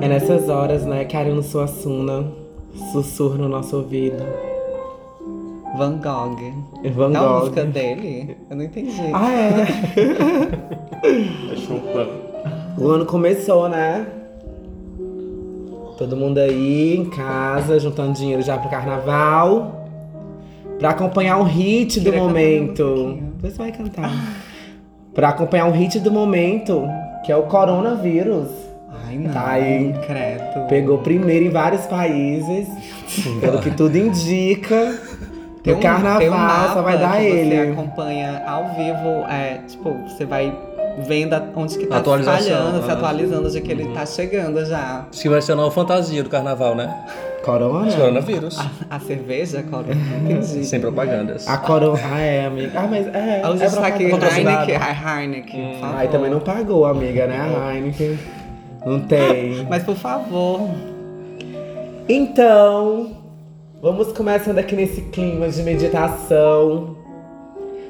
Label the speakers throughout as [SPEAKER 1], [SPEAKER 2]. [SPEAKER 1] É nessas horas, né, que Ariano Suassuna sussurra no nosso ouvido.
[SPEAKER 2] Van Gogh.
[SPEAKER 1] Van
[SPEAKER 2] É uma
[SPEAKER 1] Gogh.
[SPEAKER 2] música dele? Eu não entendi.
[SPEAKER 1] Ah, é.
[SPEAKER 3] É Chopin.
[SPEAKER 1] o ano começou, né? Todo mundo aí em casa, juntando dinheiro já pro carnaval. Pra acompanhar um hit do
[SPEAKER 2] Queria cantar um
[SPEAKER 1] momento.
[SPEAKER 2] pouquinho.
[SPEAKER 1] Pois vai cantar. Pra acompanhar um hit do momento, que é o coronavírus.
[SPEAKER 2] Ai, não.
[SPEAKER 1] Tá aí.
[SPEAKER 2] Credo.
[SPEAKER 1] Pegou primeiro em vários países, pelo que tudo indica.
[SPEAKER 2] Tem
[SPEAKER 1] o
[SPEAKER 2] um-
[SPEAKER 1] carnaval
[SPEAKER 2] tem um mapa
[SPEAKER 1] só vai dar
[SPEAKER 2] que Você
[SPEAKER 1] ele.
[SPEAKER 2] acompanha ao vivo, é, tipo, você vai vendo a- onde que tá
[SPEAKER 4] Atualização,
[SPEAKER 2] espalhando, se
[SPEAKER 4] né?
[SPEAKER 2] atualizando de que ele tá chegando já.
[SPEAKER 4] Acho que vai ser a nova fantasia do carnaval, né? Os
[SPEAKER 1] Corona?
[SPEAKER 4] coronavírus.
[SPEAKER 2] A cerveja, Coro,
[SPEAKER 1] Uhum.
[SPEAKER 2] entendi.
[SPEAKER 4] Sem propagandas.
[SPEAKER 1] A corona. Ah, é, amiga. Ah, mas é.
[SPEAKER 2] Olha o
[SPEAKER 1] é
[SPEAKER 2] destaque
[SPEAKER 1] propaganda.
[SPEAKER 2] Heineken, a Heineken, por favor.
[SPEAKER 1] Ai, também não pagou, amiga, né? A Heineken. Não tem.
[SPEAKER 2] Mas por favor,
[SPEAKER 1] Então, vamos começando aqui nesse clima de meditação.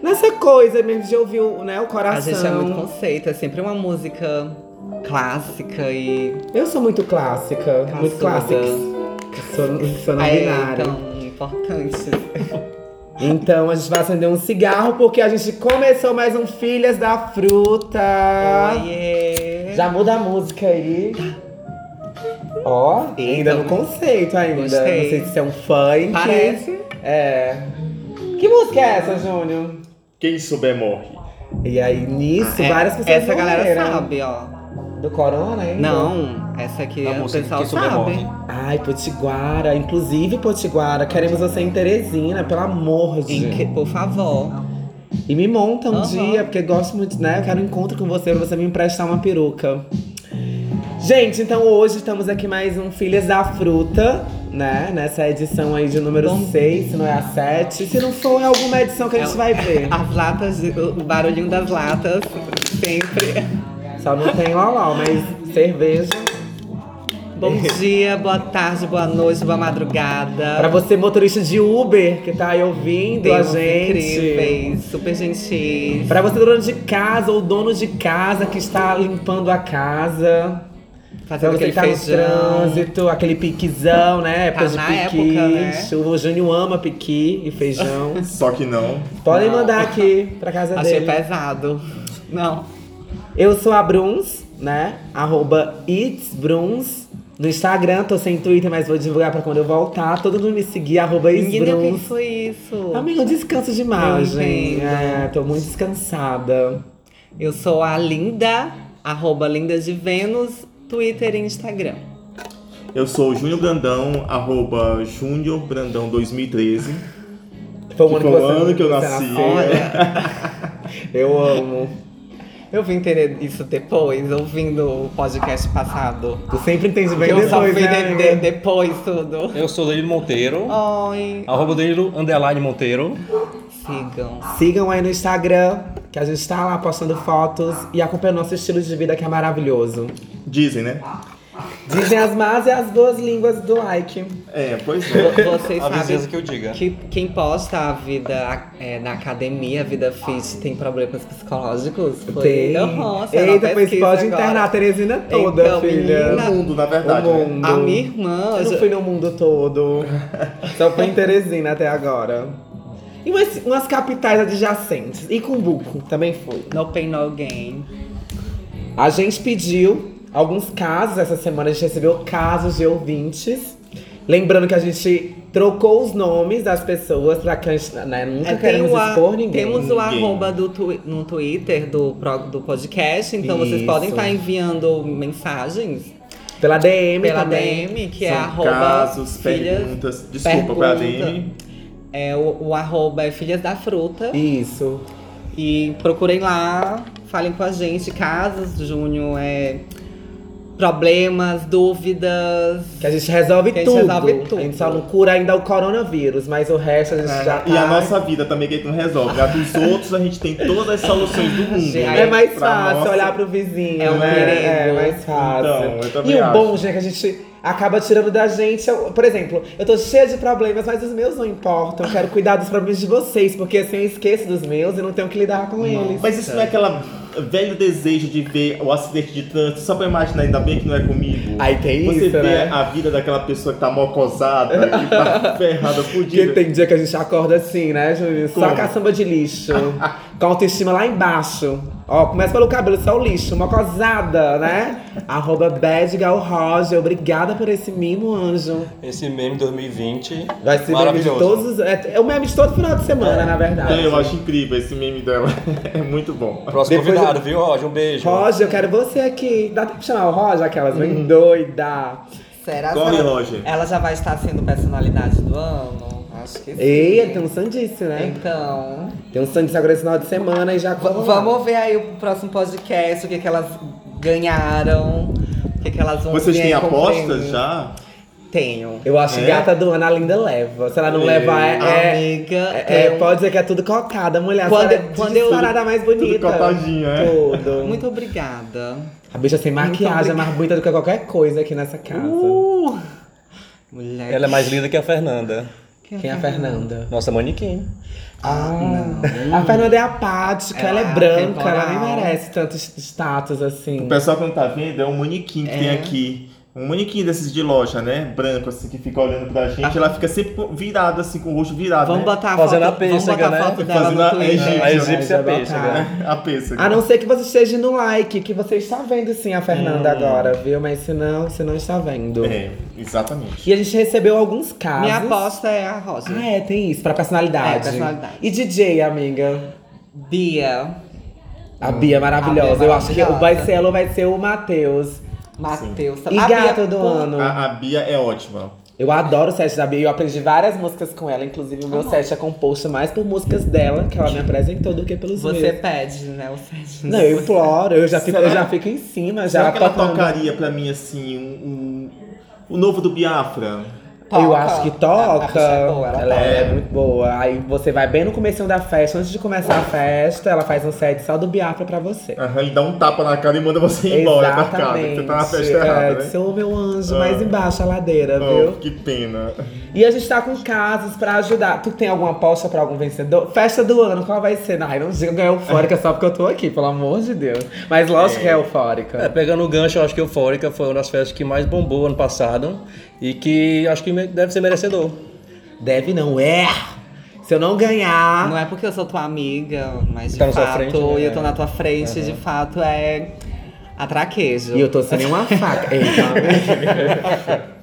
[SPEAKER 1] Nessa coisa mesmo de ouvir o, né, o
[SPEAKER 2] a
[SPEAKER 1] coração.
[SPEAKER 2] gente é muito conceito, é sempre uma música clássica e...
[SPEAKER 1] Eu sou muito clássica. Muito clássica.
[SPEAKER 2] Classuda.
[SPEAKER 1] Sou, sou não
[SPEAKER 2] é,
[SPEAKER 1] binária.
[SPEAKER 2] então, importante.
[SPEAKER 1] Então a gente vai acender um cigarro porque a gente começou mais um Filhas da Fruta.
[SPEAKER 2] Oiê!
[SPEAKER 1] Já muda a música aí. Ó, ainda
[SPEAKER 2] Eita,
[SPEAKER 1] no conceito ainda.
[SPEAKER 2] Gostei.
[SPEAKER 1] Não sei se é um funk.
[SPEAKER 2] Parece.
[SPEAKER 1] É. Que música é essa, Júnior?
[SPEAKER 3] Quem souber morre.
[SPEAKER 1] E aí, nisso, várias pessoas.
[SPEAKER 2] Ah, é. Essa galera
[SPEAKER 1] morreram.
[SPEAKER 2] sabe, ó.
[SPEAKER 1] Do Corona, ainda?
[SPEAKER 2] Não, essa aqui
[SPEAKER 1] Tá
[SPEAKER 2] é
[SPEAKER 4] A
[SPEAKER 2] o
[SPEAKER 4] música
[SPEAKER 2] pessoal
[SPEAKER 4] que souber
[SPEAKER 2] sabe.
[SPEAKER 4] morre.
[SPEAKER 1] Ai, Potiguara. Inclusive, Potiguara, queremos você em Teresina, pelo amor de
[SPEAKER 2] Em que- por favor.
[SPEAKER 1] E me monta um
[SPEAKER 2] Aham.
[SPEAKER 1] dia, porque gosto muito, né? Eu quero um encontro com você pra você me emprestar uma peruca. Gente, então hoje estamos aqui mais um Filhas da Fruta, né? Nessa edição aí de número
[SPEAKER 2] Bom.
[SPEAKER 1] 6, se não é a 7. Se não for, é alguma edição que a gente
[SPEAKER 2] É-
[SPEAKER 1] vai ver.
[SPEAKER 2] As latas, o o barulhinho das latas, sempre.
[SPEAKER 1] Só não tem lalau, mas cerveja.
[SPEAKER 2] Bom dia, boa tarde, boa noite, boa madrugada.
[SPEAKER 1] Pra você, motorista de Uber, que tá aí ouvindo
[SPEAKER 2] Deus
[SPEAKER 1] a gente.
[SPEAKER 2] incríveis, super gentis.
[SPEAKER 1] Pra você, dono de casa ou dono de casa que está limpando a casa. Pra
[SPEAKER 2] Fazendo
[SPEAKER 1] você
[SPEAKER 2] aquele
[SPEAKER 1] que tá no
[SPEAKER 2] feijão.
[SPEAKER 1] trânsito, aquele piquizão, né? Época
[SPEAKER 2] né? Tá
[SPEAKER 1] de
[SPEAKER 2] na
[SPEAKER 1] piqui.
[SPEAKER 2] época, né?
[SPEAKER 1] Chuva, o Júnior ama piqui e feijão.
[SPEAKER 3] Só que não.
[SPEAKER 1] Podem
[SPEAKER 2] Não. Assim, tá.
[SPEAKER 1] mandar aqui pra casa
[SPEAKER 2] Achei
[SPEAKER 1] dele.
[SPEAKER 2] pesado. Não.
[SPEAKER 1] Eu sou a Bruns, né? Arroba itsbruns. No Instagram, tô sem Twitter, mas vou divulgar pra quando eu voltar. Todo mundo me seguir, arroba
[SPEAKER 2] Menina, o que
[SPEAKER 1] itsbruns.
[SPEAKER 2] foi isso?
[SPEAKER 1] Amigo, eu descanso demais,
[SPEAKER 2] Eu
[SPEAKER 1] gente.
[SPEAKER 2] entendo.
[SPEAKER 1] É, tô muito descansada.
[SPEAKER 2] Eu sou a Linda, arroba Linda de Vênus, Twitter e Instagram.
[SPEAKER 3] Eu sou o Júnior Brandão, arroba Júnior Brandão 2013.
[SPEAKER 1] Foi um
[SPEAKER 3] Que foi o ano que eu nasci.
[SPEAKER 1] nasceu. tá Eu amo.
[SPEAKER 2] Eu vim entender isso depois, ouvindo o podcast passado.
[SPEAKER 1] Tu sempre entende bem
[SPEAKER 2] eu
[SPEAKER 1] depois,
[SPEAKER 2] só fui
[SPEAKER 1] né,
[SPEAKER 2] de-
[SPEAKER 1] amiga?
[SPEAKER 2] de- depois tudo.
[SPEAKER 4] Eu sou Leilo Monteiro.
[SPEAKER 2] Oi.
[SPEAKER 4] Arroba Leilo Underline Monteiro.
[SPEAKER 2] Sigam.
[SPEAKER 1] Sigam aí no Instagram, que a gente tá lá postando fotos e acompanha o nosso estilo de vida que é maravilhoso.
[SPEAKER 3] Dizem, né?
[SPEAKER 1] Dizem as más e as boas línguas do like.
[SPEAKER 3] É, pois
[SPEAKER 2] Vo-
[SPEAKER 3] é.
[SPEAKER 2] Vocês
[SPEAKER 4] A
[SPEAKER 2] sabem
[SPEAKER 4] vizinhança que eu diga.
[SPEAKER 2] que quem posta a vida é, na academia, a vida fit, tem problemas psicológicos? Foi-
[SPEAKER 1] Tem.
[SPEAKER 2] Aham, saiu uma
[SPEAKER 1] Eita, pois
[SPEAKER 2] pesquisa
[SPEAKER 1] pode
[SPEAKER 2] agora.
[SPEAKER 1] internar a Teresina toda,
[SPEAKER 2] Então,
[SPEAKER 1] filha.
[SPEAKER 3] O
[SPEAKER 2] menina,
[SPEAKER 3] mundo, na verdade,
[SPEAKER 1] O
[SPEAKER 3] né?
[SPEAKER 1] mundo.
[SPEAKER 2] A minha irmã.
[SPEAKER 1] Eu não fui no mundo todo. Só fui em Teresina até agora. E umas, umas capitais adjacentes. E Cumbuco também fui.
[SPEAKER 2] No pain, no gain.
[SPEAKER 1] A gente pediu alguns casos essa semana, a gente recebeu casos de ouvintes. Lembrando que a gente trocou os nomes das pessoas pra que a gente, né, nunca
[SPEAKER 2] É,
[SPEAKER 1] queremos
[SPEAKER 2] a-
[SPEAKER 1] expor ninguém.
[SPEAKER 2] Temos o
[SPEAKER 3] Ninguém.
[SPEAKER 2] arroba do twi- no Twitter do, pro- do podcast, então vocês
[SPEAKER 1] Isso.
[SPEAKER 2] podem estar enviando mensagens
[SPEAKER 1] Pela DM
[SPEAKER 2] um- pela
[SPEAKER 1] também.
[SPEAKER 2] DM, que é
[SPEAKER 3] São
[SPEAKER 2] arroba
[SPEAKER 3] casos,
[SPEAKER 2] filhas-
[SPEAKER 3] perguntas. Desculpa, pra
[SPEAKER 2] pergunta.
[SPEAKER 3] DM.
[SPEAKER 2] É, o, o arroba é Filhas da Fruta.
[SPEAKER 1] Isso.
[SPEAKER 2] E procurem lá, falem com a gente. Casos, Júnior, é problemas, dúvidas.
[SPEAKER 1] Que a gente resolve
[SPEAKER 2] Que a gente
[SPEAKER 1] tudo.
[SPEAKER 2] resolve tudo. É.
[SPEAKER 1] A gente só não cura ainda o coronavírus, mas o resto a gente já tá...
[SPEAKER 3] É, E a nossa vida também que a gente não resolve. A dos outros a gente tem todas as soluções do mundo.
[SPEAKER 2] Gente,
[SPEAKER 3] né?
[SPEAKER 1] É mais
[SPEAKER 3] Pra
[SPEAKER 1] fácil
[SPEAKER 3] nossa-
[SPEAKER 1] olhar pro vizinho.
[SPEAKER 2] É um
[SPEAKER 1] né?
[SPEAKER 2] perigo.
[SPEAKER 1] É mais fácil.
[SPEAKER 3] Então, eu também
[SPEAKER 1] e o
[SPEAKER 3] acho.
[SPEAKER 1] bom, gente, é que a gente acaba tirando da gente. eu- por exemplo, eu tô cheia de problemas, mas os meus não importam. Eu quero cuidar dos problemas de vocês, porque assim eu esqueço dos meus e não tenho que lidar com eles.
[SPEAKER 3] Mas isso não é aquela velho desejo de ver o acidente de trânsito só pra imaginar, ainda bem que não é comigo.
[SPEAKER 1] Aí tem
[SPEAKER 3] Você
[SPEAKER 1] isso,
[SPEAKER 3] vê
[SPEAKER 1] né?
[SPEAKER 3] a vida daquela pessoa que tá mocosada, que tá ferrada,
[SPEAKER 1] Porque
[SPEAKER 3] fudida.
[SPEAKER 1] tem dia que a gente acorda assim, né, Júlio? Só
[SPEAKER 3] Como?
[SPEAKER 1] caçamba de lixo. com a autoestima lá embaixo. Ó, começa pelo cabelo, só o lixo, uma cosada, né? Arroba Bad Gal Roger, obrigada por esse mimo, anjo.
[SPEAKER 4] Esse meme 2020.
[SPEAKER 1] Vai ser meme de
[SPEAKER 4] maravilhoso.
[SPEAKER 1] todos os. É, é o meme de todo final de semana, na verdade.
[SPEAKER 3] Então, eu acho incrível esse meme dela. É muito bom.
[SPEAKER 4] Próximo
[SPEAKER 1] Depois
[SPEAKER 4] convidado, viu, Roger? Um beijo.
[SPEAKER 1] Roger, eu quero você aqui. Dá tempo de chamar o Roger, aquelas
[SPEAKER 2] Uhum.
[SPEAKER 1] bem doida.
[SPEAKER 2] Será
[SPEAKER 3] Corre,
[SPEAKER 2] que ela,
[SPEAKER 3] Roger.
[SPEAKER 2] ela já vai estar sendo personalidade do ano? Acho que sim.
[SPEAKER 1] Ei, ele tem um sandice, né?
[SPEAKER 2] Então,
[SPEAKER 1] Tem um sandice agora esse final de semana e já.
[SPEAKER 2] v- vamos ver aí o próximo podcast, o que, que elas ganharam, o que, que elas vão
[SPEAKER 3] Vocês têm
[SPEAKER 2] ganhar com
[SPEAKER 3] apostas
[SPEAKER 2] prêmio.
[SPEAKER 3] já?
[SPEAKER 2] Tenho.
[SPEAKER 1] Eu acho que
[SPEAKER 3] É?
[SPEAKER 1] gata do ano a linda leva. Se ela não levar, é. é...
[SPEAKER 2] Amiga,
[SPEAKER 1] é,
[SPEAKER 2] tenho.
[SPEAKER 1] pode dizer que é tudo cocada, mulher.
[SPEAKER 2] Quando-
[SPEAKER 1] Essa é
[SPEAKER 2] quando eu-
[SPEAKER 1] disparada mais bonita.
[SPEAKER 3] cotadinho, é?
[SPEAKER 1] Tudo.
[SPEAKER 2] Muito obrigada.
[SPEAKER 1] A bicha sem maquiagem é
[SPEAKER 2] obrigada.
[SPEAKER 1] mais bonita do que qualquer coisa aqui nessa casa.
[SPEAKER 2] Uh, mulher.
[SPEAKER 4] Ela é mais linda que a Fernanda.
[SPEAKER 1] Quem é a Fernanda?
[SPEAKER 4] Nossa manequim.
[SPEAKER 1] Ah, a Fernanda é apática, ela, é
[SPEAKER 2] Ela é
[SPEAKER 1] branca, ela nem
[SPEAKER 2] atemporal.
[SPEAKER 1] merece tanto est- status
[SPEAKER 3] O
[SPEAKER 1] assim.
[SPEAKER 3] pessoal que não tá vendo é um manequim que
[SPEAKER 2] É.
[SPEAKER 3] tem aqui. Um manequim desses de loja, né? Branco, assim, que fica olhando pra gente. Ela fica sempre virada, assim, com o rosto virado,
[SPEAKER 2] Vamos
[SPEAKER 3] né?
[SPEAKER 2] botar a
[SPEAKER 4] Fazendo
[SPEAKER 2] foto,
[SPEAKER 4] a
[SPEAKER 2] vamos
[SPEAKER 4] pêssega,
[SPEAKER 2] botar a
[SPEAKER 4] né?
[SPEAKER 2] foto dela
[SPEAKER 3] Fazendo a-
[SPEAKER 2] no Twitter.
[SPEAKER 4] A
[SPEAKER 1] egípcia
[SPEAKER 4] egípcia
[SPEAKER 1] vai
[SPEAKER 4] peixe,
[SPEAKER 1] botar.
[SPEAKER 4] né?
[SPEAKER 3] A pêssega.
[SPEAKER 1] A Ah, não ser que você esteja no like, que você está vendo sim a Fernanda
[SPEAKER 2] Hum.
[SPEAKER 1] agora, viu? Mas se não, você não está vendo.
[SPEAKER 3] É, exatamente.
[SPEAKER 1] E a gente recebeu alguns casos.
[SPEAKER 2] Minha aposta é a Rosa.
[SPEAKER 1] Ah, é, tem isso, pra personalidade.
[SPEAKER 2] É, personalidade.
[SPEAKER 1] E DJ, amiga?
[SPEAKER 2] Bia,
[SPEAKER 1] A Bia é maravilhosa.
[SPEAKER 2] A Bia é
[SPEAKER 1] Eu acho que
[SPEAKER 2] maravilhosa.
[SPEAKER 1] o vai ser ela ou vai ser o Matheus.
[SPEAKER 2] Matheus.
[SPEAKER 1] E
[SPEAKER 2] a
[SPEAKER 1] gata
[SPEAKER 2] Bia, é
[SPEAKER 1] do
[SPEAKER 2] pô,
[SPEAKER 1] ano.
[SPEAKER 3] A, a Bia é ótima.
[SPEAKER 1] Eu adoro o set da Bia. Eu aprendi várias músicas com ela. Inclusive, o meu set é composto mais por músicas dela, que ela me apresentou, do que pelos
[SPEAKER 2] Você
[SPEAKER 1] meus.
[SPEAKER 2] pede, né? O Sérgio.
[SPEAKER 1] Não, eu imploro. Eu já fico, eu já fico em cima, já
[SPEAKER 3] Será que ela
[SPEAKER 1] tocando.
[SPEAKER 3] tocaria pra mim, assim, um, um- o novo do Biafra?
[SPEAKER 1] Eu
[SPEAKER 2] Toca.
[SPEAKER 1] acho que
[SPEAKER 3] tá
[SPEAKER 2] A- a
[SPEAKER 1] toca.
[SPEAKER 2] bicha é boa, ela
[SPEAKER 1] ela
[SPEAKER 3] toca.
[SPEAKER 1] é muito boa. Aí você vai bem no comecinho da festa. Antes de começar a festa, ela faz um set só do Biafra pra você.
[SPEAKER 3] Aham, ele dá um tapa na cara e manda você ir embora pra casa. que Você tá na festa
[SPEAKER 1] É,
[SPEAKER 3] errada, né?
[SPEAKER 1] Sou meu anjo,
[SPEAKER 3] Ah.
[SPEAKER 1] mais embaixo a ladeira,
[SPEAKER 3] Oh,
[SPEAKER 1] viu?
[SPEAKER 3] que pena.
[SPEAKER 1] E a gente tá com casos pra ajudar. Tu tem alguma aposta pra algum vencedor? Festa do ano, qual vai ser? Ai, não diga que é eufórica só porque eu tô aqui, pelo amor de Deus. Mas lógico que é
[SPEAKER 4] É,
[SPEAKER 1] eufórica.
[SPEAKER 4] pegando o gancho, eu acho que Eufórica foi uma das festas que mais bombou ano passado e que acho que me- deve ser merecedor.
[SPEAKER 1] Deve não, é! Se eu não ganhar.
[SPEAKER 2] Não é porque eu sou tua amiga, mas de
[SPEAKER 4] Tá na
[SPEAKER 2] fato,
[SPEAKER 4] sua frente, né?
[SPEAKER 2] e eu tô na tua frente, de fato, é atraquejo.
[SPEAKER 1] E eu tô sem nenhuma faca. Eita, amiga.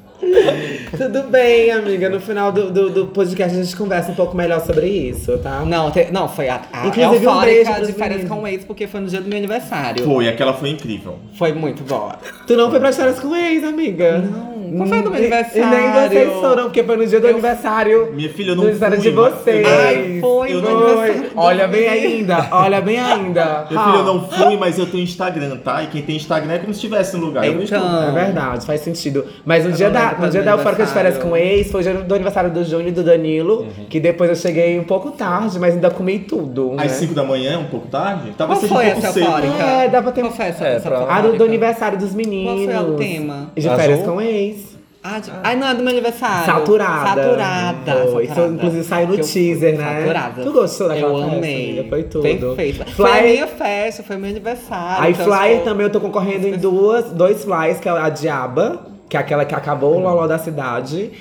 [SPEAKER 1] Tudo bem, amiga. No final do, do, do podcast a gente conversa um pouco melhor sobre isso, tá?
[SPEAKER 2] Não, te- não, foi a, a
[SPEAKER 1] Inclusive, um beijo
[SPEAKER 2] É eufórica
[SPEAKER 1] pros
[SPEAKER 2] de férias
[SPEAKER 1] meninos.
[SPEAKER 2] com o ex, porque foi no dia do meu aniversário.
[SPEAKER 3] Foi, aquela foi incrível.
[SPEAKER 2] Foi muito boa.
[SPEAKER 1] Tu não foi pras férias com ex, amiga?
[SPEAKER 2] Não. Qual foi o do meu
[SPEAKER 1] E- E
[SPEAKER 2] aniversário?
[SPEAKER 1] nem vocês foram, porque foi no dia do aniversário.
[SPEAKER 3] Minha filha, eu não
[SPEAKER 1] do aniversário
[SPEAKER 3] fui,
[SPEAKER 1] de
[SPEAKER 3] mas-
[SPEAKER 1] vocês.
[SPEAKER 2] Ai, foi,
[SPEAKER 1] Eu
[SPEAKER 2] meu
[SPEAKER 1] não-
[SPEAKER 2] aniversário.
[SPEAKER 1] Olha bem ainda, olha bem ainda.
[SPEAKER 3] Minha filha, eu não fui, mas eu tenho Instagram, tá? E quem tem Instagram é como se estivesse no lugar. Eu não estou.
[SPEAKER 1] É
[SPEAKER 2] Então,
[SPEAKER 1] verdade, faz sentido. Mas no dia
[SPEAKER 2] não
[SPEAKER 1] da,
[SPEAKER 2] lembro
[SPEAKER 1] no dia
[SPEAKER 2] do
[SPEAKER 1] da Eufórica de
[SPEAKER 2] aniversário. Uhum.
[SPEAKER 1] Férias com o Ex, foi o dia do aniversário do Júnior e do Danilo, que depois eu cheguei um pouco tarde, mas ainda comi tudo. né?
[SPEAKER 3] Às 5 da manhã, um pouco tarde? Talvez
[SPEAKER 2] qual foi
[SPEAKER 3] seja um
[SPEAKER 2] essa
[SPEAKER 3] pouco cedo.
[SPEAKER 2] eufórica?
[SPEAKER 1] É, dá pra ter-
[SPEAKER 2] Qual foi essa,
[SPEAKER 4] É,
[SPEAKER 2] essa
[SPEAKER 4] pra-
[SPEAKER 2] eufórica?
[SPEAKER 1] A Ah, do, do aniversário dos meninos.
[SPEAKER 2] Qual foi o tema?
[SPEAKER 1] De
[SPEAKER 4] Azul?
[SPEAKER 1] Férias com o Ex.
[SPEAKER 2] Ah, de... Ai, não, é do meu aniversário.
[SPEAKER 1] Saturada.
[SPEAKER 2] Saturada.
[SPEAKER 1] Foi. Isso,
[SPEAKER 2] saturada.
[SPEAKER 1] inclusive, saiu no
[SPEAKER 2] Que eu fui
[SPEAKER 1] teaser, né?
[SPEAKER 2] Saturada.
[SPEAKER 1] Tu gostou daquela
[SPEAKER 2] Eu
[SPEAKER 1] festa,
[SPEAKER 2] amei.
[SPEAKER 1] amiga? Foi tudo.
[SPEAKER 2] Perfeito. Foi a
[SPEAKER 1] Flyer-
[SPEAKER 2] minha festa, foi meu aniversário.
[SPEAKER 1] Aí
[SPEAKER 2] então
[SPEAKER 1] Flyer
[SPEAKER 2] sou-
[SPEAKER 1] também eu tô concorrendo em duas, dois Flyers, que é a Diaba, que é aquela que acabou o Loló da cidade,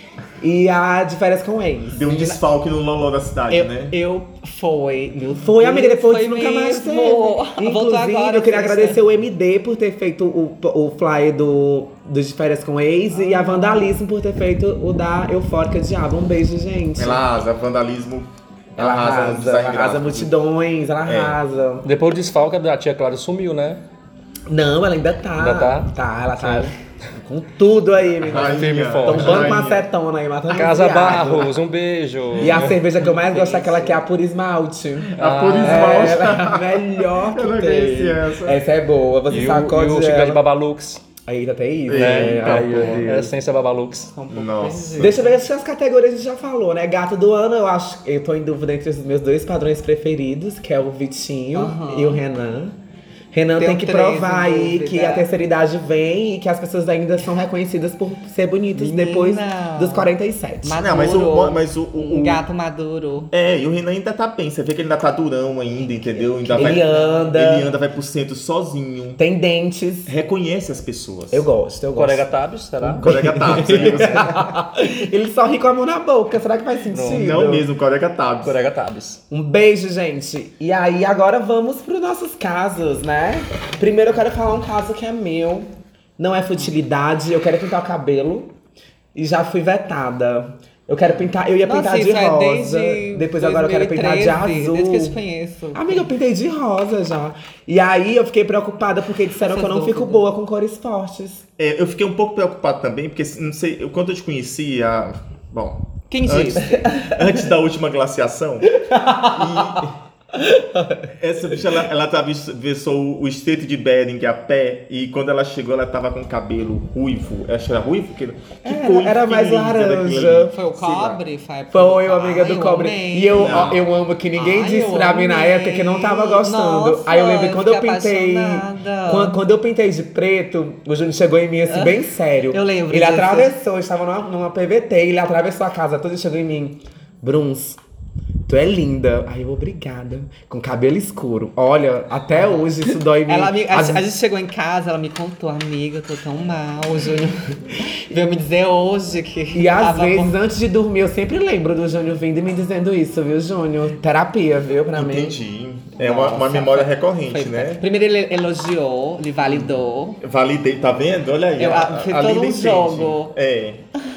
[SPEAKER 1] e a de Férias com o Ex.
[SPEAKER 3] Deu um desfalque no loló da cidade,
[SPEAKER 2] Eu,
[SPEAKER 3] né?
[SPEAKER 2] eu foi, meu
[SPEAKER 1] Foi,
[SPEAKER 2] Deus,
[SPEAKER 1] amiga, depois
[SPEAKER 2] foi
[SPEAKER 1] nunca mais teve.
[SPEAKER 2] mesmo. Voltou
[SPEAKER 1] Inclusive,
[SPEAKER 2] agora,
[SPEAKER 1] eu queria
[SPEAKER 2] assim,
[SPEAKER 1] agradecer o MD por ter feito o, o flyer do, do De Férias com Ex e a Vandalismo por ter feito o da Eufórica Diabo. Um beijo, gente.
[SPEAKER 3] Ela arrasa, vandalismo.
[SPEAKER 1] Ela arrasa,
[SPEAKER 3] design
[SPEAKER 1] ela arrasa
[SPEAKER 3] gráfico.
[SPEAKER 1] multidões, ela
[SPEAKER 3] É.
[SPEAKER 1] arrasa.
[SPEAKER 4] Depois o desfalque da tia Clara sumiu, né?
[SPEAKER 1] Não, ela ainda tá.
[SPEAKER 4] Ainda tá?
[SPEAKER 1] ela tá com tudo aí, menina.
[SPEAKER 3] Rainha,
[SPEAKER 4] Firme e forte.
[SPEAKER 1] Tombando com
[SPEAKER 3] rainha.
[SPEAKER 1] a acetona aí, matando
[SPEAKER 4] Casa
[SPEAKER 1] Ah, viado.
[SPEAKER 4] Barros, um beijo.
[SPEAKER 1] E a cerveja que eu mais gosto é aquela que é a pura esmalte.
[SPEAKER 3] A pura
[SPEAKER 1] É,
[SPEAKER 3] esmalte.
[SPEAKER 1] ela é a melhor que
[SPEAKER 3] Eu não
[SPEAKER 1] tem.
[SPEAKER 3] conheci essa.
[SPEAKER 1] é boa, você
[SPEAKER 4] E o, e
[SPEAKER 1] sacode
[SPEAKER 4] o
[SPEAKER 1] ela.
[SPEAKER 4] chiclete Babalux.
[SPEAKER 1] Aí ainda tem isso, né?
[SPEAKER 3] Eita,
[SPEAKER 1] Ai, meu
[SPEAKER 3] pô.
[SPEAKER 1] Deus.
[SPEAKER 4] É essência babalux.
[SPEAKER 2] Tá um pouco
[SPEAKER 3] Nossa.
[SPEAKER 2] perdido.
[SPEAKER 1] Deixa eu ver se as categorias a gente já falou, né? Gato do ano, eu acho. Eu tô em dúvida entre os meus dois padrões preferidos, que é o Vitinho
[SPEAKER 2] Aham.
[SPEAKER 1] e o Renan. Renan tem,
[SPEAKER 2] Tenho
[SPEAKER 1] que
[SPEAKER 2] três
[SPEAKER 1] provar
[SPEAKER 2] em
[SPEAKER 1] aí
[SPEAKER 2] dúvida.
[SPEAKER 1] que a terceira idade vem e que as pessoas ainda são reconhecidas por ser bonitas
[SPEAKER 2] Menina.
[SPEAKER 1] depois dos 47.
[SPEAKER 2] Maduro.
[SPEAKER 3] Ah, Não, mas o- mas o- o-
[SPEAKER 2] Um
[SPEAKER 3] o-
[SPEAKER 2] gato maduro.
[SPEAKER 3] É, e o Renan ainda tá bem. Você vê que ele ainda tá durão ainda, entendeu? Ainda
[SPEAKER 1] Ele
[SPEAKER 3] vai,
[SPEAKER 1] anda.
[SPEAKER 3] Ele anda, vai pro centro sozinho.
[SPEAKER 1] Tem dentes.
[SPEAKER 3] Reconhece as pessoas.
[SPEAKER 1] Eu gosto, eu gosto.
[SPEAKER 4] Colega Tabs, será?
[SPEAKER 3] Colega Tabs.
[SPEAKER 1] Ele só ri com a mão na boca, será que faz sentido?
[SPEAKER 3] Não mesmo, colega Tabs.
[SPEAKER 4] Colega Tabs.
[SPEAKER 1] Um beijo, gente. E aí, agora vamos para os nossos casos, né? Primeiro eu quero falar um caso que é meu. Não é futilidade, eu quero pintar o cabelo. E já fui vetada. Eu quero pintar, eu ia
[SPEAKER 2] Nossa,
[SPEAKER 1] pintar
[SPEAKER 2] isso
[SPEAKER 1] de
[SPEAKER 2] é
[SPEAKER 1] rosa.
[SPEAKER 2] desde
[SPEAKER 1] Depois agora eu quero pintar de
[SPEAKER 2] 2013,
[SPEAKER 1] azul.
[SPEAKER 2] Desde que eu te conheço.
[SPEAKER 1] Amiga, eu pintei de rosa já. E aí eu fiquei preocupada porque disseram
[SPEAKER 2] Essas
[SPEAKER 1] que eu não fico
[SPEAKER 2] dúvidas.
[SPEAKER 1] boa com cores fortes.
[SPEAKER 3] É, eu fiquei um pouco preocupado também, porque assim, não sei, eu- quando eu te conheci, a. Bom.
[SPEAKER 2] Quem
[SPEAKER 3] antes,
[SPEAKER 2] disse?
[SPEAKER 3] antes da última glaciação. e essa bicha, ela, ela atravessou o estreito de Bering a pé, e quando ela chegou, ela tava com cabelo ruivo. Eu Acho que era ruivo? Que, que
[SPEAKER 1] Era-
[SPEAKER 3] cor
[SPEAKER 1] era mais
[SPEAKER 3] infinita daquilo ali.
[SPEAKER 1] laranja.
[SPEAKER 2] Foi o
[SPEAKER 3] Sei lá.
[SPEAKER 2] cobre? Foi,
[SPEAKER 1] Foi eu, amiga do
[SPEAKER 2] Ai,
[SPEAKER 1] cobre.
[SPEAKER 2] amei.
[SPEAKER 1] E eu,
[SPEAKER 3] Não.
[SPEAKER 1] eu amo que ninguém
[SPEAKER 2] Ai,
[SPEAKER 1] disse
[SPEAKER 2] eu
[SPEAKER 1] pra mim na
[SPEAKER 2] amei.
[SPEAKER 1] época que não tava gostando.
[SPEAKER 2] Nossa,
[SPEAKER 1] Aí eu lembro que quando eu
[SPEAKER 2] fiquei
[SPEAKER 1] pintei.
[SPEAKER 2] apaixonada. Ah,
[SPEAKER 1] Quando, quando eu pintei de preto, o Júnior chegou em mim assim, bem sério.
[SPEAKER 2] Eu lembro
[SPEAKER 1] Ele
[SPEAKER 2] disso.
[SPEAKER 1] atravessou, eu estava numa, numa PVT, ele atravessou a casa toda e chegou em mim. Bruns. Tu é linda. Aí eu, obrigada. Com cabelo escuro. Olha, até hoje isso dói em mim.
[SPEAKER 2] Ela me- a,
[SPEAKER 1] Às
[SPEAKER 2] a gente chegou em casa, ela me contou, amiga, eu tô tão mal. O Júnior veio me dizer hoje que.
[SPEAKER 1] E às
[SPEAKER 2] tava
[SPEAKER 1] vezes, né? antes de dormir, eu sempre lembro do Júnior vindo e me dizendo isso, viu, Júnior? Terapia, viu, pra mim.
[SPEAKER 3] Entendi. É uma, uma
[SPEAKER 2] Nossa,
[SPEAKER 3] memória
[SPEAKER 2] foi-
[SPEAKER 3] recorrente,
[SPEAKER 2] foi-
[SPEAKER 3] né?
[SPEAKER 2] é. Primeiro ele elogiou, ele validou.
[SPEAKER 3] Validei, tá vendo? Olha aí.
[SPEAKER 2] Eu-
[SPEAKER 3] a-
[SPEAKER 2] foi
[SPEAKER 3] a
[SPEAKER 2] todo
[SPEAKER 3] Linda
[SPEAKER 2] um
[SPEAKER 3] entende.
[SPEAKER 2] jogo.
[SPEAKER 3] É.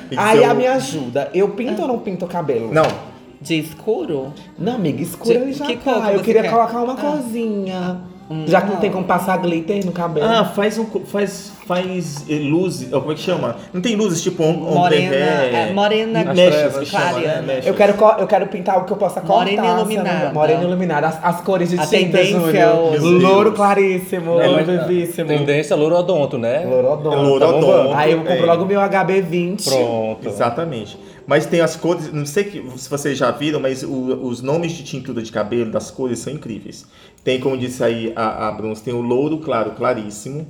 [SPEAKER 3] Tem que
[SPEAKER 1] Aí
[SPEAKER 3] ser
[SPEAKER 1] a
[SPEAKER 3] o-
[SPEAKER 1] me ajuda. Eu pinto ou não pinto o cabelo?
[SPEAKER 3] Não,
[SPEAKER 2] De escuro?
[SPEAKER 1] Não, amiga, escura
[SPEAKER 2] De-
[SPEAKER 1] eu já
[SPEAKER 2] que cor
[SPEAKER 1] tá.
[SPEAKER 2] que
[SPEAKER 1] Eu
[SPEAKER 2] você
[SPEAKER 1] queria
[SPEAKER 2] quer?
[SPEAKER 1] colocar uma
[SPEAKER 2] Ah.
[SPEAKER 1] corzinha.
[SPEAKER 2] Hum,
[SPEAKER 1] já que não
[SPEAKER 2] não.
[SPEAKER 1] tem como passar glitter no cabelo.
[SPEAKER 3] Ah, faz um. co- Faz. Faz eh, luzes. ou Como é que chama? Não tem luzes tipo on, on
[SPEAKER 2] Morena, é, morena
[SPEAKER 4] Nas
[SPEAKER 3] mechas que
[SPEAKER 4] trevas,
[SPEAKER 3] chama, né?
[SPEAKER 2] clareana.
[SPEAKER 3] Mechas.
[SPEAKER 1] eu, quero, co- eu quero pintar o que eu possa cortar.
[SPEAKER 2] Morena
[SPEAKER 1] sabe?
[SPEAKER 2] iluminada.
[SPEAKER 1] Morena iluminada. As, as cores de
[SPEAKER 2] A
[SPEAKER 1] tinta,
[SPEAKER 2] tendência é
[SPEAKER 1] Júnior.
[SPEAKER 3] hoje. Meu
[SPEAKER 1] Louro
[SPEAKER 3] Deus.
[SPEAKER 1] claríssimo,
[SPEAKER 3] É, mas-
[SPEAKER 1] vivíssimo.
[SPEAKER 4] tá. Tendência lourodonto, né?
[SPEAKER 1] Lourodonto.
[SPEAKER 3] Lourodonto,
[SPEAKER 1] Lourodonto. Aí eu compro
[SPEAKER 3] é.
[SPEAKER 1] logo meu HB20.
[SPEAKER 4] Pronto.
[SPEAKER 3] Exatamente. Mas tem as cores, não sei que- se vocês já viram, mas o- os nomes de tintura de cabelo, das cores, são incríveis. Tem, como disse aí a, a Bruns, tem o louro claro, claríssimo.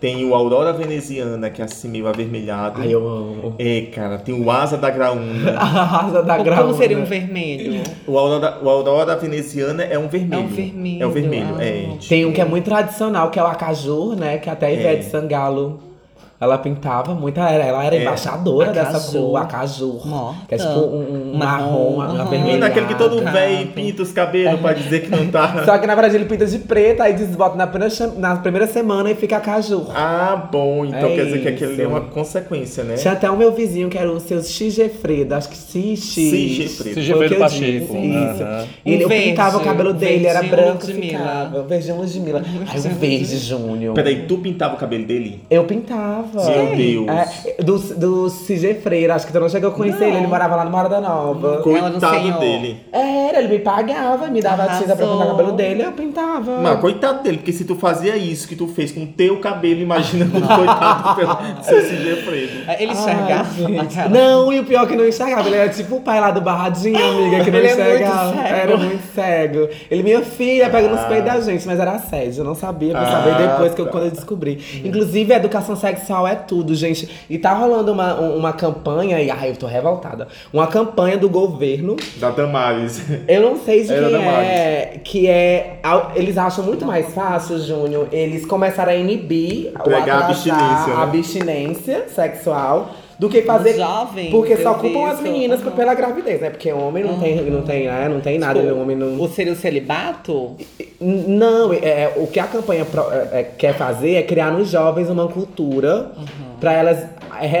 [SPEAKER 3] Tem o aurora veneziana, que é assim meio avermelhado.
[SPEAKER 1] Ai, eu amo.
[SPEAKER 3] É, cara, tem o asa da graúna.
[SPEAKER 1] Arrasa da
[SPEAKER 2] Como-
[SPEAKER 1] graúna.
[SPEAKER 2] Como seria um vermelho?
[SPEAKER 3] O aurora, o aurora veneziana é um vermelho.
[SPEAKER 2] vermelho,
[SPEAKER 3] É um vermelho,
[SPEAKER 2] ah.
[SPEAKER 3] é. tipo-
[SPEAKER 1] Tem um que é muito tradicional, que é o acajur, né? Que
[SPEAKER 3] É.
[SPEAKER 1] até a Ivete Sangalo, ela pintava muito. Ela era, ela era
[SPEAKER 3] É.
[SPEAKER 1] embaixadora dessa
[SPEAKER 2] Acajur.
[SPEAKER 1] cor, acajur.
[SPEAKER 2] Nossa.
[SPEAKER 1] Que é tipo um, um marrom,
[SPEAKER 2] Marrom,
[SPEAKER 1] uma
[SPEAKER 2] aham.
[SPEAKER 3] E
[SPEAKER 1] vermelha.
[SPEAKER 3] naquele é que todo
[SPEAKER 2] Tá.
[SPEAKER 3] velho pinta os cabelos pra dizer que não tá.
[SPEAKER 1] Só que na verdade ele pinta de preta, aí desbota na primeira, cham- na primeira semana e fica acajur.
[SPEAKER 3] Ah, bom. Então
[SPEAKER 1] É
[SPEAKER 3] quer dizer que
[SPEAKER 1] isso.
[SPEAKER 3] aquele é uma consequência, né?
[SPEAKER 1] Tinha até o meu vizinho que era o seu Xigefredo, acho que Xix.
[SPEAKER 3] Xigefredo.
[SPEAKER 1] Foi o
[SPEAKER 4] Xigefredo
[SPEAKER 1] que eu
[SPEAKER 4] Pacheco,
[SPEAKER 1] disse, Isso.
[SPEAKER 4] aham.
[SPEAKER 1] E ele
[SPEAKER 2] Um
[SPEAKER 1] eu pintava o
[SPEAKER 2] verde,
[SPEAKER 1] cabelo
[SPEAKER 2] um
[SPEAKER 1] dele, era
[SPEAKER 2] verdinho
[SPEAKER 1] branco.
[SPEAKER 2] Ludmilla.
[SPEAKER 1] Ficava. Verde Ludmilla. Aí o
[SPEAKER 2] Verdinho
[SPEAKER 1] verde,
[SPEAKER 2] Ludmilla.
[SPEAKER 1] Júnior.
[SPEAKER 3] Peraí, tu pintava o cabelo dele?
[SPEAKER 1] Eu pintava.
[SPEAKER 3] Meu Deus.
[SPEAKER 1] É, do, do CG Freire, acho que tu não chegou a conhecer
[SPEAKER 2] Não.
[SPEAKER 1] ele, ele morava lá no Morada Nova.
[SPEAKER 3] Hum.
[SPEAKER 2] Ela não
[SPEAKER 3] Coitado
[SPEAKER 2] senhor.
[SPEAKER 3] dele.
[SPEAKER 1] Era, ele me pagava, me dava a
[SPEAKER 2] Arrasou.
[SPEAKER 1] tinta pra pintar o cabelo dele, eu pintava.
[SPEAKER 3] Mas coitado dele, porque se tu fazia isso que tu fez com o teu cabelo, imagina com o coitado pelo seu CG preto.
[SPEAKER 2] Ele
[SPEAKER 1] Ai,
[SPEAKER 2] enxergava?
[SPEAKER 3] né,
[SPEAKER 1] gente.
[SPEAKER 2] Aquela-
[SPEAKER 1] Não, e o pior é que não enxergava. Ele era tipo o pai lá do Barradinho, amiga, que não
[SPEAKER 2] Ele é muito
[SPEAKER 1] enxergava.
[SPEAKER 2] cego.
[SPEAKER 1] era muito cego. Ele, minha filha, pega nos
[SPEAKER 3] Ah.
[SPEAKER 1] peitos da gente, mas era assédio. Eu não sabia, fui
[SPEAKER 3] Ah,
[SPEAKER 1] saber depois que eu,
[SPEAKER 3] tá.
[SPEAKER 1] quando eu descobri. Inclusive, a educação sexual é tudo, gente. E tá rolando uma, uma campanha, e ai, eu tô revoltada. Uma campanha do governo
[SPEAKER 3] Da Damares.
[SPEAKER 1] Eu não sei de
[SPEAKER 3] Era
[SPEAKER 1] quem
[SPEAKER 3] da Maris.
[SPEAKER 1] é, que é. a- Eles acham muito mais fácil, Júnior, eles começaram a inibir ou
[SPEAKER 3] Pregar a
[SPEAKER 1] atrasar
[SPEAKER 3] abstinência, né?
[SPEAKER 1] a abstinência sexual do que fazer.
[SPEAKER 2] Os jovens,
[SPEAKER 1] porque só
[SPEAKER 2] eu vi
[SPEAKER 1] culpam as
[SPEAKER 2] isso,
[SPEAKER 1] meninas
[SPEAKER 2] aham.
[SPEAKER 1] pela gravidez, né? Porque homem não tem, não tem, né? não tem nada, o homem não.
[SPEAKER 2] O seria o celibato?
[SPEAKER 1] Não, é, o que a campanha pro- é, é, quer fazer é criar nos jovens uma cultura pra elas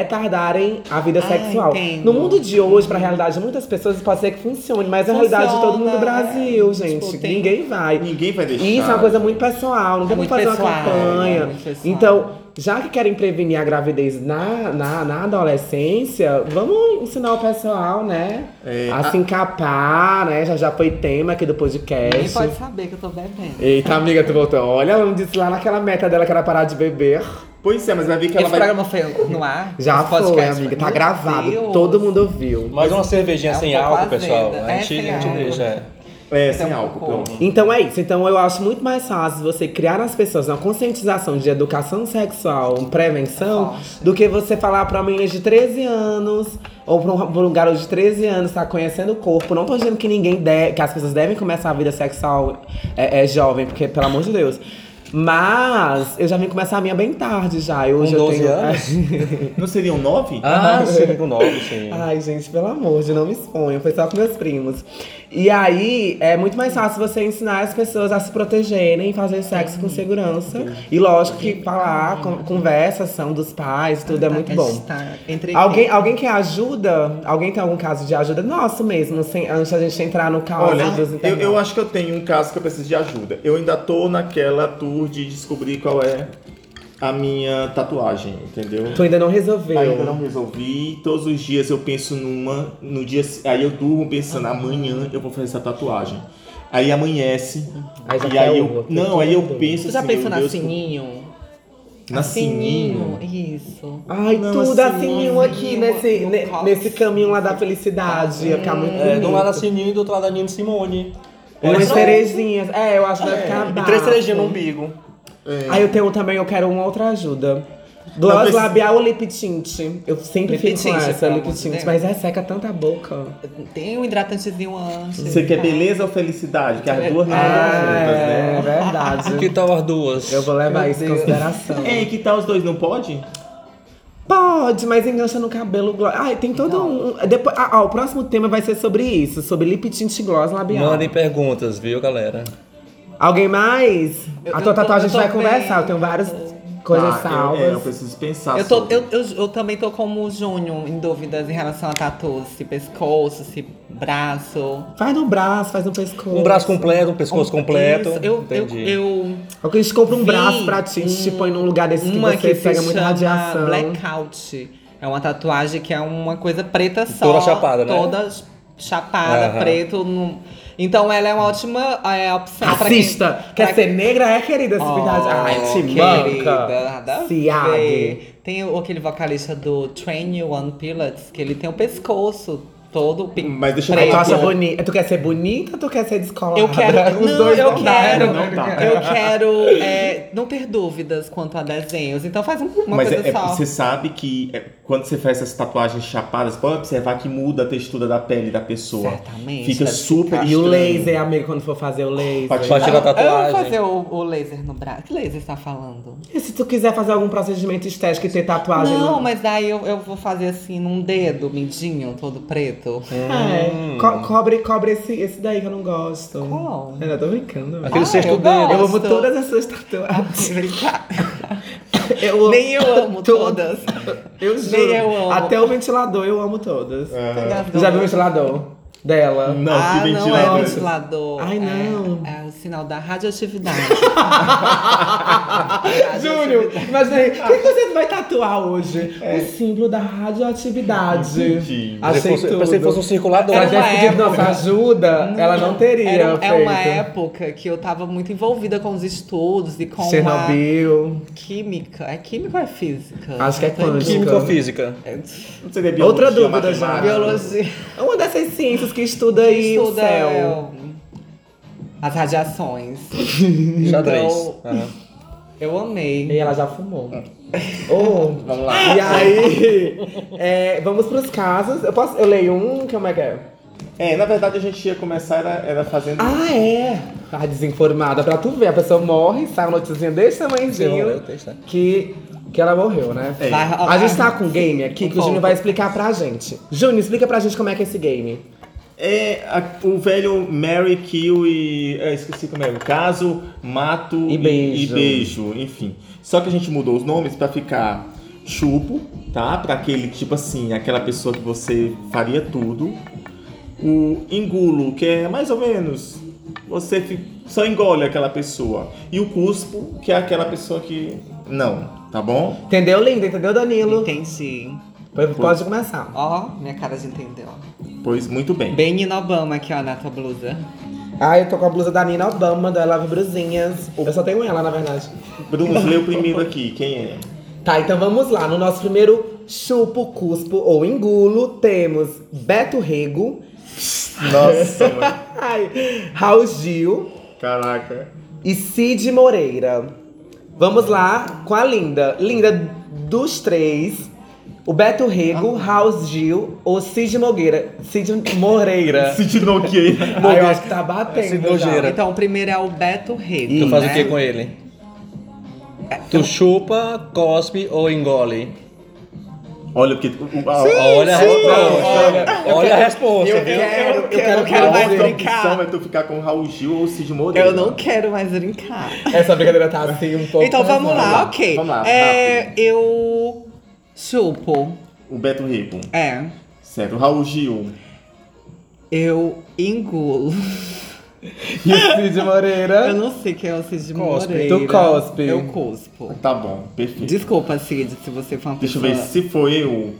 [SPEAKER 1] retardarem a vida
[SPEAKER 2] Uhum. Ah,
[SPEAKER 1] sexual.
[SPEAKER 2] entendo.
[SPEAKER 1] No mundo de hoje, pra realidade de muitas pessoas, pode ser que funcione, mas na
[SPEAKER 2] Funciona,
[SPEAKER 1] realidade de todo mundo do
[SPEAKER 2] é.
[SPEAKER 1] Brasil,
[SPEAKER 2] Tipo,
[SPEAKER 1] gente,
[SPEAKER 2] tem-
[SPEAKER 1] ninguém vai.
[SPEAKER 3] Ninguém vai deixar.
[SPEAKER 1] Isso é uma coisa muito pessoal, não tem como
[SPEAKER 2] Muito
[SPEAKER 1] fazer
[SPEAKER 2] pessoal,
[SPEAKER 1] uma campanha.
[SPEAKER 2] muito pessoal.
[SPEAKER 1] Então, Já que querem prevenir a gravidez na, na, na adolescência, vamos ensinar o pessoal, né?
[SPEAKER 3] É,
[SPEAKER 1] a, se encapar, né? Já já foi tema aqui do podcast.
[SPEAKER 2] Nem pode saber que eu tô bebendo.
[SPEAKER 1] Eita, amiga, tu voltou. Olha, ela não disse lá naquela meta dela que era parar de beber.
[SPEAKER 3] Pois é, mas vai ver que
[SPEAKER 2] Esse
[SPEAKER 3] ela vai.
[SPEAKER 2] programa foi no ar?
[SPEAKER 1] Já
[SPEAKER 2] Esse
[SPEAKER 1] foi,
[SPEAKER 2] podcast
[SPEAKER 1] amiga. Tá
[SPEAKER 2] Meu
[SPEAKER 1] gravado.
[SPEAKER 2] Deus.
[SPEAKER 1] Todo mundo ouviu.
[SPEAKER 4] Mais uma cervejinha
[SPEAKER 2] É um
[SPEAKER 4] sem
[SPEAKER 2] pouco
[SPEAKER 4] álcool,
[SPEAKER 2] azeda.
[SPEAKER 4] pessoal.
[SPEAKER 2] É,
[SPEAKER 4] A gente,
[SPEAKER 2] sem
[SPEAKER 4] a gente
[SPEAKER 2] álcool.
[SPEAKER 4] deixa. é.
[SPEAKER 3] É, sem
[SPEAKER 2] Então,
[SPEAKER 3] álcool,
[SPEAKER 2] pô.
[SPEAKER 3] pronto.
[SPEAKER 1] Então é isso. Então eu acho muito mais fácil você criar nas pessoas uma conscientização de educação sexual, prevenção,
[SPEAKER 2] Fácil.
[SPEAKER 1] do que você falar pra uma menina de 13 anos ou pra um, pra um garoto de 13 anos tá conhecendo o corpo. Não tô dizendo que ninguém deve, que as pessoas devem começar a vida sexual é, é, jovem, porque pelo amor de Deus. Mas eu já vim começar a minha bem tarde já. Eu,
[SPEAKER 4] Com
[SPEAKER 1] hoje eu
[SPEAKER 4] 12
[SPEAKER 1] tenho-
[SPEAKER 4] anos?
[SPEAKER 3] Não seriam nove?
[SPEAKER 4] Ah, sim, com nove, sim.
[SPEAKER 2] Ah,
[SPEAKER 1] Ai, gente, pelo amor de não me exponham. Foi só com meus primos. E aí, é muito mais fácil você ensinar as pessoas a se protegerem e fazer sexo com segurança. E lógico que falar, con- conversas são dos pais, tudo é muito bom.
[SPEAKER 2] Está Tá, entre
[SPEAKER 1] Alguém, alguém quer ajuda? Alguém tem algum caso de ajuda? Nosso mesmo, sem, antes da gente entrar no caso
[SPEAKER 3] Olha,
[SPEAKER 1] dos
[SPEAKER 3] eu,
[SPEAKER 1] internautas.
[SPEAKER 3] eu acho que eu tenho um caso que eu preciso de ajuda. Eu ainda tô naquela tour de descobrir qual é a minha tatuagem, entendeu?
[SPEAKER 1] Tu ainda não resolveu.
[SPEAKER 3] Ainda não resolvi. Todos os dias eu penso numa. No dia, aí eu durmo pensando, amanhã eu vou fazer essa tatuagem. Aí amanhece.
[SPEAKER 1] Aí já
[SPEAKER 3] e aí
[SPEAKER 1] quer
[SPEAKER 3] eu,
[SPEAKER 1] outra,
[SPEAKER 3] não, aí eu penso
[SPEAKER 2] Você já
[SPEAKER 3] assim,
[SPEAKER 2] pensou
[SPEAKER 3] meu
[SPEAKER 2] na
[SPEAKER 3] Deus,
[SPEAKER 2] Sininho?
[SPEAKER 3] Na
[SPEAKER 2] Sininho,
[SPEAKER 3] sininho.
[SPEAKER 2] Isso.
[SPEAKER 1] Ai,
[SPEAKER 3] Não,
[SPEAKER 1] tudo
[SPEAKER 3] assim,
[SPEAKER 1] assim,
[SPEAKER 2] não,
[SPEAKER 1] aqui
[SPEAKER 2] não,
[SPEAKER 1] nesse,
[SPEAKER 2] não
[SPEAKER 1] ne-
[SPEAKER 2] posso.
[SPEAKER 1] nesse caminho lá da felicidade. Ia ficar muito
[SPEAKER 4] É, de um lado
[SPEAKER 1] bonito.
[SPEAKER 4] a Sininho e do outro lado a Nina Simone.
[SPEAKER 1] Umas
[SPEAKER 4] Olha,
[SPEAKER 1] cerejinhas. É, eu acho que vai ficar
[SPEAKER 4] E três
[SPEAKER 1] bafo.
[SPEAKER 4] cerejinhas no umbigo.
[SPEAKER 1] Aí eu tenho também, eu quero uma outra ajuda. Gloss
[SPEAKER 3] Não precisa- tá
[SPEAKER 1] labial ou lip tint? Eu sempre
[SPEAKER 2] Lip
[SPEAKER 1] fico com
[SPEAKER 2] tint,
[SPEAKER 1] essa,
[SPEAKER 2] pelo
[SPEAKER 1] lip
[SPEAKER 2] amor de
[SPEAKER 1] tint.
[SPEAKER 2] Deus.
[SPEAKER 1] Mas é seca tanta boca.
[SPEAKER 2] Tem um hidratantezinho antes. É.
[SPEAKER 3] Você quer beleza ou felicidade? Que as duas não andam juntas,
[SPEAKER 1] É, é
[SPEAKER 3] né?
[SPEAKER 4] Que
[SPEAKER 2] Ah,
[SPEAKER 1] verdade.
[SPEAKER 4] tal as duas?
[SPEAKER 1] Eu vou levar isso em
[SPEAKER 2] Deus.
[SPEAKER 1] consideração.
[SPEAKER 3] Ei, que tal os dois? Não pode?
[SPEAKER 1] Pode, mas engancha no cabelo gloss. Ai, tem todo um. Depois, ah, ah, o próximo tema vai ser sobre isso, sobre lip tint e gloss labial.
[SPEAKER 4] Mandem perguntas, viu, galera?
[SPEAKER 1] Alguém mais?
[SPEAKER 2] Eu-
[SPEAKER 1] a
[SPEAKER 2] eu
[SPEAKER 1] tua
[SPEAKER 2] tô-
[SPEAKER 1] tatuagem a
[SPEAKER 2] eu
[SPEAKER 1] gente
[SPEAKER 2] tô
[SPEAKER 1] vai
[SPEAKER 2] bem.
[SPEAKER 1] conversar. Eu tenho várias coisas
[SPEAKER 3] Tá,
[SPEAKER 1] salvas.
[SPEAKER 3] Eu, é, eu preciso pensar
[SPEAKER 2] Eu, tô,
[SPEAKER 3] sobre.
[SPEAKER 2] eu, eu, eu também tô como o Júnior em dúvidas em relação a tatu, se pescoço, se braço.
[SPEAKER 1] Faz no braço, faz no pescoço.
[SPEAKER 4] Um braço completo, um pescoço completo.
[SPEAKER 2] Isso, Eu, eu,
[SPEAKER 4] Entendi.
[SPEAKER 2] eu
[SPEAKER 1] É que a gente compra um
[SPEAKER 2] Vi
[SPEAKER 1] braço pra ti, te
[SPEAKER 2] um-
[SPEAKER 1] põe num lugar desse que
[SPEAKER 2] uma
[SPEAKER 1] você
[SPEAKER 2] se
[SPEAKER 1] pega muita
[SPEAKER 2] chama
[SPEAKER 1] radiação.
[SPEAKER 2] Blackout. É uma tatuagem que é uma coisa preta só.
[SPEAKER 4] Toda chapada, né?
[SPEAKER 2] Toda ch- chapada,
[SPEAKER 4] Aham.
[SPEAKER 2] preto. num- Então ela é uma ótima é, opção pra quem-
[SPEAKER 1] Racista!
[SPEAKER 2] pra
[SPEAKER 1] Quer ser negra? É, querida, se
[SPEAKER 2] Oh,
[SPEAKER 1] verdade. Ai, Ah, te
[SPEAKER 2] querida,
[SPEAKER 1] manca.
[SPEAKER 2] nada a
[SPEAKER 1] Se abre.
[SPEAKER 2] ver. Tem o- aquele vocalista do Train You One Pilots, que ele tem o pescoço todo pin-
[SPEAKER 3] Mas deixa eu
[SPEAKER 1] Aí tu
[SPEAKER 2] preto.
[SPEAKER 3] falar
[SPEAKER 1] acha bonita. Tu quer ser bonita ou tu quer ser descolada?
[SPEAKER 2] Eu quero.
[SPEAKER 1] Os
[SPEAKER 2] não,
[SPEAKER 1] dois
[SPEAKER 2] eu
[SPEAKER 1] não dá,
[SPEAKER 2] quero.
[SPEAKER 1] né?
[SPEAKER 3] não dá.
[SPEAKER 2] Eu quero é, não ter dúvidas quanto a desenhos. Então faz um- uma
[SPEAKER 3] Mas
[SPEAKER 2] coisa
[SPEAKER 3] é- é-
[SPEAKER 2] só.
[SPEAKER 3] você sabe que é, quando você faz essas tatuagens chapadas, pode observar que muda a textura da pele da pessoa.
[SPEAKER 2] Certamente,
[SPEAKER 3] Fica
[SPEAKER 2] deve
[SPEAKER 3] super
[SPEAKER 1] E o
[SPEAKER 3] estranho.
[SPEAKER 1] laser, amigo, quando for fazer o laser.
[SPEAKER 3] Pode
[SPEAKER 4] Pra tirar a
[SPEAKER 2] Eu vou
[SPEAKER 4] tatuagem.
[SPEAKER 2] fazer um- o, o laser no braço. Que laser está falando?
[SPEAKER 1] E se tu quiser fazer algum procedimento estético e ter tatuagem?
[SPEAKER 2] não,
[SPEAKER 1] no-
[SPEAKER 2] mas daí eu, eu vou fazer assim num dedo, mindinho, todo preto.
[SPEAKER 1] É. Co- cobre, cobre esse, esse daí que eu não gosto.
[SPEAKER 2] Qual?
[SPEAKER 1] Eu não tô brincando.
[SPEAKER 4] Aquele
[SPEAKER 2] Ah,
[SPEAKER 4] sexto
[SPEAKER 2] eu
[SPEAKER 4] dedo.
[SPEAKER 1] Eu amo
[SPEAKER 2] gosto.
[SPEAKER 1] todas as suas tatuagens.
[SPEAKER 2] Brincar.
[SPEAKER 1] Eu amo
[SPEAKER 2] Nem eu amo
[SPEAKER 1] todas.
[SPEAKER 2] todas.
[SPEAKER 1] Eu juro.
[SPEAKER 2] Nem eu amo.
[SPEAKER 1] Até o ventilador eu amo todas.
[SPEAKER 2] Engasgou.
[SPEAKER 1] Tu já viu o ventilador dela?
[SPEAKER 3] Ah, Não,
[SPEAKER 2] ah,
[SPEAKER 3] que
[SPEAKER 2] não é
[SPEAKER 3] ventilador.
[SPEAKER 2] ventilador.
[SPEAKER 1] né? Ai,
[SPEAKER 2] É-
[SPEAKER 1] não.
[SPEAKER 2] É, o sinal da radioatividade.
[SPEAKER 1] Ah, é Júnior, imagina aí. O que você vai tatuar hoje? O símbolo da radioatividade.
[SPEAKER 3] Entendi.
[SPEAKER 1] Achei
[SPEAKER 4] Pensei
[SPEAKER 2] Assim
[SPEAKER 4] que
[SPEAKER 1] tudo.
[SPEAKER 4] fosse- pensei que fosse um circulador.
[SPEAKER 1] Se ela
[SPEAKER 2] Era uma
[SPEAKER 1] tivesse pedido
[SPEAKER 2] época.
[SPEAKER 1] nossa ajuda, ela não teria
[SPEAKER 2] Era, é
[SPEAKER 1] feito.
[SPEAKER 2] uma época que eu tava muito envolvida com os estudos e com
[SPEAKER 1] Chernobyl.
[SPEAKER 2] a química. É química ou é física?
[SPEAKER 1] Acho que é quântica.
[SPEAKER 4] Química ou física?
[SPEAKER 3] Não seria biologia,
[SPEAKER 1] Outra dúvida já.
[SPEAKER 3] matemática?
[SPEAKER 2] Biologia.
[SPEAKER 1] É uma dessas ciências que estuda aí o
[SPEAKER 2] Estuda
[SPEAKER 1] céu.
[SPEAKER 2] é, as radiações.
[SPEAKER 4] Xadrez. Ah,
[SPEAKER 2] Então-
[SPEAKER 4] Aham.
[SPEAKER 2] Eu
[SPEAKER 1] E
[SPEAKER 2] amei.
[SPEAKER 1] ela já fumou. Oh,
[SPEAKER 3] Vamos lá.
[SPEAKER 1] E aí, é, vamos pros casos. Eu posso, eu leio um, como é que é?
[SPEAKER 3] É, na verdade a gente ia começar era, era fazendo.
[SPEAKER 1] Ah, é. Tá desinformada pra tu ver. A pessoa morre, sai uma notícia desse
[SPEAKER 4] Você vai ler
[SPEAKER 1] tamanhozinho
[SPEAKER 4] o texto, né?
[SPEAKER 1] que, que ela morreu, né?
[SPEAKER 3] É.
[SPEAKER 2] Vai-
[SPEAKER 1] A gente tá com um game aqui que o
[SPEAKER 2] Um
[SPEAKER 1] Júnior
[SPEAKER 2] pouco.
[SPEAKER 1] vai explicar pra gente. Júnior, explica pra gente como é que é esse game.
[SPEAKER 3] É a- o velho Mary Kill e. é, esqueci como é o caso, mato
[SPEAKER 1] E beijo.
[SPEAKER 3] beijo, enfim. Só que a gente mudou os nomes pra ficar chupo, tá? Pra aquele tipo assim, aquela pessoa que você faria tudo. O engulo, que é mais ou menos. Você fi- só engole aquela pessoa. E o cuspo, que é aquela pessoa que Não, tá bom?
[SPEAKER 1] Entendeu, linda? Entendeu, Danilo?
[SPEAKER 2] Entendi.
[SPEAKER 1] Pois Pode começar.
[SPEAKER 2] Ó, minha cara de entendeu.
[SPEAKER 3] Pois muito bem.
[SPEAKER 2] Bem Nina Obama aqui, ó, na tua blusa.
[SPEAKER 1] Ah, eu tô com a blusa da Nina Obama, da Love Bruzinhas. Eu só tenho ela, na verdade.
[SPEAKER 3] Bruno, lê o primeiro aqui, quem é?
[SPEAKER 1] Tá, então vamos lá. No nosso primeiro chupo, cuspo ou engulo, temos Beto Rego,
[SPEAKER 3] Nossa, mãe.
[SPEAKER 1] ai, Raul Gil
[SPEAKER 3] caraca.
[SPEAKER 1] e Cid Moreira. Vamos lá com a Linda. Linda, dos três, o Beto Rego, Raul Gil ou Cid Mogueira. Cid Moreira.
[SPEAKER 3] Cid Nogueira.
[SPEAKER 1] Ai, eu acho que tá
[SPEAKER 4] Cid
[SPEAKER 1] batendo já.
[SPEAKER 4] Nogueira.
[SPEAKER 2] Então, o primeiro é o Beto Rego.
[SPEAKER 4] Tu faz
[SPEAKER 2] né?
[SPEAKER 4] o que com ele? Tu chupa, cospe ou engole? Ah,
[SPEAKER 3] Olha, porque. o- a-
[SPEAKER 4] olha a resposta. Olha,
[SPEAKER 1] Eu
[SPEAKER 4] a
[SPEAKER 1] quero-
[SPEAKER 4] resposta,
[SPEAKER 1] eu
[SPEAKER 4] viu?
[SPEAKER 1] quero- eu quero-
[SPEAKER 2] eu quero mais
[SPEAKER 3] a outra
[SPEAKER 2] brincar.
[SPEAKER 3] opção é tu ficar com Raul Gil ou Cid Moreira.
[SPEAKER 2] Eu não quero mais brincar.
[SPEAKER 1] Essa brincadeira tá assim um pouco.
[SPEAKER 2] Então vamos lá, ok.
[SPEAKER 3] Vamos lá,
[SPEAKER 2] é, eu chupo.
[SPEAKER 3] O Beto Rico.
[SPEAKER 2] É.
[SPEAKER 3] Certo. O Raul Gil.
[SPEAKER 2] Eu engulo.
[SPEAKER 1] E o Cid
[SPEAKER 2] Eu
[SPEAKER 1] Moreira.
[SPEAKER 2] não sei quem é o Cid
[SPEAKER 4] Cospe.
[SPEAKER 2] Moreira.
[SPEAKER 1] Tu cospe.
[SPEAKER 2] Eu cuspo.
[SPEAKER 3] Tá bom, perfeito.
[SPEAKER 2] Desculpa, Cid, se você for uma
[SPEAKER 3] Deixa eu
[SPEAKER 2] pessoa...
[SPEAKER 3] ver se foi eu.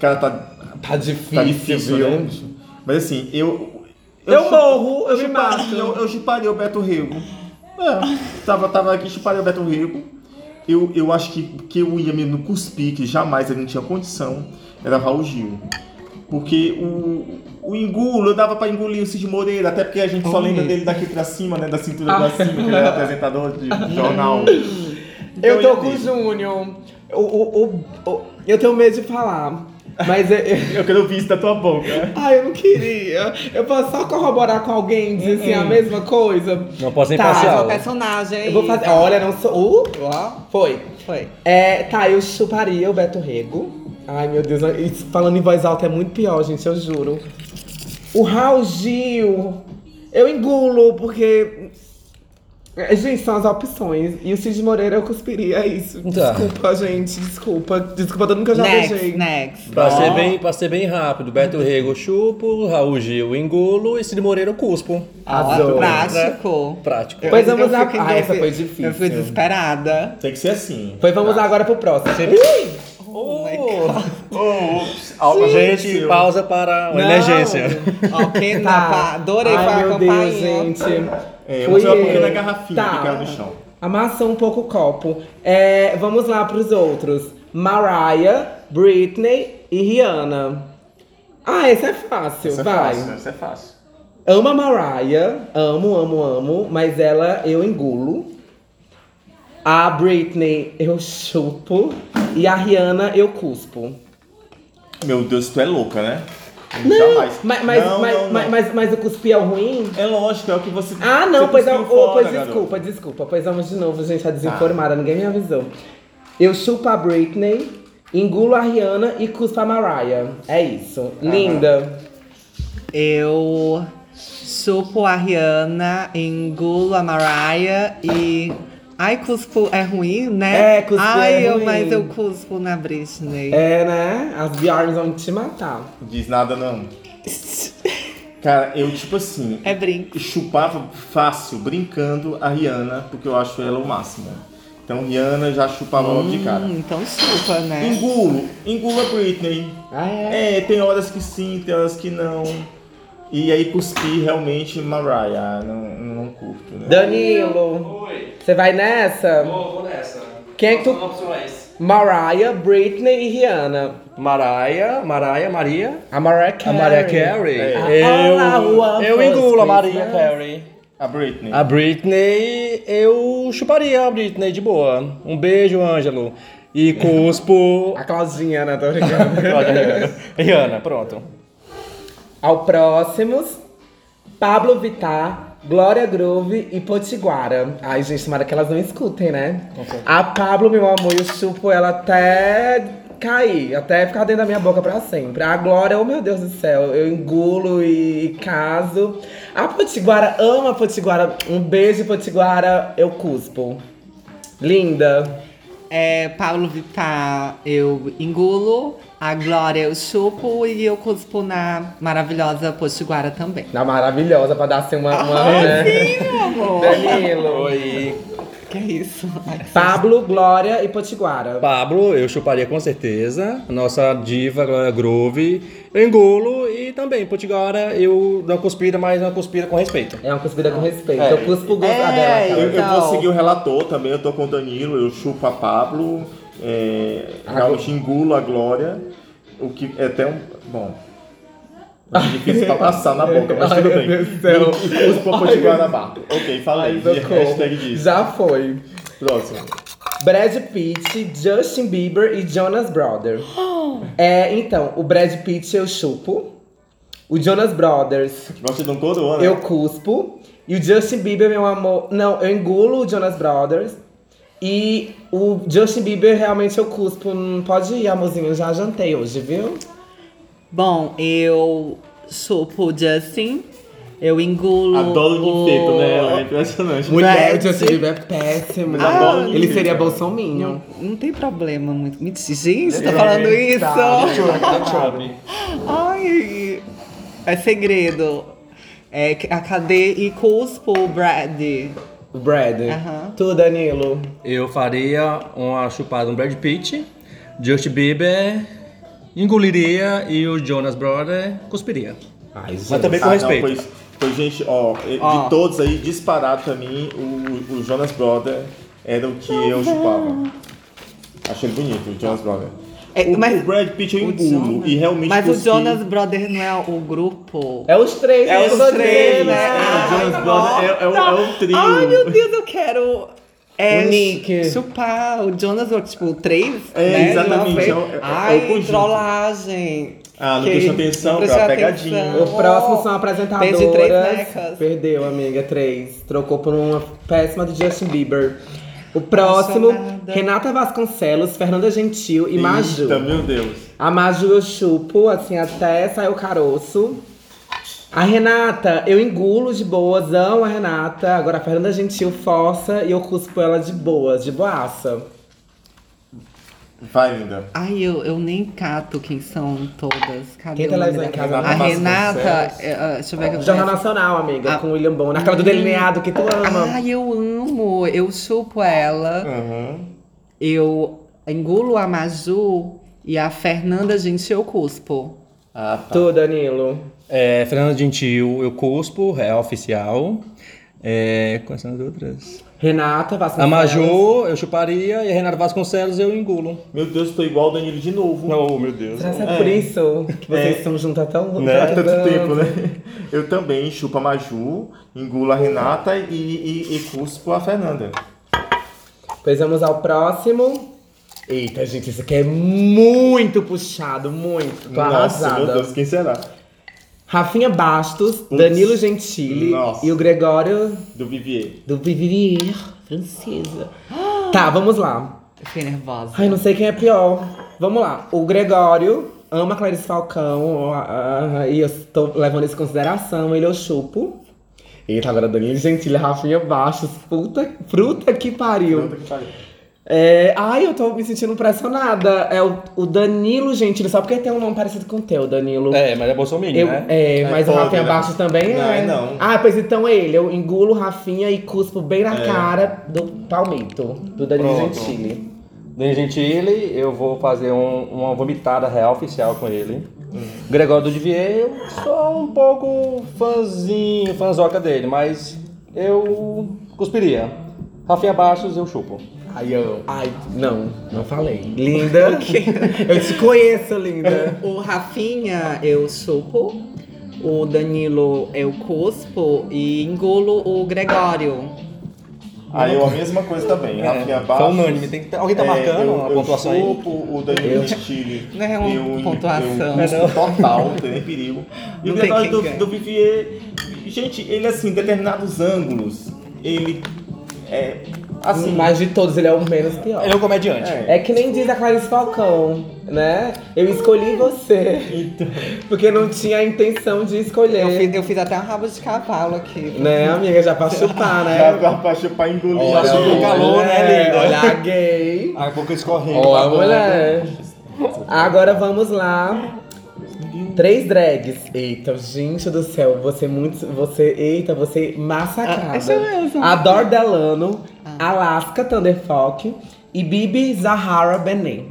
[SPEAKER 3] Cara, tá,
[SPEAKER 1] Tá difícil,
[SPEAKER 3] tá difícil,
[SPEAKER 1] viu?
[SPEAKER 3] né? Mas assim, eu.
[SPEAKER 1] Eu,
[SPEAKER 3] chup-
[SPEAKER 1] morro, eu me
[SPEAKER 3] chuparia-
[SPEAKER 1] mato.
[SPEAKER 3] Eu, eu chuparia o Beto Rego. É, tava, tava aqui, chuparia o Beto Rego. Eu, eu acho que, que eu ia mesmo cuspir, que jamais ele não tinha condição, era Raul Gil. Porque o, o engulo, eu dava pra engolir o Cid Moreira, até porque a gente só
[SPEAKER 2] Oi.
[SPEAKER 3] lembra dele daqui pra cima, né? Da cintura
[SPEAKER 1] Ah.
[SPEAKER 3] pra cima, que ele era apresentador de jornal.
[SPEAKER 1] Eu
[SPEAKER 3] Então,
[SPEAKER 1] tô
[SPEAKER 3] ia
[SPEAKER 1] com o
[SPEAKER 3] nele.
[SPEAKER 1] Júnior. O, o, o, o- eu tenho medo de falar. Mas é, eu, eu-
[SPEAKER 3] Eu quero ouvir isso da tua boca.
[SPEAKER 1] ai, eu não queria. Eu posso só corroborar com alguém e dizer assim, a mesma coisa.
[SPEAKER 4] Não posso nem
[SPEAKER 1] Tá,
[SPEAKER 2] Hum, Faz
[SPEAKER 4] passar.
[SPEAKER 2] uma
[SPEAKER 4] aula.
[SPEAKER 2] personagem aí.
[SPEAKER 1] Eu vou fazer. Olha, não sou. Uh,
[SPEAKER 2] Ó,
[SPEAKER 1] foi.
[SPEAKER 2] foi.
[SPEAKER 1] É, tá, eu chuparia o Beto Rego. Ai, meu Deus, isso falando em voz alta é muito pior, gente, eu juro. O Raul Gil, eu engulo, porque. É, Gente, são as opções. E o Cid Moreira eu cuspiria isso.
[SPEAKER 4] Tá.
[SPEAKER 1] Desculpa, gente, desculpa. Desculpa todo mundo que eu já beijei.
[SPEAKER 2] Next, next.
[SPEAKER 4] Pra ser, bem, pra ser bem rápido, Beto Rego chupo, Raul Gil engulo e Cid Moreira cuspo.
[SPEAKER 1] Arrasou.
[SPEAKER 2] Ó, prático.
[SPEAKER 4] Prático.
[SPEAKER 1] Pois vamos
[SPEAKER 2] eu
[SPEAKER 1] lá.
[SPEAKER 2] fiquei
[SPEAKER 1] Ah, essa
[SPEAKER 2] des-
[SPEAKER 1] foi difícil.
[SPEAKER 2] Eu fui desesperada.
[SPEAKER 3] Tem que ser assim.
[SPEAKER 1] Pois vamos agora pro próximo.
[SPEAKER 2] Oh my
[SPEAKER 4] Oh.
[SPEAKER 3] Oh, ops,
[SPEAKER 4] Alma,
[SPEAKER 3] algo
[SPEAKER 4] gente,
[SPEAKER 3] aconteceu.
[SPEAKER 4] pausa para uma
[SPEAKER 1] Não.
[SPEAKER 4] emergência.
[SPEAKER 2] Ó, que napa. Adorei
[SPEAKER 1] Tá. Ai,
[SPEAKER 2] foi a
[SPEAKER 1] meu Deus,
[SPEAKER 2] campainha.
[SPEAKER 1] gente.
[SPEAKER 3] É,
[SPEAKER 1] Fui
[SPEAKER 3] eu tava porque
[SPEAKER 1] eu.
[SPEAKER 3] na garrafinha que caiu no chão.
[SPEAKER 1] Amassa um pouco o copo. É, vamos lá pros outros. Mariah, Britney e Rihanna. Ah, esse é fácil,
[SPEAKER 3] Isso é
[SPEAKER 1] vai.
[SPEAKER 3] fácil, isso é fácil.
[SPEAKER 1] Amo a Mariah, amo, amo, amo, mas ela eu engulo. A Britney eu chupo e a Rihanna eu cuspo.
[SPEAKER 3] Meu Deus, tu é louca, né?
[SPEAKER 1] Não,
[SPEAKER 3] Jamais.
[SPEAKER 1] mas, mas,
[SPEAKER 3] Não,
[SPEAKER 1] mas,
[SPEAKER 3] não, não.
[SPEAKER 1] mas, mas, mas o cuspir é o ruim?
[SPEAKER 3] É lógico, é o que você.
[SPEAKER 1] Ah, não,
[SPEAKER 3] você
[SPEAKER 1] pois,
[SPEAKER 3] cuspiu
[SPEAKER 1] oh,
[SPEAKER 3] fora,
[SPEAKER 1] pois
[SPEAKER 3] garoto.
[SPEAKER 1] desculpa, desculpa. Pois vamos de novo, gente, tá desinformada, ninguém me avisou. Eu chupo a Britney, engulo a Rihanna e cuspo a Mariah. É isso. Linda.
[SPEAKER 2] Eu chupo a Rihanna, engulo a Mariah e. Ai, cuspo é ruim, né?
[SPEAKER 1] É, cuspo
[SPEAKER 2] Ai,
[SPEAKER 1] é
[SPEAKER 2] eu,
[SPEAKER 1] ruim.
[SPEAKER 2] mas eu cuspo na Britney.
[SPEAKER 1] É, né? As Bjorns vão te matar.
[SPEAKER 3] Diz nada, não.
[SPEAKER 1] É.
[SPEAKER 3] Cara, eu, tipo assim,
[SPEAKER 2] É, brinco.
[SPEAKER 3] chupava fácil, brincando a Rihanna, porque eu acho ela o máximo. Então, Rihanna já chupava logo de cara.
[SPEAKER 2] Hum, então chupa, né?
[SPEAKER 1] Uhum.
[SPEAKER 3] Engulo, engulo a Britney.
[SPEAKER 1] Ah, é?
[SPEAKER 3] É, tem horas que sim, tem horas que não. E aí cuspi realmente Mariah, não, não curto, né?
[SPEAKER 1] Danilo. Você vai nessa?
[SPEAKER 5] Vou, vou nessa.
[SPEAKER 1] Quem é que tu-
[SPEAKER 5] São opções.
[SPEAKER 1] Mariah, Britney e Rihanna.
[SPEAKER 4] Mariah, Mariah, Maria.
[SPEAKER 1] A Mariah Carey.
[SPEAKER 4] A Mariah Carey.
[SPEAKER 3] É.
[SPEAKER 1] Olá,
[SPEAKER 4] Eu,
[SPEAKER 1] Juan
[SPEAKER 4] eu
[SPEAKER 1] Fosco,
[SPEAKER 4] engulo a
[SPEAKER 1] isso
[SPEAKER 4] Maria
[SPEAKER 1] mesmo.
[SPEAKER 4] Carey.
[SPEAKER 3] A Britney.
[SPEAKER 4] A Britney, eu chuparia a Britney de boa. Um beijo, Ângelo. E cuspo.
[SPEAKER 1] A Claudinha, né? Tô brincando.
[SPEAKER 4] Olha, Rihanna. Rihanna, pronto.
[SPEAKER 1] Ao próximos, Pablo Vittar, Glória Groove e Potiguara. Ai, gente, tomara que elas não escutem, né? A Pablo, meu amor, eu chupo ela até cair, até ficar dentro da minha boca pra sempre. A Glória, oh meu Deus do céu, eu engulo e, e caso. A Potiguara ama a Potiguara. Um beijo, Potiguara, eu cuspo. Linda.
[SPEAKER 2] É, Paulo Vittar, eu engulo. A Glória, eu chupo. E eu cuspo na maravilhosa Potiguara também.
[SPEAKER 1] Na maravilhosa, pra dar assim uma. uma né?
[SPEAKER 2] Sim, meu amor.
[SPEAKER 1] Danilo.
[SPEAKER 4] Oi.
[SPEAKER 2] Que isso? Ai, que
[SPEAKER 1] Pablo, Glória e Potiguara.
[SPEAKER 4] Pablo, eu chuparia com certeza. Nossa diva, Glória Groove. Eu engulo e também, Potiguara, eu dou uma cuspida, mas uma cuspida com respeito.
[SPEAKER 1] É uma cuspida com respeito.
[SPEAKER 3] É.
[SPEAKER 1] Eu cuspo o gosto
[SPEAKER 2] É,
[SPEAKER 1] dela.
[SPEAKER 3] Eu,
[SPEAKER 1] cara.
[SPEAKER 3] eu
[SPEAKER 2] Então-
[SPEAKER 3] vou seguir o relator também, eu tô com o Danilo, eu chupo a Pablo, é, realmente engulo a Glória, o que é até um. Bom. é Difícil pra passar na boca, mas tudo bem.
[SPEAKER 1] Ai, meu Deus do
[SPEAKER 3] E Cuspa pode Guanabara. Ok, fala aí.
[SPEAKER 1] Ai, socorro.
[SPEAKER 3] Hashtag disso.
[SPEAKER 1] Já foi.
[SPEAKER 3] Próximo.
[SPEAKER 1] Brad Pitt, Justin Bieber e Jonas Brothers. É, então, o Brad Pitt eu chupo. O Jonas Brothers
[SPEAKER 3] Gosta de um coroa, né?
[SPEAKER 1] eu cuspo. E o Justin Bieber, meu amor. Não, eu engulo o Jonas Brothers. E o Justin Bieber realmente eu cuspo. Hum, Pode ir, amorzinho, eu já jantei hoje, viu?
[SPEAKER 2] Bom, eu chupo o Justin, eu engulo.
[SPEAKER 3] Adoro o quinteto, né? É impressionante.
[SPEAKER 1] Mulher, o
[SPEAKER 2] Brad.
[SPEAKER 1] Justin Bieber é péssimo.
[SPEAKER 3] Ah, adoro
[SPEAKER 1] Ele
[SPEAKER 3] ninguém,
[SPEAKER 1] seria
[SPEAKER 3] cara.
[SPEAKER 1] bolsominho.
[SPEAKER 2] Não, não tem problema muito. Mentira, gente, você tá falando isso? Ai, é segredo. É que a cadê e cuspo o Brad.
[SPEAKER 1] O Brad.
[SPEAKER 2] Aham.
[SPEAKER 1] Tu, Danilo.
[SPEAKER 5] Eu faria uma chupada
[SPEAKER 4] um
[SPEAKER 5] no Brad Pitt, Justin Bieber, engoliria e o Jonas Brother cuspiria.
[SPEAKER 1] Ai, gente.
[SPEAKER 4] Mas também com
[SPEAKER 3] Ah, não,
[SPEAKER 4] respeito.
[SPEAKER 3] pois, pois, gente, ó, de
[SPEAKER 2] Ó.
[SPEAKER 3] todos aí, disparado pra mim, o, o Jonas Brother era o que eu chupava. Achei ele bonito, o Jonas Brother.
[SPEAKER 2] É,
[SPEAKER 3] o,
[SPEAKER 2] mas-
[SPEAKER 3] o Brad Pitt eu
[SPEAKER 2] o
[SPEAKER 3] engulo
[SPEAKER 2] Jonas-
[SPEAKER 3] e realmente
[SPEAKER 2] Mas o
[SPEAKER 3] cuspi-
[SPEAKER 2] Jonas Brother não é o grupo.
[SPEAKER 1] É os três,
[SPEAKER 2] É
[SPEAKER 1] né? Ah, tá.
[SPEAKER 2] os
[SPEAKER 1] Eu sou
[SPEAKER 2] três,
[SPEAKER 1] dele,
[SPEAKER 2] né?
[SPEAKER 3] É, o Jonas
[SPEAKER 2] Ai,
[SPEAKER 3] Brother é, é, o- é o trio.
[SPEAKER 2] Ai, meu Deus, eu quero. É,
[SPEAKER 1] O Nick.
[SPEAKER 2] Chupar o Jonas, tipo, três?
[SPEAKER 3] É,
[SPEAKER 2] né?
[SPEAKER 3] exatamente,
[SPEAKER 2] Não,
[SPEAKER 3] é o- é- é o
[SPEAKER 2] Ai,
[SPEAKER 3] conjunto.
[SPEAKER 2] trollagem.
[SPEAKER 3] Ah, não
[SPEAKER 2] Que-
[SPEAKER 3] prestou atenção,
[SPEAKER 2] não prestou
[SPEAKER 3] cara, pegadinha.
[SPEAKER 2] atenção.
[SPEAKER 1] O próximo são apresentadoras.
[SPEAKER 2] Perdi três né, necas.
[SPEAKER 1] Perdeu, amiga, três. Trocou por uma péssima do Justin Bieber. O próximo,
[SPEAKER 2] Apaixonada.
[SPEAKER 1] Renata Vasconcelos, Fernanda Gentil e Maju.
[SPEAKER 3] Eita, meu Deus.
[SPEAKER 1] A Maju eu chupo, assim, até sair o caroço. A Renata, eu engulo de boas, amo a Renata. Agora a Fernanda Gentil força e eu cuspo ela de boas, de boaça.
[SPEAKER 3] Vai, linda.
[SPEAKER 2] Ai, eu, eu nem cato quem são todas. Cadê
[SPEAKER 1] Quem
[SPEAKER 2] o
[SPEAKER 1] tá lá
[SPEAKER 2] nome
[SPEAKER 1] em
[SPEAKER 2] da-
[SPEAKER 1] casa?
[SPEAKER 2] A Renata.
[SPEAKER 3] Vasconcelos.
[SPEAKER 2] é, ah, deixa eu ver o que eu
[SPEAKER 1] Jornal
[SPEAKER 2] conheço.
[SPEAKER 1] Nacional, amiga,
[SPEAKER 2] Ah.
[SPEAKER 1] com o William Bonner. Aquela do delineado que tu ama.
[SPEAKER 2] Ai, eu amo. Eu chupo ela.
[SPEAKER 3] Uhum.
[SPEAKER 2] Eu engulo a Maju e a Fernanda, gente, eu cuspo.
[SPEAKER 3] Ah, tá.
[SPEAKER 1] Tu, Danilo.
[SPEAKER 5] É, Fernando Gentil, eu cuspo, é oficial. É, quais são as outras?
[SPEAKER 1] Renata
[SPEAKER 5] A
[SPEAKER 1] Vasconcelos.
[SPEAKER 5] Maju, eu chuparia, e a Renata Vasconcelos, eu engulo.
[SPEAKER 3] Meu Deus, tô igual o Danilo de novo.
[SPEAKER 5] Oh, meu Deus.
[SPEAKER 1] Será que é por isso que vocês
[SPEAKER 3] É.
[SPEAKER 1] estão juntos há tão
[SPEAKER 3] Né? Há
[SPEAKER 1] tanto
[SPEAKER 3] tanto tempo, né? Eu também chupo a Maju, engulo a Renata e, e, e cuspo a Fernanda.
[SPEAKER 1] Pois vamos ao próximo. Eita, gente, isso aqui é muito puxado, muito. Tô
[SPEAKER 3] Nossa, meu
[SPEAKER 1] arrasada.
[SPEAKER 3] Deus, quem será?
[SPEAKER 1] Rafinha Bastos, Danilo Gentili
[SPEAKER 3] Nossa.
[SPEAKER 1] e o Gregório
[SPEAKER 3] Do Vivier.
[SPEAKER 1] do Vivier, francesa. Tá, vamos lá.
[SPEAKER 2] Eu fiquei nervosa.
[SPEAKER 1] Ai, não sei quem é pior. Vamos lá. O Gregório ama Clarice Falcão. ó, ah, e eu tô levando isso em consideração. Ele eu chupo. Eita, tá agora Danilo Gentili, Rafinha Baixos. Puta, fruta que pariu. É, ai, eu tô me sentindo pressionada. É o, o Danilo Gentili, só porque tem um nome parecido com o teu, Danilo.
[SPEAKER 5] É, mas é Bolsonaro,
[SPEAKER 1] Eu-
[SPEAKER 5] né?
[SPEAKER 1] é,
[SPEAKER 3] É,
[SPEAKER 1] mas o
[SPEAKER 3] pode,
[SPEAKER 1] Rafinha
[SPEAKER 3] né?
[SPEAKER 1] Baixos também
[SPEAKER 3] Não,
[SPEAKER 1] é.
[SPEAKER 3] não.
[SPEAKER 1] Ah, pois então é ele. Eu engulo o Rafinha e cuspo bem na cara do palmito, do Danilo
[SPEAKER 5] Pronto.
[SPEAKER 1] Gentili.
[SPEAKER 5] Danilo Gentili, eu vou fazer um- uma vomitada real oficial com ele. Gregório Dudivier, eu sou um pouco fãzinho, fãzoca dele, mas eu cuspiria. Rafinha Bastos, eu chupo.
[SPEAKER 1] Ai, eu... Ai, não, não falei. Linda, eu te conheço, linda.
[SPEAKER 2] O Rafinha, eu chupo. O Danilo, eu cuspo. E engulo o Gregório.
[SPEAKER 3] Aí eu a mesma coisa também.
[SPEAKER 4] É,
[SPEAKER 3] Rafinha Bastos.
[SPEAKER 5] É, Foi unânime, tem que ter- alguém tá
[SPEAKER 3] É,
[SPEAKER 5] marcando
[SPEAKER 3] eu-
[SPEAKER 5] a
[SPEAKER 3] eu
[SPEAKER 5] pontuação aí?
[SPEAKER 3] chupo o Danilo Gentili.
[SPEAKER 2] Não é uma
[SPEAKER 3] eu-
[SPEAKER 2] pontuação.
[SPEAKER 3] eu cuspo total, não tem nem perigo. E
[SPEAKER 2] Não tem
[SPEAKER 3] o Gregório
[SPEAKER 2] quem
[SPEAKER 3] do,
[SPEAKER 2] ganhe.
[SPEAKER 3] do Vivier, gente, ele assim, em determinados ângulos, ele é assim.
[SPEAKER 1] Mas de todos, ele é o menos pior.
[SPEAKER 5] Ele é um comediante.
[SPEAKER 1] É que nem diz a Clarice Falcão, né? Eu escolhi você. Porque não tinha a intenção de escolher.
[SPEAKER 2] Eu fiz, eu fiz até um rabo de cavalo aqui.
[SPEAKER 1] Né, amiga? Já pra chupar,
[SPEAKER 3] Já
[SPEAKER 1] né? É,
[SPEAKER 3] dá pra chupar e engolir.
[SPEAKER 5] Olha,
[SPEAKER 3] Já
[SPEAKER 5] olha.
[SPEAKER 3] chupou calor.
[SPEAKER 5] né, linda?
[SPEAKER 1] Olha a Tá gay.
[SPEAKER 5] é um
[SPEAKER 4] Tá
[SPEAKER 5] A boca escorrendo.
[SPEAKER 1] Olha a mulher. Agora vamos lá. Três drags. Eita, gente do céu, você muito. Você. Eita, você massacrada.
[SPEAKER 2] Ah, isso mesmo. Ah.
[SPEAKER 1] Ador Delano, Alaska Thunderfuck e Bibi Zahara Benin.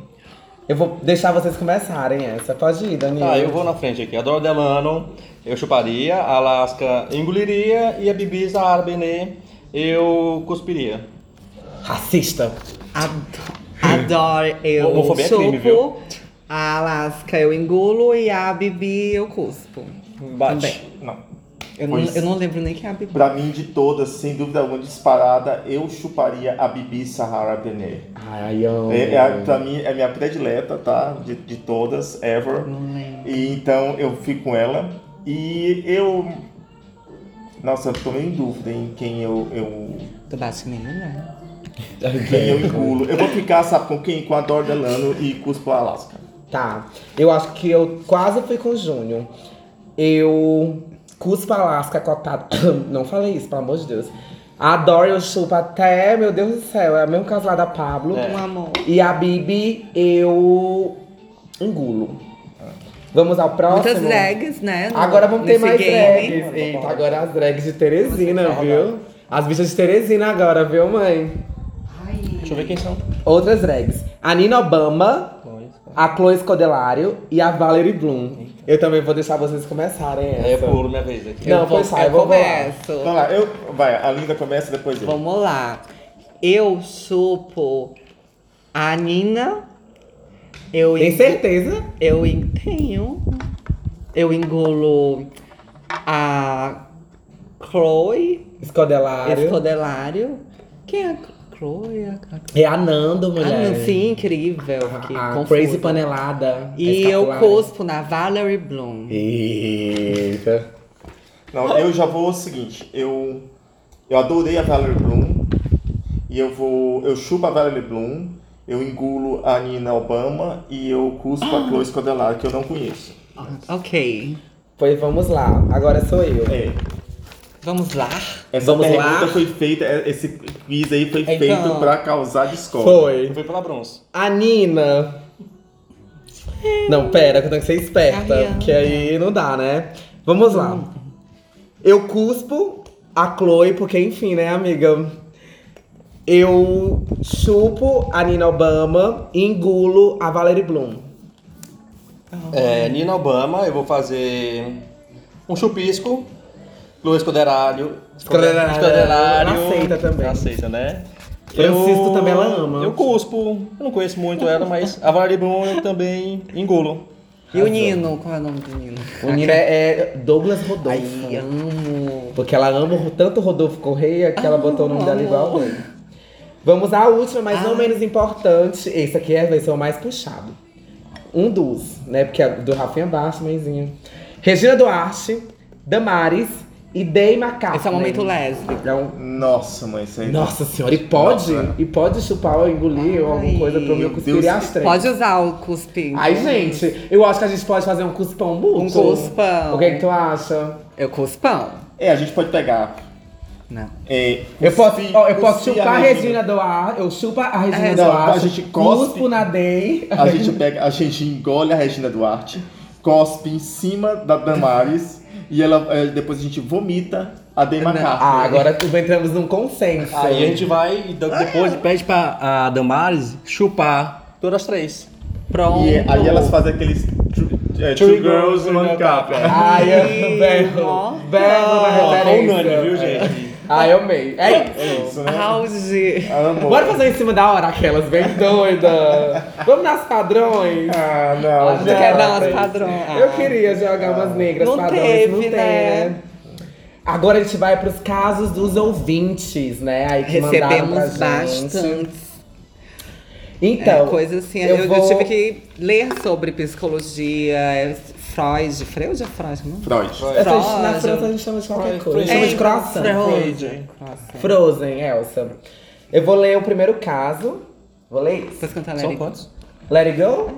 [SPEAKER 1] Eu vou deixar vocês começarem essa. Pode ir, Daniel.
[SPEAKER 5] Tá, eu vou na frente aqui. Adoro Delano, eu chuparia, a Alaska engoliria e a Bibi Zahara Benet eu cuspiria.
[SPEAKER 1] Racista.
[SPEAKER 2] Ado- Adoro, eu
[SPEAKER 5] Homofobia é
[SPEAKER 2] chupo.
[SPEAKER 5] crime, viu?
[SPEAKER 2] A Alaska eu engulo e a Bibi eu cuspo.
[SPEAKER 5] Bate.
[SPEAKER 3] Não.
[SPEAKER 2] Eu não,
[SPEAKER 3] Pois.
[SPEAKER 2] eu não lembro nem quem é a Bibi.
[SPEAKER 3] Pra mim, de todas, sem dúvida alguma, disparada, eu chuparia a Bibi Sahara Benet.
[SPEAKER 1] Ai, eu.
[SPEAKER 3] É, é a- pra mim, é a minha predileta, tá? De, de todas, ever.
[SPEAKER 2] Não lembro.
[SPEAKER 3] E então eu fico com ela. E eu. Nossa, eu tô meio em dúvida em quem eu, eu,
[SPEAKER 2] Tu bate em mim, né?
[SPEAKER 3] quem eu engulo. Eu vou ficar, sabe, com quem? Com a Dor Delano e Cuspo Alaska.
[SPEAKER 1] Tá. Eu acho que eu quase fui com o Júnior. Eu cuspo Alasca cotado. Não falei isso, pelo amor de Deus. Adoro, eu chupo até, meu Deus do céu, é o mesmo caso lá da Pablo.
[SPEAKER 5] É.
[SPEAKER 2] Um amor.
[SPEAKER 1] E a Bibi, eu engulo. Vamos ao próximo.
[SPEAKER 2] Muitas drags, né? no-
[SPEAKER 1] Agora vamos ter
[SPEAKER 2] nesse
[SPEAKER 1] mais
[SPEAKER 2] game.
[SPEAKER 1] drags. então. Eita, agora as drags de Teresina, viu? As bichas de Teresina agora, viu, mãe?
[SPEAKER 5] Deixa eu ver quem são.
[SPEAKER 1] Outras drags. A Nina Obama, a Chloe Scodelário e a Valerie Bloom. Eu também vou deixar vocês começarem
[SPEAKER 5] Aí É, eu
[SPEAKER 1] essa.
[SPEAKER 5] pulo minha vez aqui.
[SPEAKER 1] Não,
[SPEAKER 2] vou-
[SPEAKER 1] pois sai,
[SPEAKER 2] eu
[SPEAKER 1] vamos lá.
[SPEAKER 2] começo.
[SPEAKER 3] Então lá, eu. Vai, a Linda começa depois eu.
[SPEAKER 2] Vamos lá. Eu chupo a Nina. Eu
[SPEAKER 1] Tem
[SPEAKER 2] engu-
[SPEAKER 1] certeza?
[SPEAKER 2] Eu en- tenho. Eu engulo a Chloe
[SPEAKER 1] Scodelário.
[SPEAKER 2] Escodelário. Quem é a Chloe? A- a-
[SPEAKER 1] É a Nando,
[SPEAKER 2] Ah,
[SPEAKER 1] mulher.
[SPEAKER 2] não, sim, incrível. Que
[SPEAKER 1] A, a
[SPEAKER 2] confusa.
[SPEAKER 1] Crazy Panelada.
[SPEAKER 2] E eu
[SPEAKER 1] Escapulária.
[SPEAKER 2] cuspo na Valerie Bloom.
[SPEAKER 1] Eita.
[SPEAKER 3] Não, eu já vou o seguinte, eu eu adorei a Valerie Bloom e eu vou eu chupo a Valerie Bloom, eu engulo a Nina Obama e eu cuspo a Chloe Scodelar que eu não conheço.
[SPEAKER 2] Ok.
[SPEAKER 1] Pois vamos lá, agora sou eu.
[SPEAKER 3] É,
[SPEAKER 2] Vamos lá.
[SPEAKER 3] essa
[SPEAKER 1] Vamos lá?
[SPEAKER 3] pergunta foi feita, é, esse quiz aí foi
[SPEAKER 2] Então.
[SPEAKER 3] feito pra causar discórdia.
[SPEAKER 5] Eu
[SPEAKER 1] Foi.
[SPEAKER 5] fui pela bronze.
[SPEAKER 1] A Nina. Não, pera, que eu tenho que ser esperta.
[SPEAKER 2] Ariana.
[SPEAKER 1] Que aí não dá, né? Vamos lá. Eu cuspo a Chloe, porque enfim, né, amiga? Eu chupo a Nina Obama e engulo a Valerie Bloom.
[SPEAKER 5] É, Nina Obama, eu vou fazer um chupisco. Luiz Escoderário.
[SPEAKER 1] Escoderário.
[SPEAKER 5] Escoderário.
[SPEAKER 1] Ela aceita também.
[SPEAKER 5] Aceita, né?
[SPEAKER 1] Francisco
[SPEAKER 5] Eu-
[SPEAKER 1] também, ela ama.
[SPEAKER 5] Eu cuspo. Eu não conheço muito ela, mas a Valerie Bloom eu também engulo.
[SPEAKER 2] E o Nino? Qual é o nome do Nino?
[SPEAKER 1] O Nina é é Douglas Rodolfo.
[SPEAKER 2] Ai, amo.
[SPEAKER 1] Porque ela ama o- tanto o Rodolfo Correia que ela botou o nome dela igual a dele. Vamos à última, mas
[SPEAKER 2] Ah.
[SPEAKER 1] não menos importante. Esse aqui é, vai ser o mais puxado. Um dos, né? Porque é do Rafinha Baixo, mãezinha. Regina Duarte, Damares e Dei Macaco.
[SPEAKER 2] Esse é o momento lésbico.
[SPEAKER 1] Então,
[SPEAKER 3] Nossa, mãe, isso aí. é
[SPEAKER 1] nossa senhora, e pode?
[SPEAKER 3] Nossa.
[SPEAKER 1] E pode chupar ou engolir ou alguma
[SPEAKER 2] Ai,
[SPEAKER 1] coisa pra eu me
[SPEAKER 3] meu
[SPEAKER 1] cuspir
[SPEAKER 3] Deus.
[SPEAKER 1] as três.
[SPEAKER 2] Pode usar o cuspinho.
[SPEAKER 1] Ai, gente, eu acho que a gente pode fazer um cuspão mútuo.
[SPEAKER 2] Um cuspão.
[SPEAKER 1] O que, é que tu acha?
[SPEAKER 2] Eu cuspão. né?
[SPEAKER 3] É, a gente pode pegar.
[SPEAKER 2] Não.
[SPEAKER 3] é,
[SPEAKER 1] Eu posso,
[SPEAKER 3] cuspe-
[SPEAKER 1] ó, eu posso
[SPEAKER 3] cuspe
[SPEAKER 1] chupar a
[SPEAKER 3] Regina.
[SPEAKER 1] Regina do ar, eu chupo a Regina
[SPEAKER 2] É.
[SPEAKER 1] do
[SPEAKER 3] Não,
[SPEAKER 1] ar,
[SPEAKER 3] a gente cospe.
[SPEAKER 1] cuspo na Day.
[SPEAKER 5] Ah,
[SPEAKER 3] A gente pega, a gente engole a Regina Duarte, cospe em cima da Damares e ela, eh, depois a gente vomita a Dema
[SPEAKER 1] Ah, agora tu- entramos num consenso.
[SPEAKER 5] Aí a gente vai e depois pede pra a Damares chupar todas as três.
[SPEAKER 2] Pronto.
[SPEAKER 1] é
[SPEAKER 3] E
[SPEAKER 1] um
[SPEAKER 3] aí elas fazem aqueles two, eh, two girls one cup. é. Tá
[SPEAKER 1] Ai, eu
[SPEAKER 2] Ih,
[SPEAKER 1] berro.
[SPEAKER 2] ó.
[SPEAKER 1] Berro na
[SPEAKER 5] Ó, ó o
[SPEAKER 1] referência.
[SPEAKER 5] Nani, viu, gente?
[SPEAKER 1] Ai, eu amei. É isso.
[SPEAKER 3] É isso, né?
[SPEAKER 2] Auge.
[SPEAKER 3] Amor.
[SPEAKER 1] Bora fazer em cima da hora aquelas bem doidas. Vamos nas padrões.
[SPEAKER 3] Ah,
[SPEAKER 2] Ah,
[SPEAKER 3] não.
[SPEAKER 2] tu
[SPEAKER 3] gente.
[SPEAKER 2] quer dar umas padrões? Ah.
[SPEAKER 1] Eu queria jogar umas negras
[SPEAKER 2] Não
[SPEAKER 1] padrões,
[SPEAKER 2] teve,
[SPEAKER 1] não tem,
[SPEAKER 2] né?
[SPEAKER 1] né? Agora a gente vai pros casos dos ouvintes, né? Aí que mandaram pra
[SPEAKER 2] Recebemos
[SPEAKER 1] gente.
[SPEAKER 2] bastante.
[SPEAKER 1] Então,
[SPEAKER 2] é, coisa assim.
[SPEAKER 1] eu
[SPEAKER 2] Eu, eu
[SPEAKER 1] vou-
[SPEAKER 2] tive que ler sobre psicologia, é, Freud. Freud é Freud, não?
[SPEAKER 3] Freud.
[SPEAKER 1] Essa
[SPEAKER 2] Frozen.
[SPEAKER 1] gente- na França a gente chama de qualquer
[SPEAKER 5] Frozen.
[SPEAKER 1] coisa.
[SPEAKER 5] É,
[SPEAKER 1] Chama de croissant.
[SPEAKER 2] Freud.
[SPEAKER 1] Frozen, Elsa. Eu vou ler o primeiro caso. Vou ler isso.
[SPEAKER 2] Vocês cantaram
[SPEAKER 5] São
[SPEAKER 2] ali?
[SPEAKER 5] quantos?
[SPEAKER 1] Let it go?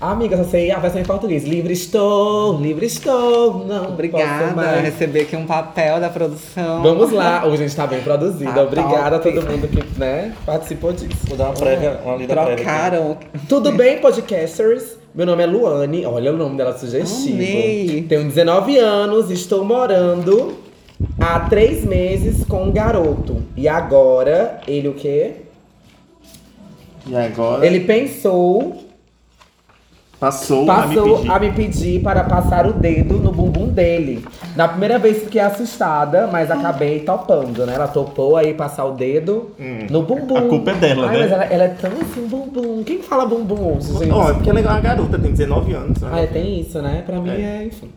[SPEAKER 1] Ah, amiga, só sei a versão em português. Livre estou, livre estou. Não, posso
[SPEAKER 2] Obrigada.
[SPEAKER 1] mais.
[SPEAKER 2] Receber aqui um papel da produção.
[SPEAKER 1] Vamos lá. Hoje a gente tá bem produzida.
[SPEAKER 2] Tá
[SPEAKER 1] Obrigada a
[SPEAKER 2] top.
[SPEAKER 1] todo mundo que né, participou disso.
[SPEAKER 5] Vou dar uma prévia, uma lida prévia. aqui.
[SPEAKER 2] Trocaram.
[SPEAKER 1] Tudo bem, podcasters? Meu nome é Luane, olha o nome dela sugestivo.
[SPEAKER 2] Amei.
[SPEAKER 1] Tenho 19 anos, estou morando há três meses com um garoto. E agora, ele o quê?
[SPEAKER 3] E agora
[SPEAKER 1] Ele pensou
[SPEAKER 3] passou,
[SPEAKER 1] passou
[SPEAKER 3] a me pedir.
[SPEAKER 1] a me pedir para passar o dedo no bumbum dele. Na primeira vez fiquei assustada, mas acabei topando, né? Ela topou aí passar o dedo
[SPEAKER 3] Hum.
[SPEAKER 1] no bumbum.
[SPEAKER 3] a culpa é dela,
[SPEAKER 1] Ai,
[SPEAKER 3] né?
[SPEAKER 1] Mas ela, ela é tão assim, bumbum. Quem fala bumbum hoje, gente?
[SPEAKER 3] Ó, é porque ela é uma garota, tem 19 anos. né?
[SPEAKER 1] Ah, é, tem isso, né? Pra mim é. enfim.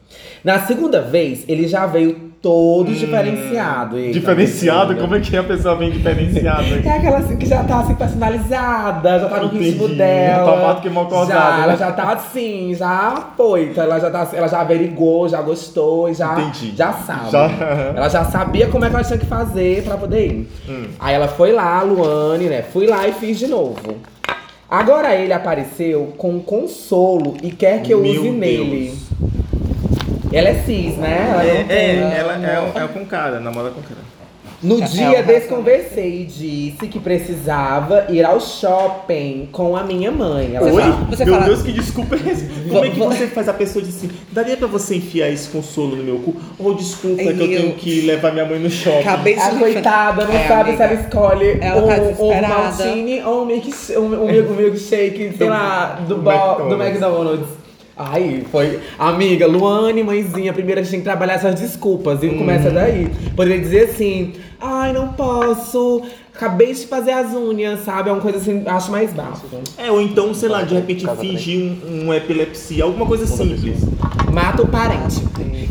[SPEAKER 1] Na segunda vez, ele já veio todo diferenciado. Eita,
[SPEAKER 3] Hum, Diferenciado?
[SPEAKER 1] mentira.
[SPEAKER 3] Como é que a pessoa vem diferenciada?
[SPEAKER 1] É aquela assim que já tá assim personalizada, já tá no
[SPEAKER 3] Entendi.
[SPEAKER 1] ritmo dela.
[SPEAKER 3] Tá mais do que mocosada,
[SPEAKER 1] já,
[SPEAKER 3] né?
[SPEAKER 1] ela já tá assim, já foi. Então ela já, tá, assim, ela já averigou, já gostou, e já,
[SPEAKER 3] Entendi.
[SPEAKER 1] já sabe.
[SPEAKER 3] Já- aham.
[SPEAKER 1] Ela já sabia como é que ela tinha que fazer pra poder ir.
[SPEAKER 3] Hum.
[SPEAKER 1] Aí ela foi lá, Luane, né? Fui lá e fiz de novo. Agora ele apareceu com um consolo e quer que eu
[SPEAKER 3] Meu
[SPEAKER 1] use
[SPEAKER 3] Deus.
[SPEAKER 1] nele. Ela é cis, né? Ela não
[SPEAKER 3] É,
[SPEAKER 1] tem-
[SPEAKER 3] é, ela é, é com cara, namora com cara.
[SPEAKER 1] no
[SPEAKER 2] É, é o
[SPEAKER 1] dia
[SPEAKER 2] razão.
[SPEAKER 1] desconversei e disse que precisava ir ao shopping com a minha mãe. Ela
[SPEAKER 3] Oi?
[SPEAKER 1] fala,
[SPEAKER 2] você
[SPEAKER 3] Meu
[SPEAKER 2] fala-
[SPEAKER 3] Deus, que desculpa é essa? Como é que
[SPEAKER 2] Vo- vo-
[SPEAKER 3] você faz a pessoa dizer assim, daria pra você enfiar esse consolo no meu cu? Ou desculpa
[SPEAKER 2] Ai,
[SPEAKER 3] que eu
[SPEAKER 2] meu.
[SPEAKER 3] tenho que levar minha mãe no shopping?
[SPEAKER 2] Acabei de
[SPEAKER 1] A coitada não
[SPEAKER 2] É,
[SPEAKER 1] sabe
[SPEAKER 2] amiga.
[SPEAKER 1] se ela escolhe
[SPEAKER 2] Ela
[SPEAKER 1] um,
[SPEAKER 2] tá
[SPEAKER 1] um
[SPEAKER 2] desesperada.
[SPEAKER 1] maltine ou um milkshake, um, um milk- um milkshake sei lá, do,
[SPEAKER 3] do
[SPEAKER 1] bo-
[SPEAKER 3] McDonald's.
[SPEAKER 1] do McDonald's. Aí, foi. Amiga, Luane, mãezinha, primeiro a gente tem que trabalhar essas desculpas, e
[SPEAKER 2] Hum.
[SPEAKER 1] começa daí. Poderia dizer assim: ai, não posso, acabei de fazer as unhas, sabe? É uma coisa assim, acho mais básica.
[SPEAKER 3] É, ou então, sei lá, de repente fingir um- uma epilepsia, alguma coisa simples.
[SPEAKER 1] Mata o parente.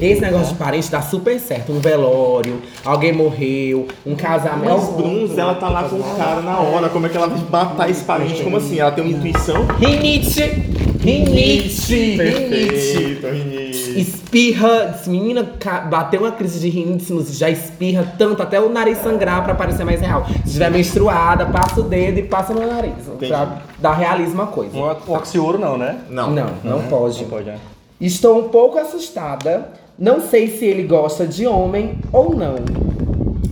[SPEAKER 1] Esse negócio de parente dá super certo. Um velório, alguém morreu, um
[SPEAKER 3] Mas
[SPEAKER 1] casamento.
[SPEAKER 3] Bruns, ela tá lá com o cara na hora, como é que ela vai matar esse parente? Como assim? Ela tem uma intuição?
[SPEAKER 1] Rinite! Rinite! Rinite!
[SPEAKER 3] Perfeito, rinite.
[SPEAKER 1] Espirra, diz, menina ca- bateu uma crise de rinite, sinusite, já espirra tanto até o nariz sangrar pra parecer mais real. Se estiver menstruada, passa o dedo e passa no nariz.
[SPEAKER 3] Entendi.
[SPEAKER 1] Pra dar realismo à coisa.
[SPEAKER 5] Um ox- um oxiouro não, né?
[SPEAKER 3] Não. Uhum.
[SPEAKER 1] não, não pode.
[SPEAKER 5] Não
[SPEAKER 3] é.
[SPEAKER 5] pode, né?
[SPEAKER 1] Estou um pouco assustada. Não sei se ele gosta de homem ou não.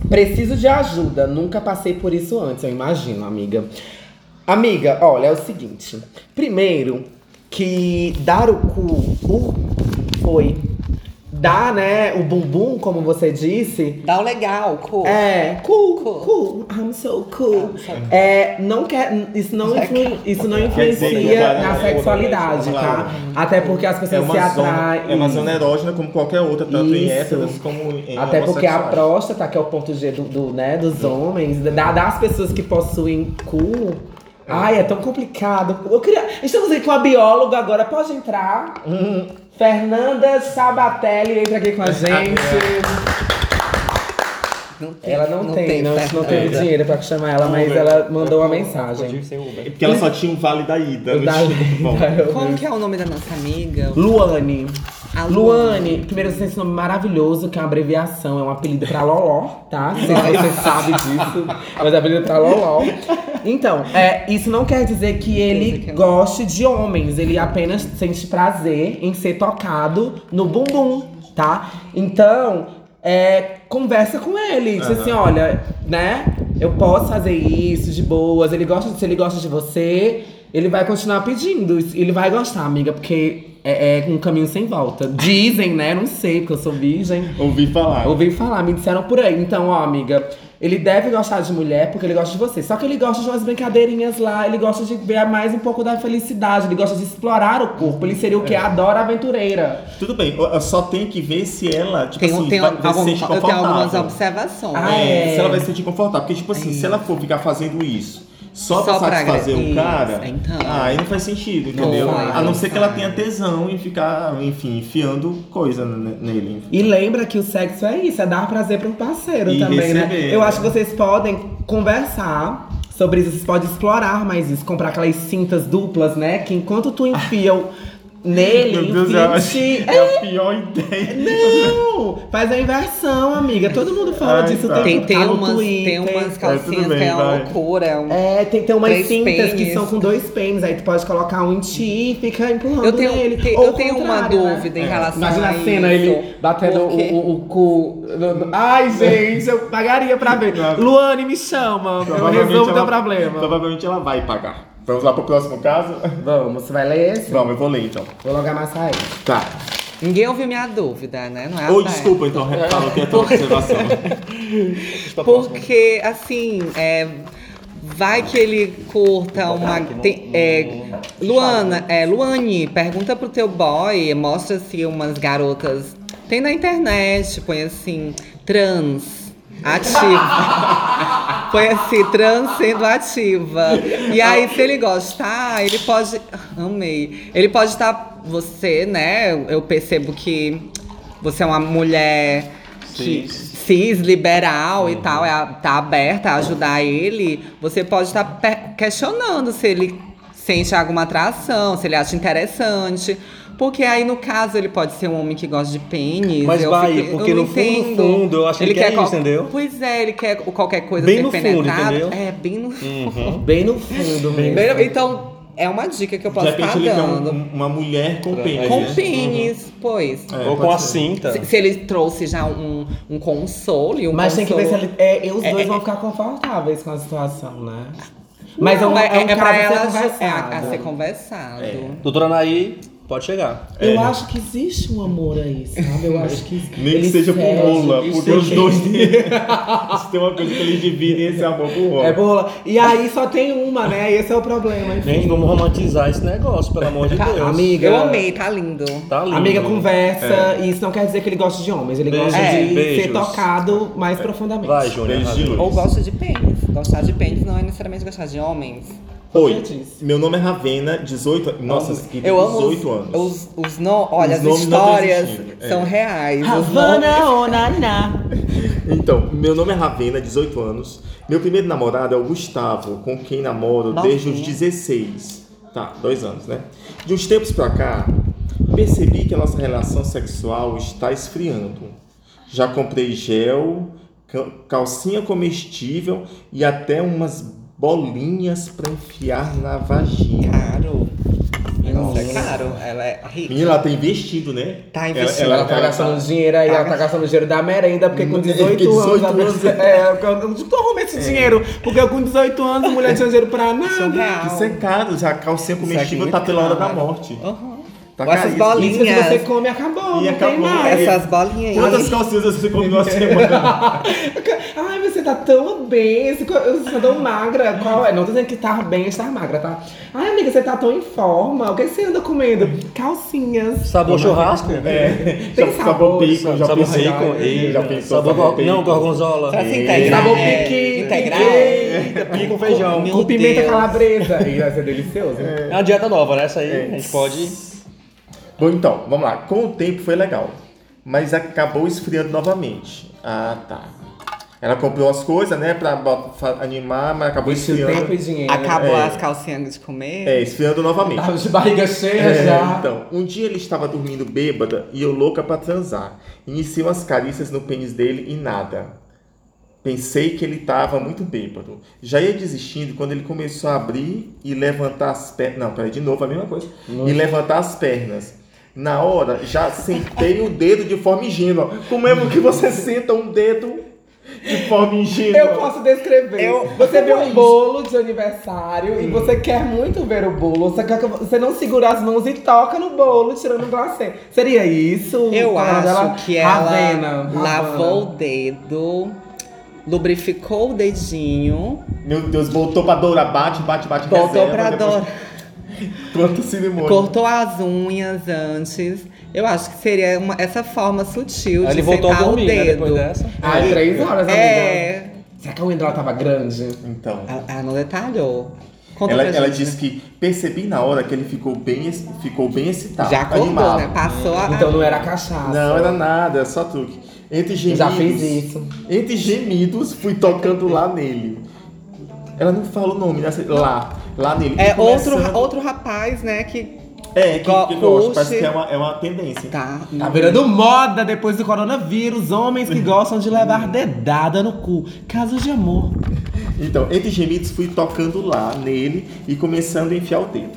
[SPEAKER 1] Preciso de ajuda. Nunca passei por isso antes, eu imagino, amiga. Amiga, olha, é o seguinte. Primeiro, que dar o cu o- foi dar, né, o bumbum, como você disse.
[SPEAKER 2] Dá o legal, cu.
[SPEAKER 1] É, cool,
[SPEAKER 2] Cool.
[SPEAKER 1] cool, I'm so cool. É, não quer, isso não, influ- isso não
[SPEAKER 3] é Quer dizer que o
[SPEAKER 1] influencia
[SPEAKER 3] cara
[SPEAKER 1] na
[SPEAKER 3] é
[SPEAKER 1] sexualidade, tá? Até porque as
[SPEAKER 3] É
[SPEAKER 1] pessoas se
[SPEAKER 3] uma, zona,
[SPEAKER 1] atraem.
[SPEAKER 3] é uma zona erógena como qualquer outra, tanto em
[SPEAKER 1] Isso.
[SPEAKER 3] héteros como em
[SPEAKER 1] Até porque a
[SPEAKER 3] homossexuais.
[SPEAKER 1] próstata, que é o ponto G do, do, né, dos homens, da- das pessoas que possuem cu. Ai, é tão complicado. Eu queria... Estamos aqui com a bióloga agora, pode entrar.
[SPEAKER 3] Uhum.
[SPEAKER 1] Fernanda Sabatelli entra aqui com a gente.
[SPEAKER 3] Ah, é.
[SPEAKER 2] Não tem, tá.
[SPEAKER 1] Ela não, tem, não, não
[SPEAKER 2] Fernanda.
[SPEAKER 1] teve dinheiro pra chamar ela, mas
[SPEAKER 3] Uber.
[SPEAKER 1] ela mandou uma mensagem.
[SPEAKER 3] É Porque ela só tinha um vale da ida. não
[SPEAKER 1] Da-
[SPEAKER 3] tinha- Bom,
[SPEAKER 2] Como que é o nome da nossa amiga?
[SPEAKER 1] Luane.
[SPEAKER 2] A
[SPEAKER 1] Luane, primeiro você tem esse nome maravilhoso, que é uma abreviação, é um apelido pra Loló, tá? Não sei se você sabe disso, mas é apelido pra Loló. Então, é, isso não quer dizer que ele goste de homens, ele apenas sente prazer em ser tocado no bumbum, tá? Então, é, conversa com ele, diz assim, olha, né? Eu posso fazer isso de boas, ele gosta, se ele gosta de você, ele vai continuar pedindo. Ele vai gostar, amiga, porque é, é um caminho sem volta. Dizem, né? Não sei, porque eu sou virgem.
[SPEAKER 3] ouvi falar.
[SPEAKER 1] Ouvi falar, me disseram por aí. Então, ó, amiga, ele deve gostar de mulher porque ele gosta de você. Só que ele gosta de umas brincadeirinhas lá, ele gosta de ver mais um pouco da felicidade, ele gosta de explorar o corpo. Ele seria o que? Adora aventureira.
[SPEAKER 3] Tudo bem, eu- eu só tenho que ver se ela, tipo
[SPEAKER 2] Tem, um-
[SPEAKER 3] assim,
[SPEAKER 2] tem
[SPEAKER 3] vai, vai se
[SPEAKER 2] algum-
[SPEAKER 3] sentir
[SPEAKER 2] eu tenho
[SPEAKER 3] confortável.
[SPEAKER 2] algumas observações.
[SPEAKER 1] Ah,
[SPEAKER 3] É,
[SPEAKER 1] é.
[SPEAKER 3] se ela vai se sentir confortável. Porque, tipo assim, se ela for ficar fazendo isso só,
[SPEAKER 2] Só
[SPEAKER 3] pra
[SPEAKER 2] pra
[SPEAKER 3] satisfazer
[SPEAKER 2] agradar.
[SPEAKER 3] o cara,
[SPEAKER 2] Isso, então.
[SPEAKER 3] aí não faz sentido, entendeu?
[SPEAKER 2] vai,
[SPEAKER 3] a não
[SPEAKER 2] não
[SPEAKER 3] ser que ela
[SPEAKER 2] vai.
[SPEAKER 3] tenha tesão em ficar, enfim, enfiando coisa n- nele.
[SPEAKER 1] E lembra que o sexo é isso, é dar prazer pro parceiro
[SPEAKER 3] E
[SPEAKER 1] também,
[SPEAKER 3] receber,
[SPEAKER 1] né? Eu
[SPEAKER 3] né?
[SPEAKER 1] acho que vocês podem conversar sobre isso, vocês podem explorar mais isso, comprar aquelas cintas duplas, né? Que enquanto tu enfia o- nele, enfia em ti.
[SPEAKER 3] é, a pior
[SPEAKER 2] É,
[SPEAKER 3] ideia.
[SPEAKER 1] Não! Faz a inversão, amiga. Todo mundo fala
[SPEAKER 3] Ai,
[SPEAKER 1] disso.
[SPEAKER 3] tá.
[SPEAKER 2] Tem,
[SPEAKER 1] tempo,
[SPEAKER 2] tem,
[SPEAKER 1] tá no
[SPEAKER 2] umas, tem
[SPEAKER 1] Twitter.
[SPEAKER 2] umas
[SPEAKER 3] Mas
[SPEAKER 2] calcinhas
[SPEAKER 3] tudo bem,
[SPEAKER 2] que é uma
[SPEAKER 3] vai.
[SPEAKER 2] loucura. é um-
[SPEAKER 1] É, tem que ter umas
[SPEAKER 2] Três
[SPEAKER 1] cintas que
[SPEAKER 2] pênis.
[SPEAKER 1] são com dois pênis. Aí tu pode colocar um em ti e fica empurrando
[SPEAKER 2] Eu tenho,
[SPEAKER 1] ele.
[SPEAKER 2] te-
[SPEAKER 1] Ou
[SPEAKER 2] eu
[SPEAKER 1] o
[SPEAKER 2] tenho uma
[SPEAKER 1] contrário, né?
[SPEAKER 2] dúvida
[SPEAKER 3] É.
[SPEAKER 2] em relação
[SPEAKER 1] Imagina
[SPEAKER 2] a
[SPEAKER 1] a
[SPEAKER 2] isso.
[SPEAKER 1] cena, ele batendo
[SPEAKER 2] Por quê?
[SPEAKER 1] o, o, o cu. Ai, gente, eu pagaria pra ver. Luane, me chama. Eu
[SPEAKER 3] Provavelmente
[SPEAKER 1] resolvo
[SPEAKER 3] ela-
[SPEAKER 1] teu problema.
[SPEAKER 3] Provavelmente ela vai pagar. Vamos lá pro próximo caso?
[SPEAKER 1] Vamos, você vai ler esse?
[SPEAKER 3] Vamos, eu vou ler então.
[SPEAKER 1] Vou logo amassar ele.
[SPEAKER 3] Tá.
[SPEAKER 2] Ninguém ouviu minha dúvida, né? Não é a
[SPEAKER 3] Ou
[SPEAKER 2] da-
[SPEAKER 3] desculpa, então, repara que é tua observação.
[SPEAKER 2] Porque, assim, é, vai que ele curta uma. tem- é, Luana, é, Luane, pergunta pro teu boy, mostra se umas garotas. Tem na internet, põe assim, trans. Ativa. Põe assim, trans sendo ativa. E aí, se ele gostar, ele pode. Amei. Ele pode estar. Você, né? Eu percebo que você é uma mulher que- cis, liberal e tal, é, a- tá aberta a ajudar ele. Você pode estar pe- questionando se ele sente alguma atração, se ele acha interessante. Porque aí, no caso, ele pode ser um homem que gosta de pênis.
[SPEAKER 4] Mas
[SPEAKER 2] eu
[SPEAKER 4] vai,
[SPEAKER 2] fico- eu
[SPEAKER 4] porque
[SPEAKER 2] não
[SPEAKER 4] no fundo,
[SPEAKER 2] entendo.
[SPEAKER 4] fundo, eu acho que ele quer isso, entendeu?
[SPEAKER 2] Pois é, ele quer qualquer coisa
[SPEAKER 4] Bem
[SPEAKER 2] ser
[SPEAKER 4] no fundo,
[SPEAKER 2] penetrado.
[SPEAKER 4] entendeu?
[SPEAKER 2] É, bem
[SPEAKER 3] Hum.
[SPEAKER 2] no fundo.
[SPEAKER 1] Bem no fundo mesmo.
[SPEAKER 2] Bem no- Então, é uma dica que eu
[SPEAKER 3] De
[SPEAKER 2] posso estar
[SPEAKER 3] repente ele quer
[SPEAKER 2] dando.
[SPEAKER 3] um- uma mulher com pênis.
[SPEAKER 2] Com
[SPEAKER 3] né?
[SPEAKER 2] pênis, pois.
[SPEAKER 3] É,
[SPEAKER 4] Ou
[SPEAKER 3] pode
[SPEAKER 4] com a
[SPEAKER 3] ser.
[SPEAKER 4] cinta.
[SPEAKER 2] Se, se ele trouxe já um, um console, um
[SPEAKER 1] Mas tem que ver se
[SPEAKER 2] console-
[SPEAKER 1] ele, é, e os dois vão ficar confortáveis com a situação, né? Mas é
[SPEAKER 2] Não,
[SPEAKER 1] um, é, um
[SPEAKER 2] pra
[SPEAKER 1] caso a ser
[SPEAKER 2] ela já- é
[SPEAKER 1] conversado.
[SPEAKER 2] a, a ser conversado.
[SPEAKER 3] É.
[SPEAKER 4] Doutora Anaí, pode chegar.
[SPEAKER 1] Eu acho que existe um amor aí, sabe? Eu acho que
[SPEAKER 3] Nem
[SPEAKER 1] ele
[SPEAKER 3] que seja por
[SPEAKER 1] cede,
[SPEAKER 3] rola,
[SPEAKER 1] ele
[SPEAKER 3] porque os
[SPEAKER 1] cede.
[SPEAKER 3] dois têm. Se tem uma coisa que eles dividem, esse amor por rola.
[SPEAKER 1] É bola. E aí só tem uma, né? Esse é o problema, enfim.
[SPEAKER 4] Gente, vamos romantizar esse negócio, pelo amor de Deus.
[SPEAKER 1] Amiga.
[SPEAKER 2] Eu amei, tá lindo.
[SPEAKER 4] Tá lindo.
[SPEAKER 1] Amiga, conversa. E isso não quer dizer que ele gosta de homens. Ele
[SPEAKER 4] Beijos
[SPEAKER 1] gosta
[SPEAKER 4] e
[SPEAKER 1] de
[SPEAKER 4] beijos.
[SPEAKER 1] ser tocado mais profundamente.
[SPEAKER 4] Vai, Júnior.
[SPEAKER 3] Beijo de
[SPEAKER 4] arrasou.
[SPEAKER 3] luz.
[SPEAKER 2] Ou gosta de pênis. Gostar de pênis não é necessariamente gostar de homens.
[SPEAKER 3] Oi,
[SPEAKER 1] Certíssimo.
[SPEAKER 3] meu nome é Ravena, 18 anos. Nossa, que
[SPEAKER 2] eu amo
[SPEAKER 3] 18
[SPEAKER 2] os,
[SPEAKER 3] anos.
[SPEAKER 2] os, os no- olha,
[SPEAKER 3] Os
[SPEAKER 2] as
[SPEAKER 3] nomes não
[SPEAKER 2] histórias
[SPEAKER 3] existiram, é.
[SPEAKER 2] são reais. os nomes-
[SPEAKER 1] Havana Onaná.
[SPEAKER 3] Então, meu nome é Ravena, 18 anos. Meu primeiro namorado é o Gustavo, com quem namoro
[SPEAKER 2] Novinha.
[SPEAKER 3] desde os 16. Tá, dois anos, né? De uns tempos pra cá, percebi que a nossa relação sexual está esfriando. Já comprei gel, ca- calcinha comestível e até umas bolinhas pra enfiar na vagina.
[SPEAKER 2] Caro. Nossa, é caro. Ela é rica.
[SPEAKER 3] Menina, ela tá investindo, né?
[SPEAKER 2] Tá investindo.
[SPEAKER 1] Ela tá gastando dinheiro aí, ela tá gastando dinheiro da merenda, porque com
[SPEAKER 3] Porque
[SPEAKER 1] 18, anos.
[SPEAKER 3] 18
[SPEAKER 1] a pessoa- É, porque eu não tô arrumando esse dinheiro, porque com 18 anos a mulher tinha dinheiro pra
[SPEAKER 2] São
[SPEAKER 1] nada.
[SPEAKER 2] real.
[SPEAKER 3] Isso é caro, já a calcinha
[SPEAKER 2] Isso é
[SPEAKER 3] comestível
[SPEAKER 2] muito
[SPEAKER 3] tá pela hora da
[SPEAKER 2] caro.
[SPEAKER 3] morte.
[SPEAKER 2] Uhum.
[SPEAKER 3] Tá
[SPEAKER 2] Com essas
[SPEAKER 3] caríssimo.
[SPEAKER 1] E se
[SPEAKER 2] bolinhas.
[SPEAKER 1] você come, acabou,
[SPEAKER 3] E
[SPEAKER 1] não tem
[SPEAKER 3] acabou.
[SPEAKER 1] mais.
[SPEAKER 2] Essas bolinhas aí.
[SPEAKER 3] Quantas calcinhas você come numa semana?
[SPEAKER 1] Ai, você tá tão bem, você co- você tá tão magra. Qual é? Não tô dizendo que tá bem, estar magra, tá? Ai, amiga, você tá tão em forma. O que você anda comendo? Calcinhas.
[SPEAKER 4] Sabor churrasco? É,
[SPEAKER 3] É,
[SPEAKER 1] Tem
[SPEAKER 3] já sabor
[SPEAKER 1] sabor,
[SPEAKER 3] pico, já
[SPEAKER 4] Sabor
[SPEAKER 3] pensou.
[SPEAKER 4] rico?
[SPEAKER 3] Ei, já pensou
[SPEAKER 4] Sabor
[SPEAKER 3] sabor
[SPEAKER 4] gor-
[SPEAKER 3] pico?
[SPEAKER 4] Não, gorgonzola.
[SPEAKER 2] Será que
[SPEAKER 3] Ei,
[SPEAKER 2] integral?
[SPEAKER 1] sabor
[SPEAKER 2] é,
[SPEAKER 1] pique,
[SPEAKER 2] integral.
[SPEAKER 4] É. Pica com feijão.
[SPEAKER 2] Meu
[SPEAKER 1] Com pimenta
[SPEAKER 2] Deus.
[SPEAKER 1] calabresa. E vai ser delicioso.
[SPEAKER 4] É uma dieta nova, né? Essa aí
[SPEAKER 3] É.
[SPEAKER 4] a gente pode.
[SPEAKER 3] Bom, então, vamos lá. Com o tempo foi legal, mas acabou esfriando novamente. Ah, tá. Ela comprou as coisas, né, pra bo- fa- animar, mas acabou
[SPEAKER 1] Vestiu tempo e
[SPEAKER 3] esfriando.
[SPEAKER 1] dinheiro.
[SPEAKER 2] Acabou
[SPEAKER 3] É.
[SPEAKER 2] as calcinhas de comer.
[SPEAKER 3] É, esfriando novamente.
[SPEAKER 1] Tava de barriga cheia
[SPEAKER 3] É,
[SPEAKER 1] já.
[SPEAKER 3] então, um dia ele estava dormindo bêbada e eu louca pra transar. Iniciei umas carícias no pênis dele e nada. Pensei que ele estava muito bêbado. Já ia desistindo quando ele começou a abrir e levantar as pernas. Não, peraí, de novo a mesma coisa. E levantar as pernas. Na hora, já sentei o dedo de forma ingênua. Como é que você senta um dedo de forma ingênua?
[SPEAKER 1] Eu posso descrever.
[SPEAKER 2] Eu- é
[SPEAKER 1] Você vê um bolo de aniversário e você quer muito ver o bolo. Você, quer que- você não segura as mãos e toca no bolo, tirando o glacê. Seria isso?
[SPEAKER 2] Eu
[SPEAKER 1] Qual é o nome
[SPEAKER 2] acho
[SPEAKER 1] dela?
[SPEAKER 2] que ela
[SPEAKER 1] Ravena. Ravena.
[SPEAKER 2] lavou o dedo, lubrificou o dedinho,
[SPEAKER 3] Meu Deus, voltou pra Doura, bate, bate, bate.
[SPEAKER 2] voltou
[SPEAKER 3] reserva,
[SPEAKER 2] pra
[SPEAKER 3] depois-
[SPEAKER 2] Dora,
[SPEAKER 3] Pronto, cerimônia.
[SPEAKER 2] cortou as unhas antes. Eu acho que seria uma- essa forma sutil
[SPEAKER 4] Aí
[SPEAKER 2] de
[SPEAKER 4] ele voltou a
[SPEAKER 2] sentar o
[SPEAKER 4] dormir, né?
[SPEAKER 2] dedo.
[SPEAKER 4] Depois dessa.
[SPEAKER 1] Ai, três horas, amiga.
[SPEAKER 2] é,
[SPEAKER 1] Será que a unha dela tava grande?
[SPEAKER 3] Então.
[SPEAKER 2] ela ela não detalhou. Conta
[SPEAKER 3] Ela,
[SPEAKER 2] pra
[SPEAKER 3] ela
[SPEAKER 2] gente. né?
[SPEAKER 3] disse que percebi na hora que ele ficou bem, ex- ficou bem excitado,
[SPEAKER 2] Já acordou,
[SPEAKER 3] animado.
[SPEAKER 2] né? Passou a...
[SPEAKER 1] Então não era cachaça.
[SPEAKER 3] Não é era nada, era só truque. Entre gemidos,
[SPEAKER 1] Já fiz isso.
[SPEAKER 3] Entre gemidos, fui tocando lá nele. Ela não fala o nome, né? Lá, lá nele.
[SPEAKER 2] É
[SPEAKER 3] E
[SPEAKER 2] outro,
[SPEAKER 3] começando-
[SPEAKER 2] outro rapaz, né, que
[SPEAKER 3] É, que, que
[SPEAKER 2] go-
[SPEAKER 3] gosta, parece
[SPEAKER 2] puxe.
[SPEAKER 3] que é uma, é uma tendência.
[SPEAKER 2] tá...
[SPEAKER 1] Tá virando moda depois do coronavírus. Homens que gostam de levar dedada no cu. Casos de amor.
[SPEAKER 3] Então, entre gemidos, fui tocando lá nele e começando a enfiar o dedo.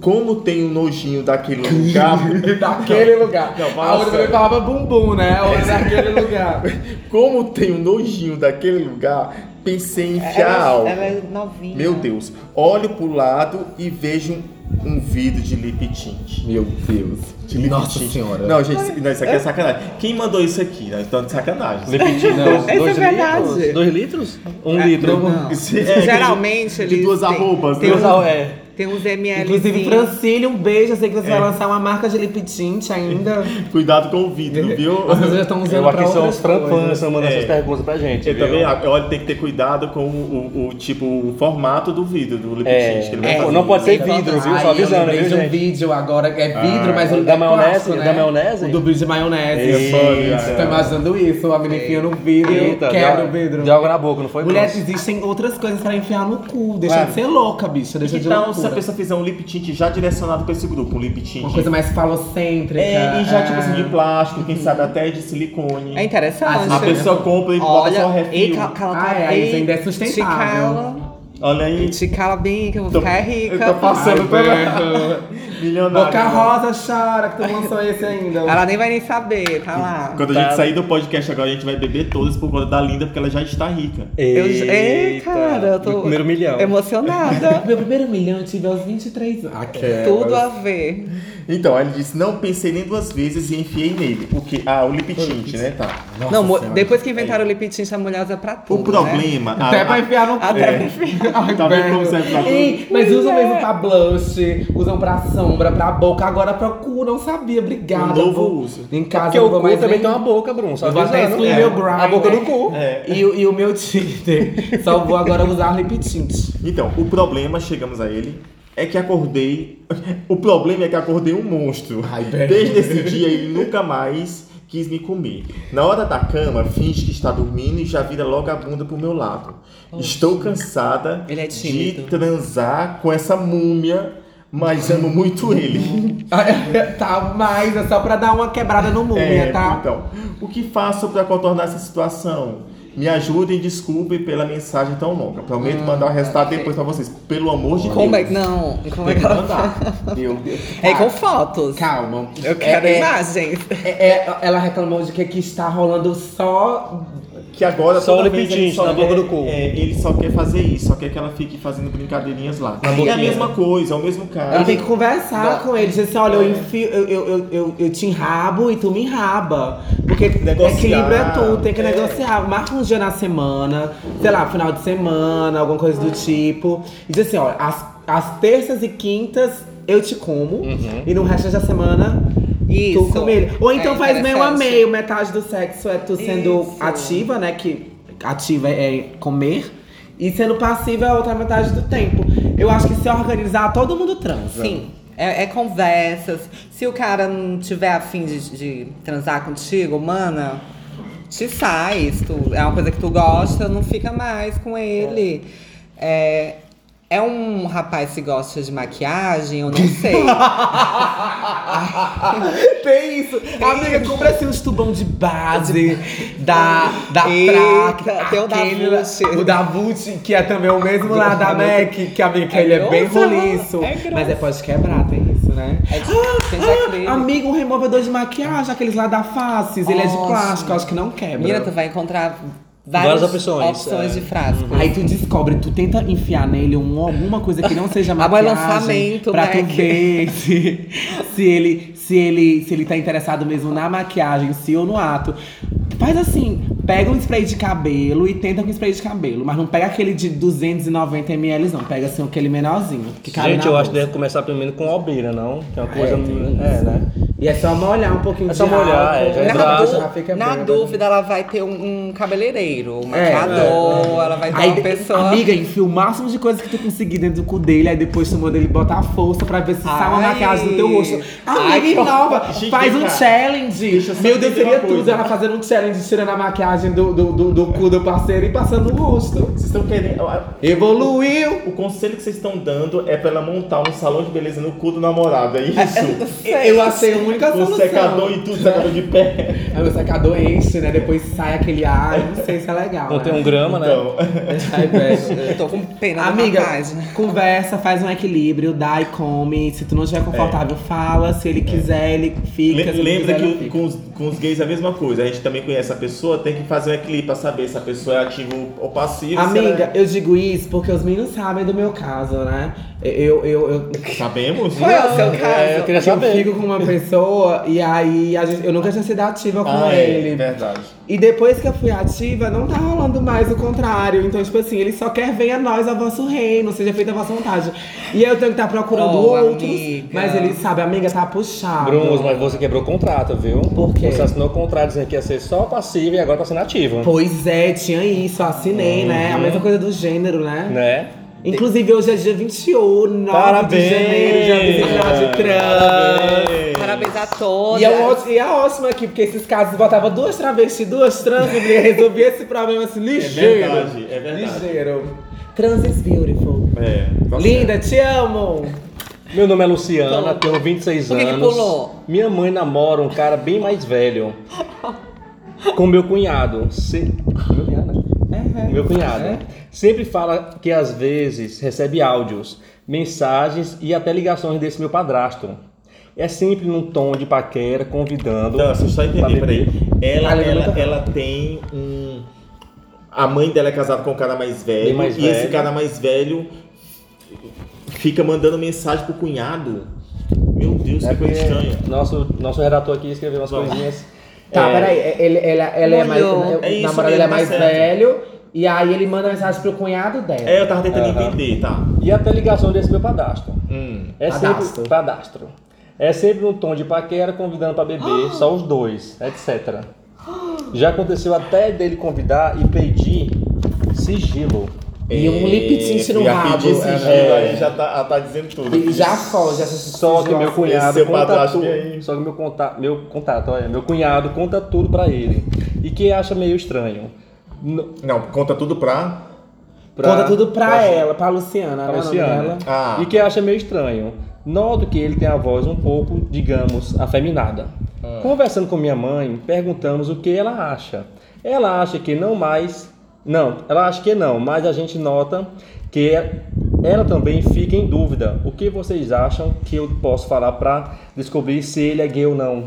[SPEAKER 3] Como tem um nojinho daquele lugar,
[SPEAKER 1] Daquele lugar.
[SPEAKER 3] Não, fala
[SPEAKER 1] a outra também
[SPEAKER 3] sério.
[SPEAKER 1] falava bumbum, né? A outra daquele lugar.
[SPEAKER 3] como tem um nojinho daquele lugar, pensei em enfiar
[SPEAKER 2] Ela,
[SPEAKER 3] algo.
[SPEAKER 2] ela é novinha.
[SPEAKER 3] Meu Deus, olho pro lado e vejo um vidro de lip tint.
[SPEAKER 5] Meu Deus.
[SPEAKER 3] De lip
[SPEAKER 5] Nossa
[SPEAKER 3] tint.
[SPEAKER 5] Senhora.
[SPEAKER 3] Não, gente, não, isso aqui é sacanagem. Quem mandou isso aqui? Nós estamos de sacanagem.
[SPEAKER 5] Lepidina,
[SPEAKER 2] Essa é verdade.
[SPEAKER 4] litros? Dois litros? Um
[SPEAKER 2] É,
[SPEAKER 4] litro.
[SPEAKER 2] não.
[SPEAKER 3] Isso é-
[SPEAKER 2] Geralmente
[SPEAKER 3] de
[SPEAKER 2] eles
[SPEAKER 3] duas
[SPEAKER 2] têm-
[SPEAKER 3] arrobas,
[SPEAKER 2] tem
[SPEAKER 3] né?
[SPEAKER 2] uns-
[SPEAKER 4] Casal é.
[SPEAKER 2] Tem uns ML.
[SPEAKER 1] Inclusive, Francílio, um beijo. Eu sei que você vai lançar uma marca de lip tint ainda.
[SPEAKER 3] Cuidado com o vidro, viu?
[SPEAKER 1] As pessoas já estão usando
[SPEAKER 4] Eu
[SPEAKER 1] pra
[SPEAKER 4] aqui são
[SPEAKER 1] outras
[SPEAKER 4] os francãs
[SPEAKER 1] coisas.
[SPEAKER 4] mandando essas
[SPEAKER 3] É.
[SPEAKER 4] perguntas pra gente.
[SPEAKER 3] Eu
[SPEAKER 4] viu?
[SPEAKER 3] também acho. Olha, tem que ter cuidado com o, o- o tipo, o formato do vidro, do lip
[SPEAKER 4] É,
[SPEAKER 3] tint. que ele vai
[SPEAKER 4] é,
[SPEAKER 3] fazer.
[SPEAKER 4] não pode ser vidro, viu?
[SPEAKER 1] Ai,
[SPEAKER 4] Só avisando,
[SPEAKER 1] eu lembrei
[SPEAKER 4] viu,
[SPEAKER 1] de um
[SPEAKER 4] gente?
[SPEAKER 1] vídeo agora. É vidro, mas o
[SPEAKER 4] da
[SPEAKER 1] é plástico,
[SPEAKER 4] maionese?
[SPEAKER 1] né?
[SPEAKER 4] Da maionese?
[SPEAKER 1] O do vídeo de maionese.
[SPEAKER 3] É fã,
[SPEAKER 4] Eita.
[SPEAKER 3] cara.
[SPEAKER 1] Tô imaginando isso. A menina enfia no vidro,
[SPEAKER 4] Eita,
[SPEAKER 1] quebra
[SPEAKER 4] deu-
[SPEAKER 1] o vidro.
[SPEAKER 4] Deu água na boca, não foi?
[SPEAKER 1] Mulher,
[SPEAKER 4] Bruno?
[SPEAKER 1] existem outras coisas pra enfiar no cu. Deixa
[SPEAKER 3] Claro.
[SPEAKER 1] de ser louca, bicha. Deixa
[SPEAKER 3] Que
[SPEAKER 1] de
[SPEAKER 3] tal se a
[SPEAKER 1] loucura.
[SPEAKER 3] pessoa fizer um lip tint já direcionado pra esse grupo? Um lip tint.
[SPEAKER 1] Uma coisa mais falocêntrica.
[SPEAKER 3] É, e já tipo assim,
[SPEAKER 1] é.
[SPEAKER 3] de plástico, quem sabe até de silicone.
[SPEAKER 2] Ah, É interessante.
[SPEAKER 3] a Ah, pessoa compra e bota só
[SPEAKER 2] Olha,
[SPEAKER 3] refil.
[SPEAKER 2] ei, cala, cala
[SPEAKER 1] Ah, é,
[SPEAKER 2] ei,
[SPEAKER 1] isso ainda é
[SPEAKER 2] Te
[SPEAKER 1] sustentável.
[SPEAKER 2] cala,
[SPEAKER 3] Olha aí.
[SPEAKER 2] te cala bem, que eu vou
[SPEAKER 3] Tô-
[SPEAKER 2] ficar
[SPEAKER 3] Eu
[SPEAKER 2] rica.
[SPEAKER 3] tô passando pela... Milionário.
[SPEAKER 1] Boca Rosa chora, que tu lançou esse ainda.
[SPEAKER 2] Ela nem vai nem saber, tá lá.
[SPEAKER 3] Quando a gente sair do podcast agora, a gente vai beber todas por conta da Linda, porque ela já está rica.
[SPEAKER 2] Eu, ei, cara, eu
[SPEAKER 4] Meu
[SPEAKER 2] tô É,
[SPEAKER 4] Primeiro milhão.
[SPEAKER 2] emocionada.
[SPEAKER 1] Meu primeiro milhão eu tive aos 23 anos.
[SPEAKER 3] É,
[SPEAKER 1] É Aquela.
[SPEAKER 2] Tudo a ver.
[SPEAKER 3] Então, aí ele disse, não pensei nem duas vezes e enfiei nele. O que? Ah, o lip tint, né? Tá.
[SPEAKER 2] não, mo- depois que inventaram o lip tint, a mulher usa pra tudo, né?
[SPEAKER 3] O problema... a- é,
[SPEAKER 1] Até pra
[SPEAKER 3] a-
[SPEAKER 1] enfiar no
[SPEAKER 2] Até pra
[SPEAKER 1] enfiar.
[SPEAKER 3] Tá vendo como serve pra tudo?
[SPEAKER 1] Mas usam mesmo pra blush, usam pra sombra, pra boca. Agora pra cu, não sabia. Obrigada.
[SPEAKER 3] Um novo
[SPEAKER 1] vou-
[SPEAKER 3] uso.
[SPEAKER 1] Em casa
[SPEAKER 4] Porque
[SPEAKER 1] eu não
[SPEAKER 4] o
[SPEAKER 1] vou
[SPEAKER 4] cu
[SPEAKER 1] mais
[SPEAKER 4] também
[SPEAKER 1] nem-
[SPEAKER 4] tem uma boca, Bruno. Só
[SPEAKER 1] Eu vou até
[SPEAKER 4] avisando.
[SPEAKER 1] excluir meu grind,
[SPEAKER 4] é, A boca
[SPEAKER 1] né?
[SPEAKER 4] do cu.
[SPEAKER 3] É.
[SPEAKER 1] E, o- e o meu Tinder. Só vou agora usar lip tint.
[SPEAKER 3] Então, o problema, chegamos a ele, é que acordei... O problema é que acordei um monstro.
[SPEAKER 1] Ai, bem.
[SPEAKER 3] Desde esse dia, ele nunca mais quis me comer. Na hora da cama, finge que está dormindo e já vira logo a bunda pro meu lado. Estou cansada
[SPEAKER 2] Ele é
[SPEAKER 3] de
[SPEAKER 2] tímido.
[SPEAKER 3] transar com essa múmia, mas amo muito ele.
[SPEAKER 1] tá, mas é só pra dar uma quebrada no múmia,
[SPEAKER 3] É,
[SPEAKER 1] tá?
[SPEAKER 3] Então, o que faço para contornar essa situação? Me ajudem, desculpem pela mensagem tão longa. Prometo
[SPEAKER 2] Ah, tá
[SPEAKER 3] mandar o resultado depois pra vocês. Pelo amor de
[SPEAKER 2] Como é
[SPEAKER 3] Deus.
[SPEAKER 2] que. Não, como é que
[SPEAKER 3] Tem que
[SPEAKER 2] ela.
[SPEAKER 3] mandar. Meu Deus.
[SPEAKER 2] É com fotos.
[SPEAKER 1] Calma.
[SPEAKER 2] Eu quero
[SPEAKER 1] É, é,
[SPEAKER 2] imagens.
[SPEAKER 1] é, é, ela reclamou de que aqui está rolando só.
[SPEAKER 3] Que agora
[SPEAKER 4] Só
[SPEAKER 3] toda
[SPEAKER 4] o
[SPEAKER 3] vez
[SPEAKER 4] lip
[SPEAKER 3] ele
[SPEAKER 4] tint
[SPEAKER 3] só
[SPEAKER 4] na
[SPEAKER 3] quer-
[SPEAKER 4] boca do cu.
[SPEAKER 3] é, ele só quer fazer isso, só quer que ela fique fazendo brincadeirinhas lá. É a
[SPEAKER 4] boquinha.
[SPEAKER 3] mesma coisa, é o mesmo
[SPEAKER 1] Ela
[SPEAKER 3] cara.
[SPEAKER 1] tem que conversar com ele. Dizer assim: olha,
[SPEAKER 3] É.
[SPEAKER 1] eu, enfio, eu, eu, eu, eu, eu te enrabo e tu me enraba. Porque
[SPEAKER 3] Negociar,
[SPEAKER 1] equilíbrio é tudo, tem que
[SPEAKER 3] é.
[SPEAKER 1] negociar. Marca um dia na semana, sei lá, final de semana, alguma coisa do tipo. E diz assim: olha, as, as terças e quintas eu te como,
[SPEAKER 3] Uhum.
[SPEAKER 1] e no resto da semana.
[SPEAKER 2] Isso.
[SPEAKER 1] Tu com ele. Ou então
[SPEAKER 2] É
[SPEAKER 1] faz meio a
[SPEAKER 2] interessante.
[SPEAKER 1] meio, metade do sexo é tu sendo
[SPEAKER 2] Isso.
[SPEAKER 1] ativa, né? Que ativa é comer. E sendo passiva é a outra metade do tempo. Eu acho que se organizar, todo mundo transa.
[SPEAKER 2] Sim. É, é conversas. Se o cara não tiver afim de, de transar contigo, mana, te sai. Se tu- é uma coisa que tu gosta, não fica mais com ele. É, é um rapaz que gosta de maquiagem, eu não sei.
[SPEAKER 1] Tem isso. Amiga, compra assim uns tubão de base da, da
[SPEAKER 2] Eita,
[SPEAKER 1] Praca,
[SPEAKER 2] tem o da
[SPEAKER 1] aquele lá-
[SPEAKER 2] Vult.
[SPEAKER 1] O da Vult, que é também o mesmo lá da MAC, que amiga, que ele é bem
[SPEAKER 2] grosso,
[SPEAKER 1] roliço.
[SPEAKER 2] é grosso.
[SPEAKER 1] Mas é pode quebrar, tem isso, né?
[SPEAKER 2] É de- tem de acrílico.
[SPEAKER 1] amigo, um removedor de maquiagem, aqueles lá da Faces, ele é de
[SPEAKER 2] Ótimo.
[SPEAKER 1] plástico, acho que não quebra.
[SPEAKER 2] Mira, tu vai encontrar várias,
[SPEAKER 4] Várias opções,
[SPEAKER 2] opções
[SPEAKER 4] é.
[SPEAKER 2] de frase.
[SPEAKER 1] Aí tu descobre, tu tenta enfiar nele um, alguma coisa que não seja
[SPEAKER 2] Ah, mas
[SPEAKER 1] maquiagem.
[SPEAKER 2] lançamento,
[SPEAKER 1] pra
[SPEAKER 2] né?
[SPEAKER 1] tu ver se, se ele, se ele, se ele tá interessado mesmo na maquiagem, se ou no ato. Faz assim, pega um spray de cabelo e tenta com spray de cabelo, mas não pega aquele de 290 ml não, pega assim aquele menorzinho, que cabe
[SPEAKER 4] Gente,
[SPEAKER 1] na
[SPEAKER 4] eu acho que
[SPEAKER 1] bolsa.
[SPEAKER 4] deve começar primeiro com albeira, não? Que é uma coisa. É, né?
[SPEAKER 1] E é só molhar um pouquinho
[SPEAKER 4] É
[SPEAKER 1] de
[SPEAKER 4] só molhar,
[SPEAKER 1] álcool, né?
[SPEAKER 4] é, já
[SPEAKER 2] Na,
[SPEAKER 4] hidrata,
[SPEAKER 2] dú-
[SPEAKER 1] já fica
[SPEAKER 2] na
[SPEAKER 1] bêbada.
[SPEAKER 2] dúvida, ela vai ter um, um cabeleireiro, um
[SPEAKER 1] É,
[SPEAKER 2] maquiador, ela vai ter
[SPEAKER 1] Aí,
[SPEAKER 2] uma
[SPEAKER 1] de-
[SPEAKER 2] pessoa.
[SPEAKER 1] Amiga, enfia o máximo de coisa que tu conseguir dentro do cu dele, aí depois tu manda ele botar a força pra ver se sai uma
[SPEAKER 2] Ai.
[SPEAKER 1] maquiagem no teu rosto. Amiga,
[SPEAKER 2] Ai, que
[SPEAKER 1] inova!
[SPEAKER 3] horror.
[SPEAKER 1] Faz
[SPEAKER 3] Gente,
[SPEAKER 1] um
[SPEAKER 3] cara, deixa
[SPEAKER 1] challenge!
[SPEAKER 3] eu só
[SPEAKER 1] Meu Deus,
[SPEAKER 3] dizer
[SPEAKER 1] seria
[SPEAKER 3] uma coisa.
[SPEAKER 1] tudo ela fazendo um challenge, tirando a maquiagem do, do, do, do cu do parceiro e passando no rosto.
[SPEAKER 3] Vocês estão querendo. a-
[SPEAKER 1] Evoluiu!
[SPEAKER 3] O conselho que vocês estão dando é pra ela montar um salão de beleza no cu do namorado, é isso?
[SPEAKER 1] Eu achei um única
[SPEAKER 3] O
[SPEAKER 1] solução.
[SPEAKER 3] secador e tudo, secador de pé.
[SPEAKER 1] Aí é o secador enche, né? Depois sai aquele ar, eu não sei se é legal.
[SPEAKER 4] Não
[SPEAKER 1] né?
[SPEAKER 4] tem um grama, né?
[SPEAKER 3] Então,
[SPEAKER 1] Aí perde.
[SPEAKER 2] Eu tô com pena
[SPEAKER 1] Amiga,
[SPEAKER 2] do rapaz, né?
[SPEAKER 1] conversa, faz um equilíbrio, dá e come. Se tu não estiver confortável, fala. Se ele quiser, ele fica.
[SPEAKER 3] É. le-
[SPEAKER 1] se não
[SPEAKER 3] lembra
[SPEAKER 1] quiser,
[SPEAKER 3] que
[SPEAKER 1] não
[SPEAKER 3] o-
[SPEAKER 1] fica.
[SPEAKER 3] com os, com os gays é a mesma coisa. A gente também conhece a pessoa, tem que fazer um equilíbrio pra saber se a pessoa é ativa ou passiva. se ela é-
[SPEAKER 1] Amiga, eu digo isso porque os meninos sabem do meu caso, né? Eu, eu, eu,
[SPEAKER 3] Sabemos?
[SPEAKER 1] Qual é o seu caso?
[SPEAKER 4] é, eu queria saber.
[SPEAKER 1] fico com uma pessoa e aí a gente- eu nunca tinha sido ativa com
[SPEAKER 3] Ah, é,
[SPEAKER 1] ele.
[SPEAKER 3] verdade.
[SPEAKER 1] E depois que eu fui ativa, não tá rolando mais o contrário. Então, tipo assim, ele só quer venha a nós, a vosso reino, seja feita a vossa vontade. E eu tenho que estar procurando
[SPEAKER 2] Oh,
[SPEAKER 1] outros.
[SPEAKER 2] amiga.
[SPEAKER 1] Mas ele sabe, amiga, tá puxado.
[SPEAKER 4] Brunos, mas você quebrou o contrato, viu?
[SPEAKER 1] Por quê?
[SPEAKER 4] Você assinou o contrato dizendo que ia ser só passiva e agora tá sendo ativa.
[SPEAKER 1] Pois é, tinha isso, eu assinei, né?
[SPEAKER 3] Uhum.
[SPEAKER 1] A mesma coisa do gênero, né?
[SPEAKER 4] Né?
[SPEAKER 1] Inclusive, hoje é dia 28
[SPEAKER 4] Parabéns!
[SPEAKER 1] de janeiro, dia visibilidade trans.
[SPEAKER 2] Parabéns a todos.
[SPEAKER 1] E é, um ótimo, e é ótimo aqui, porque esses casos botava duas travestis, duas trans, e ia resolver esse problema assim, ligeiro.
[SPEAKER 3] É verdade, é verdade.
[SPEAKER 1] Ligeiro. Trans is beautiful.
[SPEAKER 3] É, tá
[SPEAKER 1] Linda, te amo!
[SPEAKER 4] Meu nome é Luciana, tenho 26
[SPEAKER 2] Então, Por que que
[SPEAKER 4] anos.
[SPEAKER 2] pulou?
[SPEAKER 4] Minha mãe namora um cara bem mais velho. Com meu cunhado. Se- Meu cunhado, né?
[SPEAKER 1] É,
[SPEAKER 4] Meu cunhado.
[SPEAKER 2] É?
[SPEAKER 4] Sempre fala que às vezes recebe áudios, mensagens e até ligações desse meu padrasto. É sempre num tom de paquera, convidando.
[SPEAKER 3] Não, só só
[SPEAKER 4] pra
[SPEAKER 3] entender, peraí.
[SPEAKER 4] beber.
[SPEAKER 3] Ela,
[SPEAKER 1] Ah, ele
[SPEAKER 3] ela,
[SPEAKER 1] nunca-
[SPEAKER 3] ela tem um. A mãe dela é casada com um cara mais velho.
[SPEAKER 4] Bem mais
[SPEAKER 3] e
[SPEAKER 4] velho.
[SPEAKER 3] esse cara mais velho fica mandando mensagem pro cunhado. Meu Deus,
[SPEAKER 4] É
[SPEAKER 3] que coisa estranha.
[SPEAKER 4] porque nosso, nosso redator aqui escreveu umas
[SPEAKER 3] Vamos.
[SPEAKER 4] coisinhas.
[SPEAKER 1] Tá,
[SPEAKER 4] É,
[SPEAKER 1] peraí, ele, ele, ela é mais.
[SPEAKER 2] Olhou.
[SPEAKER 1] O
[SPEAKER 3] É isso
[SPEAKER 1] namorado
[SPEAKER 3] mesmo,
[SPEAKER 1] dele é
[SPEAKER 3] tá
[SPEAKER 1] mais
[SPEAKER 3] certo.
[SPEAKER 1] velho, e aí ele manda mensagem pro cunhado dela.
[SPEAKER 3] É, eu tava tentando
[SPEAKER 4] Aham.
[SPEAKER 3] entender, tá.
[SPEAKER 4] E até ligação desse meu padrasto.
[SPEAKER 3] Hum.
[SPEAKER 4] É
[SPEAKER 1] Padastro.
[SPEAKER 4] sempre padastro. É sempre num tom de paquera, convidando pra
[SPEAKER 3] Ah!
[SPEAKER 4] beber, só os dois, etc. Já aconteceu até dele convidar e pedir sigilo.
[SPEAKER 1] E um lip tint no
[SPEAKER 3] É, já
[SPEAKER 1] rabo,
[SPEAKER 3] pedi esse
[SPEAKER 1] é,
[SPEAKER 3] giro
[SPEAKER 1] né?
[SPEAKER 3] aí já tá, ela tá dizendo tudo.
[SPEAKER 1] E já foge essa
[SPEAKER 4] Só que meu cunhado
[SPEAKER 3] seu
[SPEAKER 4] conta
[SPEAKER 3] padrasto
[SPEAKER 4] tudo.
[SPEAKER 3] aí.
[SPEAKER 4] Só que meu contato, meu contato, olha, meu cunhado conta tudo pra ele e que acha meio estranho. No-
[SPEAKER 3] Não, conta tudo pra.
[SPEAKER 4] pra-
[SPEAKER 1] Conta tudo pra, ela, pra Luciana,
[SPEAKER 4] pra
[SPEAKER 1] né? o nome
[SPEAKER 4] Luciana.
[SPEAKER 1] dela.
[SPEAKER 3] Ah.
[SPEAKER 4] E que acha meio estranho. Noto que ele tem a voz um pouco, digamos, afeminada. Conversando com minha mãe, perguntamos o que ela acha. Ela acha que não mais. Não, ela acha que não, mas a gente nota que é, ela também fica em dúvida. O que vocês acham que eu posso falar pra descobrir se ele é gay ou não?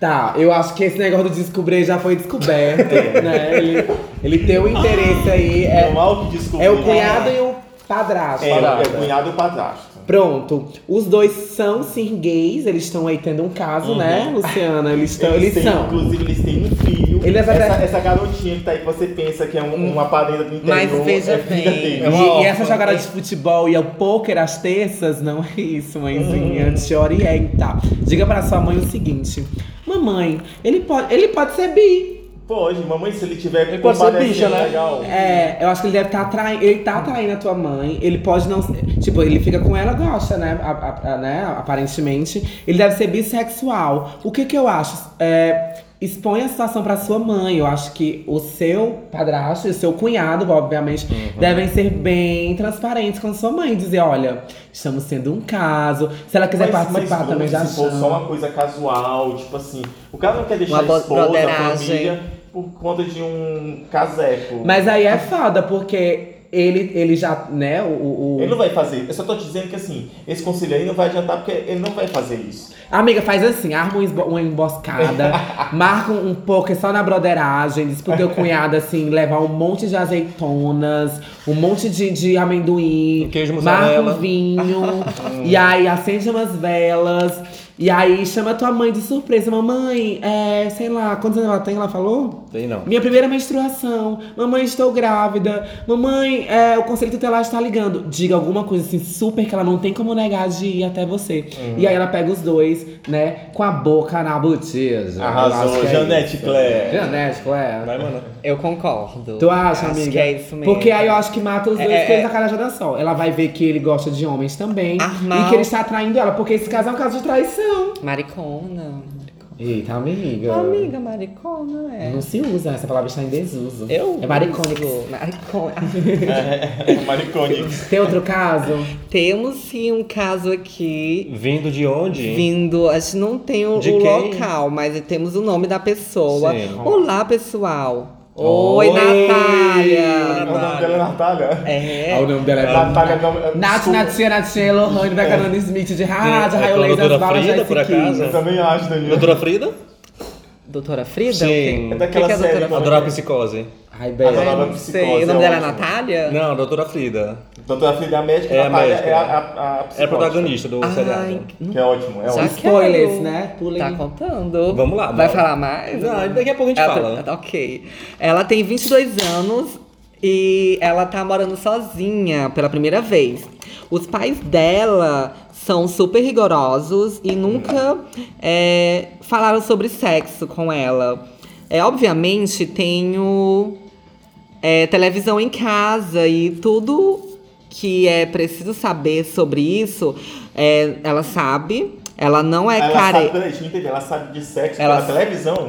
[SPEAKER 1] Tá, eu acho que esse negócio do descobrir já foi descoberto,
[SPEAKER 4] É.
[SPEAKER 1] né? Ele, ele tem o interesse aí. É,
[SPEAKER 3] Não há o que descobrir.
[SPEAKER 1] É o cunhado e o padrasto.
[SPEAKER 3] um É, é
[SPEAKER 4] Padrasto.
[SPEAKER 3] o cunhado e o padrasto.
[SPEAKER 1] Pronto. Os dois são sim gays, eles estão aí tendo um caso,
[SPEAKER 4] Uhum.
[SPEAKER 1] né, Luciana? Eles, estão, Então, eles, é
[SPEAKER 3] têm,
[SPEAKER 1] são.
[SPEAKER 3] Inclusive, eles têm um filho.
[SPEAKER 1] Eles até-
[SPEAKER 3] essa, essa garotinha que tá aí que você pensa que é um- uma parenta do interior.
[SPEAKER 2] Hum. Mas veja
[SPEAKER 3] é filha
[SPEAKER 2] bem.
[SPEAKER 3] dele.
[SPEAKER 4] É uma
[SPEAKER 1] E, e
[SPEAKER 4] órfã.
[SPEAKER 1] essa jogada de futebol e é o pôquer às terças não é isso, mãezinha. Te orienta. Diga pra sua mãe o seguinte: Mamãe, ele pode, ele pode ser bi.
[SPEAKER 3] Pode, mamãe, se ele tiver
[SPEAKER 4] Ele pode ser
[SPEAKER 3] comparecendo
[SPEAKER 4] bicha, né?
[SPEAKER 3] legal.
[SPEAKER 1] É, eu acho que ele deve estar atraindo. Ele tá atraindo a tua mãe. Ele pode não. ser- Tipo, ele fica com ela, gosta, né? A- a- a- né? Aparentemente. Ele deve ser bissexual. O que que eu acho? É, expõe a situação pra sua mãe. Eu acho que o seu padrasto e o seu cunhado, obviamente,
[SPEAKER 3] Uhum.
[SPEAKER 1] devem ser bem transparentes com sua mãe. Dizer, olha, estamos sendo um caso. Se ela quiser participar
[SPEAKER 3] Bruno,
[SPEAKER 1] também, já
[SPEAKER 3] Se for
[SPEAKER 1] chama.
[SPEAKER 3] só uma coisa casual, tipo assim, o cara não quer deixar
[SPEAKER 2] Uma
[SPEAKER 3] a esposa, a
[SPEAKER 2] broderagem.
[SPEAKER 3] família, por conta de um caseco.
[SPEAKER 1] Mas aí é foda, porque ele, ele já, né? O, o- o-
[SPEAKER 3] Ele não vai fazer. Eu só tô te dizendo que assim, esse conselho aí não vai adiantar porque ele não vai fazer isso.
[SPEAKER 1] Amiga, faz assim, arma um esbo- uma emboscada, marca um poker só na broderagem, diz pro teu cunhado, assim, levar um monte de azeitonas, um monte de, de amendoim,
[SPEAKER 4] Um queijo
[SPEAKER 1] marca
[SPEAKER 4] mussarela.
[SPEAKER 1] um vinho, e aí acende umas velas, e aí chama tua mãe de surpresa. Mamãe, é, sei lá, quantos anos ela tem? Ela falou?
[SPEAKER 4] Tem não.
[SPEAKER 1] Minha primeira menstruação. Mamãe, estou grávida. Mamãe, é, o conselho tutelar está ligando. Diga alguma coisa assim, super, que ela não tem como negar de ir até você. E aí ela pega os dois, né, com a boca na botija. Eu acho que é isso.
[SPEAKER 3] Claire.
[SPEAKER 1] Janete, Clé.
[SPEAKER 4] Vai, mano.
[SPEAKER 2] Eu concordo.
[SPEAKER 1] Tu acha,
[SPEAKER 2] Acho
[SPEAKER 1] amiga?
[SPEAKER 2] que é isso mesmo.
[SPEAKER 1] Porque aí eu acho que mata os dois
[SPEAKER 2] É, é,
[SPEAKER 1] coelhos
[SPEAKER 2] é.
[SPEAKER 1] na cara já da sol. Ela vai ver que ele gosta de homens também.
[SPEAKER 2] Armar
[SPEAKER 1] E que ele está atraindo ela. Porque esse caso é um caso de traição.
[SPEAKER 2] Maricona.
[SPEAKER 1] Eita, amiga.
[SPEAKER 2] Amiga, maricona, é.
[SPEAKER 1] Não se usa, essa palavra está em desuso.
[SPEAKER 2] Eu
[SPEAKER 1] é maricônico.
[SPEAKER 2] uso maricona.
[SPEAKER 3] Maricone.
[SPEAKER 1] Tem outro caso?
[SPEAKER 2] Temos sim um caso aqui
[SPEAKER 4] Vindo de onde?
[SPEAKER 2] vindo. A gente não tem o,
[SPEAKER 4] De
[SPEAKER 2] o
[SPEAKER 4] quem?
[SPEAKER 2] local, mas temos o nome da pessoa.
[SPEAKER 4] Sim.
[SPEAKER 2] Olá, pessoal. Oi,
[SPEAKER 4] Oi,
[SPEAKER 3] O
[SPEAKER 2] Natália.
[SPEAKER 3] nome dela é Natália.
[SPEAKER 1] É. o
[SPEAKER 2] É.
[SPEAKER 1] nome dela é
[SPEAKER 3] Natália não.
[SPEAKER 1] Nath,
[SPEAKER 3] desculpa.
[SPEAKER 1] Natia, Natia, Lohane,
[SPEAKER 3] É.
[SPEAKER 1] da Carolina Smith de rádio,
[SPEAKER 4] É, é
[SPEAKER 1] Raio Laser,
[SPEAKER 4] doutora
[SPEAKER 1] as balas
[SPEAKER 4] Frida,
[SPEAKER 1] já
[SPEAKER 4] por
[SPEAKER 1] se
[SPEAKER 4] acaso?
[SPEAKER 1] quis.
[SPEAKER 3] Eu também acho, Danilo.
[SPEAKER 4] Doutora Frida?
[SPEAKER 2] Doutora Frida?
[SPEAKER 4] Sim.
[SPEAKER 3] É daquela
[SPEAKER 2] Quem que é a
[SPEAKER 3] série.
[SPEAKER 2] doutora
[SPEAKER 4] Adorar psicose.
[SPEAKER 1] Ai,
[SPEAKER 3] A
[SPEAKER 1] bela.
[SPEAKER 3] nova
[SPEAKER 2] Não
[SPEAKER 3] psicose.
[SPEAKER 2] sei. O nome
[SPEAKER 3] é
[SPEAKER 2] dela é
[SPEAKER 3] ótima.
[SPEAKER 2] Natália?
[SPEAKER 4] Não, doutora Frida.
[SPEAKER 3] Doutora Frida é a médica,
[SPEAKER 4] É a
[SPEAKER 3] Natália
[SPEAKER 4] médica.
[SPEAKER 3] é a, a, a
[SPEAKER 4] É
[SPEAKER 3] psicóloga.
[SPEAKER 4] protagonista do
[SPEAKER 2] Ai,
[SPEAKER 4] seriado.
[SPEAKER 3] Que é
[SPEAKER 4] um
[SPEAKER 3] ótimo, é
[SPEAKER 2] Já
[SPEAKER 3] ótimo.
[SPEAKER 1] Spoilers,
[SPEAKER 2] quero.
[SPEAKER 1] né? Pulem.
[SPEAKER 2] Tá contando.
[SPEAKER 4] Vamos lá,
[SPEAKER 2] Vai
[SPEAKER 4] bora.
[SPEAKER 2] falar mais?
[SPEAKER 4] Não, daqui a pouco a gente
[SPEAKER 2] Ela
[SPEAKER 4] fala.
[SPEAKER 2] tá- ok. Ela tem 22 anos e ela tá morando sozinha pela primeira vez. Os pais dela são super rigorosos e nunca é, falaram sobre sexo com ela. É, obviamente, tenho é, televisão em casa e tudo que é preciso saber sobre isso, é, ela sabe. Ela não é
[SPEAKER 3] ela
[SPEAKER 2] care...
[SPEAKER 3] sabe, peraí, deixa eu entender, ela sabe de sexo
[SPEAKER 2] Ela
[SPEAKER 3] pela
[SPEAKER 2] sa-
[SPEAKER 3] televisão?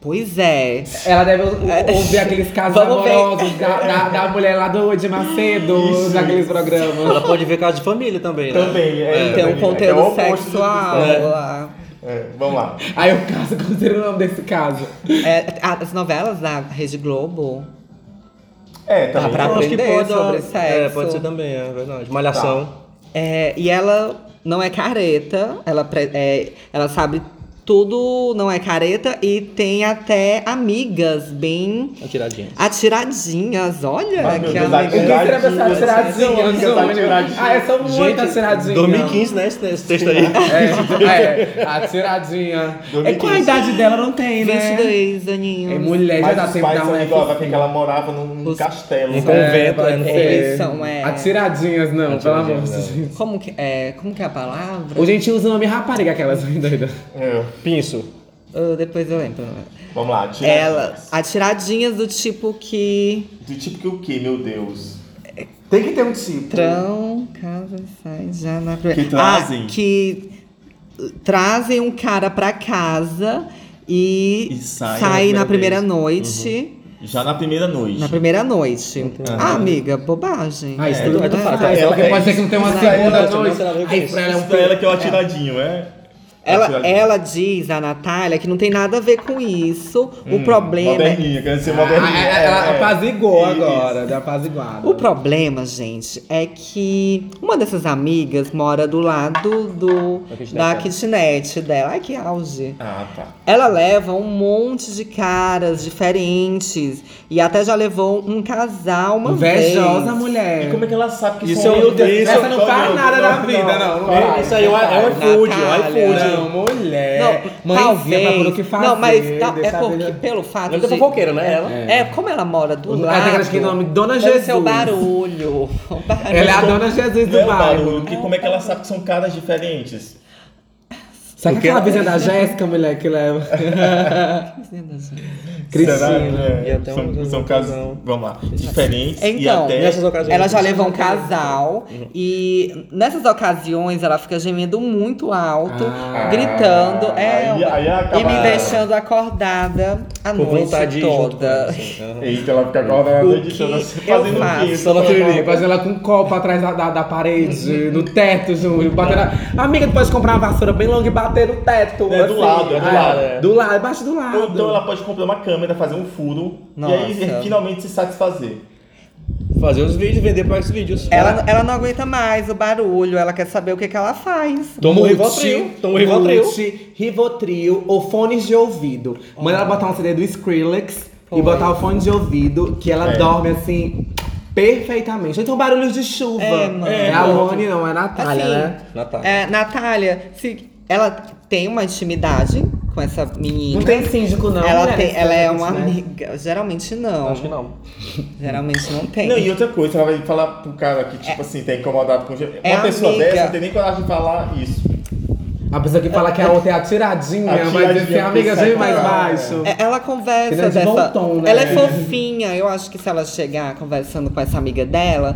[SPEAKER 2] Pois é.
[SPEAKER 1] Ela deve ou- ou- ouvir aqueles casos
[SPEAKER 2] Vamos ver.
[SPEAKER 1] amorosos da,
[SPEAKER 3] É.
[SPEAKER 1] da, da mulher lá do de Macedo, daqueles programas.
[SPEAKER 4] Ela pode ver casa de família também, né?
[SPEAKER 3] Também, é.
[SPEAKER 2] Tem
[SPEAKER 3] também,
[SPEAKER 2] um
[SPEAKER 3] é o
[SPEAKER 2] conteúdo
[SPEAKER 3] oposto do que
[SPEAKER 2] sexual.
[SPEAKER 3] você
[SPEAKER 4] né?
[SPEAKER 2] lá.
[SPEAKER 3] É, vamos lá.
[SPEAKER 1] Aí o caso, como seria o nome desse caso?
[SPEAKER 2] É, as novelas da Rede Globo.
[SPEAKER 3] É, também.
[SPEAKER 2] Ah, pra
[SPEAKER 4] Eu acho que
[SPEAKER 2] aprender
[SPEAKER 4] pode,
[SPEAKER 2] sobre
[SPEAKER 4] é,
[SPEAKER 2] sexo.
[SPEAKER 4] pode ser também, é verdade. Malhação.
[SPEAKER 2] É, e ela não é careta, ela, pre- é, ela sabe tudo, não é careta e tem até amigas bem
[SPEAKER 4] Tá. Tiradinha.
[SPEAKER 2] atiradinhas. Olha
[SPEAKER 3] Ai, meu
[SPEAKER 2] que
[SPEAKER 3] Deus, a
[SPEAKER 1] Quem
[SPEAKER 2] amiga.
[SPEAKER 3] atiradinha.
[SPEAKER 1] seria a pessoa
[SPEAKER 3] Tiradinha,
[SPEAKER 1] tiradinha? Júnior?
[SPEAKER 3] tiradinha.
[SPEAKER 1] Ah, eu sou muito atiradinha.
[SPEAKER 4] 2015, né? Esse, esse texto aí.
[SPEAKER 1] É, é, a tiradinha. É qual a
[SPEAKER 3] 2015.
[SPEAKER 1] idade dela? Não tem, né?
[SPEAKER 2] 22
[SPEAKER 1] É
[SPEAKER 2] aninhos.
[SPEAKER 1] mulher, já dá
[SPEAKER 3] Mas os
[SPEAKER 1] tempo de dar
[SPEAKER 3] pais
[SPEAKER 1] um
[SPEAKER 3] são
[SPEAKER 1] F.
[SPEAKER 3] igual, porque ela morava num
[SPEAKER 2] Os-
[SPEAKER 3] castelo.
[SPEAKER 4] Um
[SPEAKER 3] sabe?
[SPEAKER 4] convento,
[SPEAKER 1] pode
[SPEAKER 4] é, não
[SPEAKER 1] ser.
[SPEAKER 2] Eles são, é.
[SPEAKER 1] Atiradinhas, não, pelo amor de
[SPEAKER 4] Atiradinhas,
[SPEAKER 1] Deus.
[SPEAKER 2] Como que, é, como que é a palavra?
[SPEAKER 1] O gente usa o nome rapariga, aquelas doidas.
[SPEAKER 3] É.
[SPEAKER 4] Pinço.
[SPEAKER 2] Ah, depois eu lembro.
[SPEAKER 3] Vamos lá, tira.
[SPEAKER 2] Ela, atiradinhas do tipo que.
[SPEAKER 3] Do tipo que o quê, meu Deus?
[SPEAKER 5] Tem que ter um tipo.
[SPEAKER 2] Trão, casa, sai já na primeira.
[SPEAKER 3] Que trazem?
[SPEAKER 2] Ah, que trazem um cara pra casa e,
[SPEAKER 3] E saem na
[SPEAKER 2] saem na
[SPEAKER 3] primeira
[SPEAKER 2] primeira
[SPEAKER 3] Uhum.
[SPEAKER 2] noite.
[SPEAKER 3] Já na primeira noite.
[SPEAKER 2] Na primeira noite. Ah, amiga, bobagem.
[SPEAKER 1] Então, é. Ah, isso
[SPEAKER 4] É,
[SPEAKER 1] tudo
[SPEAKER 4] tu-
[SPEAKER 1] bem.
[SPEAKER 4] tu fala,
[SPEAKER 1] Ah,
[SPEAKER 4] tá,
[SPEAKER 1] isso
[SPEAKER 3] ela
[SPEAKER 1] porque
[SPEAKER 3] é
[SPEAKER 1] pode ser que não tenha uma segunda
[SPEAKER 4] Israel,
[SPEAKER 1] noite.
[SPEAKER 4] Israel,
[SPEAKER 1] Aí pra ela é
[SPEAKER 3] Isso
[SPEAKER 1] um
[SPEAKER 3] pra ela
[SPEAKER 1] pe-
[SPEAKER 3] que é o atiradinho, é?
[SPEAKER 2] Ela, é
[SPEAKER 3] Atiradinho.
[SPEAKER 2] ela diz, a Natália, que não tem nada a ver com isso.
[SPEAKER 3] Hum,
[SPEAKER 2] o problema é
[SPEAKER 3] Moderninha, quer ser
[SPEAKER 1] Ah,
[SPEAKER 3] moderninha.
[SPEAKER 1] Ela ela
[SPEAKER 3] é, é.
[SPEAKER 1] apazigou
[SPEAKER 3] Isso.
[SPEAKER 1] agora, deu apaziguada.
[SPEAKER 2] O problema, gente, é que uma dessas amigas mora do lado do,
[SPEAKER 4] kitnet
[SPEAKER 2] da
[SPEAKER 4] dela.
[SPEAKER 2] kitnet dela. Ai, que auge.
[SPEAKER 3] Ah, tá.
[SPEAKER 2] Ela leva um monte de caras diferentes. E até já levou um casal uma
[SPEAKER 1] Invejosa
[SPEAKER 2] vez.
[SPEAKER 1] mulher.
[SPEAKER 3] E como é que ela sabe que
[SPEAKER 4] Isso
[SPEAKER 3] são
[SPEAKER 4] é um-
[SPEAKER 3] eu desse-
[SPEAKER 4] isso-
[SPEAKER 1] Essa não faz
[SPEAKER 3] Olha,
[SPEAKER 1] nada
[SPEAKER 3] não,
[SPEAKER 1] da vida, não. não vai.
[SPEAKER 4] Isso aí é um é um iFood, é um
[SPEAKER 2] Natália.
[SPEAKER 4] iFood.
[SPEAKER 1] Não, mulher.
[SPEAKER 2] Não,
[SPEAKER 1] Mãezinha pra pôr o que
[SPEAKER 2] talvez.
[SPEAKER 1] fazer.
[SPEAKER 2] não, mas tá- é
[SPEAKER 1] deixar a
[SPEAKER 2] porque
[SPEAKER 1] vida-
[SPEAKER 2] pelo fato
[SPEAKER 4] Ela é
[SPEAKER 2] de...
[SPEAKER 4] fofoqueira, né? Ela.
[SPEAKER 2] É. é, como ela mora do
[SPEAKER 1] Ela tem
[SPEAKER 2] lado...
[SPEAKER 1] aquelas que é nome Dona
[SPEAKER 2] deve ser
[SPEAKER 1] Jesus.
[SPEAKER 2] o barulho. O barulho.
[SPEAKER 1] Ela é a dona Jesus
[SPEAKER 3] Não
[SPEAKER 1] do
[SPEAKER 3] é o
[SPEAKER 1] bairro.
[SPEAKER 3] barulho, que como é que ela sabe que são caras diferentes?
[SPEAKER 1] Sabe
[SPEAKER 4] Porque
[SPEAKER 1] aquela
[SPEAKER 4] ela-
[SPEAKER 1] vizinha da Jéssica, mulher, que leva?
[SPEAKER 3] Será?
[SPEAKER 1] Cristina.
[SPEAKER 3] É,
[SPEAKER 4] E até
[SPEAKER 3] são,
[SPEAKER 4] um-
[SPEAKER 3] são
[SPEAKER 4] um
[SPEAKER 3] casos,
[SPEAKER 4] casal.
[SPEAKER 3] vamos lá, diferentes e
[SPEAKER 2] Então,
[SPEAKER 3] até...
[SPEAKER 4] Nessas ocasiões.
[SPEAKER 2] Ela já levou um casal
[SPEAKER 4] Uhum.
[SPEAKER 2] e nessas ocasiões ela fica gemendo muito alto,
[SPEAKER 1] Ah.
[SPEAKER 2] gritando é,
[SPEAKER 3] Aí- aí acaba-
[SPEAKER 2] e me deixando acordada a
[SPEAKER 4] Com
[SPEAKER 2] noite
[SPEAKER 4] vontade de ir junto com ela,
[SPEAKER 2] toda.
[SPEAKER 4] assim. Aham.
[SPEAKER 3] Eita, ela fica acordando
[SPEAKER 2] O
[SPEAKER 3] editando,
[SPEAKER 2] que
[SPEAKER 3] assim,
[SPEAKER 2] eu
[SPEAKER 3] fazendo o
[SPEAKER 2] faço?
[SPEAKER 3] quê?
[SPEAKER 1] né?
[SPEAKER 4] Só na
[SPEAKER 1] Eu gosto dela com um copo atrás da, da, da parede, no teto, assim, Júnior. Batendo. a- Amiga, tu pode comprar uma vassoura bem longa e bater no teto.
[SPEAKER 3] É, do lado, é do lado,
[SPEAKER 1] É,
[SPEAKER 3] é.
[SPEAKER 1] Do lado, embaixo do lado.
[SPEAKER 3] Ou então ela pode comprar uma câmera, fazer um furo
[SPEAKER 2] Nossa.
[SPEAKER 3] e aí finalmente se satisfazer.
[SPEAKER 4] Fazer os vídeos, vender para os vídeos.
[SPEAKER 2] Ela, ela não aguenta mais o barulho, ela quer saber o que, que ela faz.
[SPEAKER 4] Toma o
[SPEAKER 1] Mute,
[SPEAKER 4] Rivotril. Toma o Rivotril.
[SPEAKER 1] mute, Rivotril ou fones de ouvido. Manda ela botar um CD do Skrillex e
[SPEAKER 2] Foi.
[SPEAKER 1] botar o fone de ouvido, que
[SPEAKER 3] É.
[SPEAKER 1] ela dorme assim perfeitamente. Ou Então barulhos de chuva.
[SPEAKER 2] É, mano.
[SPEAKER 1] é a Lone, não, é a Natália,
[SPEAKER 2] Assim,
[SPEAKER 1] né?
[SPEAKER 4] Natália.
[SPEAKER 2] É, Natália, se ela tem uma intimidade com essa menina.
[SPEAKER 1] Não tem síndico, não.
[SPEAKER 2] ela,
[SPEAKER 1] né?
[SPEAKER 2] tem, ela é uma
[SPEAKER 1] Né?
[SPEAKER 2] amiga. Geralmente não.
[SPEAKER 4] Acho que não.
[SPEAKER 2] Geralmente não tem.
[SPEAKER 3] Não, e outra coisa, ela vai falar pro cara que, tipo assim, tá incomodado com... Uma
[SPEAKER 2] É
[SPEAKER 3] pessoa
[SPEAKER 2] amiga.
[SPEAKER 3] dessa não tem nem coragem de falar isso.
[SPEAKER 1] A pessoa que fala que a outra é atiradinha, vai dizer assim,
[SPEAKER 3] Atiradinha,
[SPEAKER 1] amiga,
[SPEAKER 3] porque
[SPEAKER 1] vem
[SPEAKER 3] sai
[SPEAKER 1] mais
[SPEAKER 3] pra lá,
[SPEAKER 1] baixo.
[SPEAKER 2] É, Ela conversa
[SPEAKER 1] Porque ela é de
[SPEAKER 2] dessa.
[SPEAKER 1] bom tom, né?
[SPEAKER 2] Ela é fofinha. Eu acho que se ela chegar conversando com essa amiga dela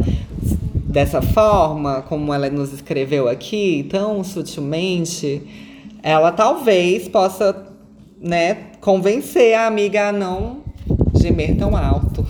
[SPEAKER 2] dessa forma, como ela nos escreveu aqui, tão sutilmente, ela talvez possa né, convencer a amiga a não gemer tão alto.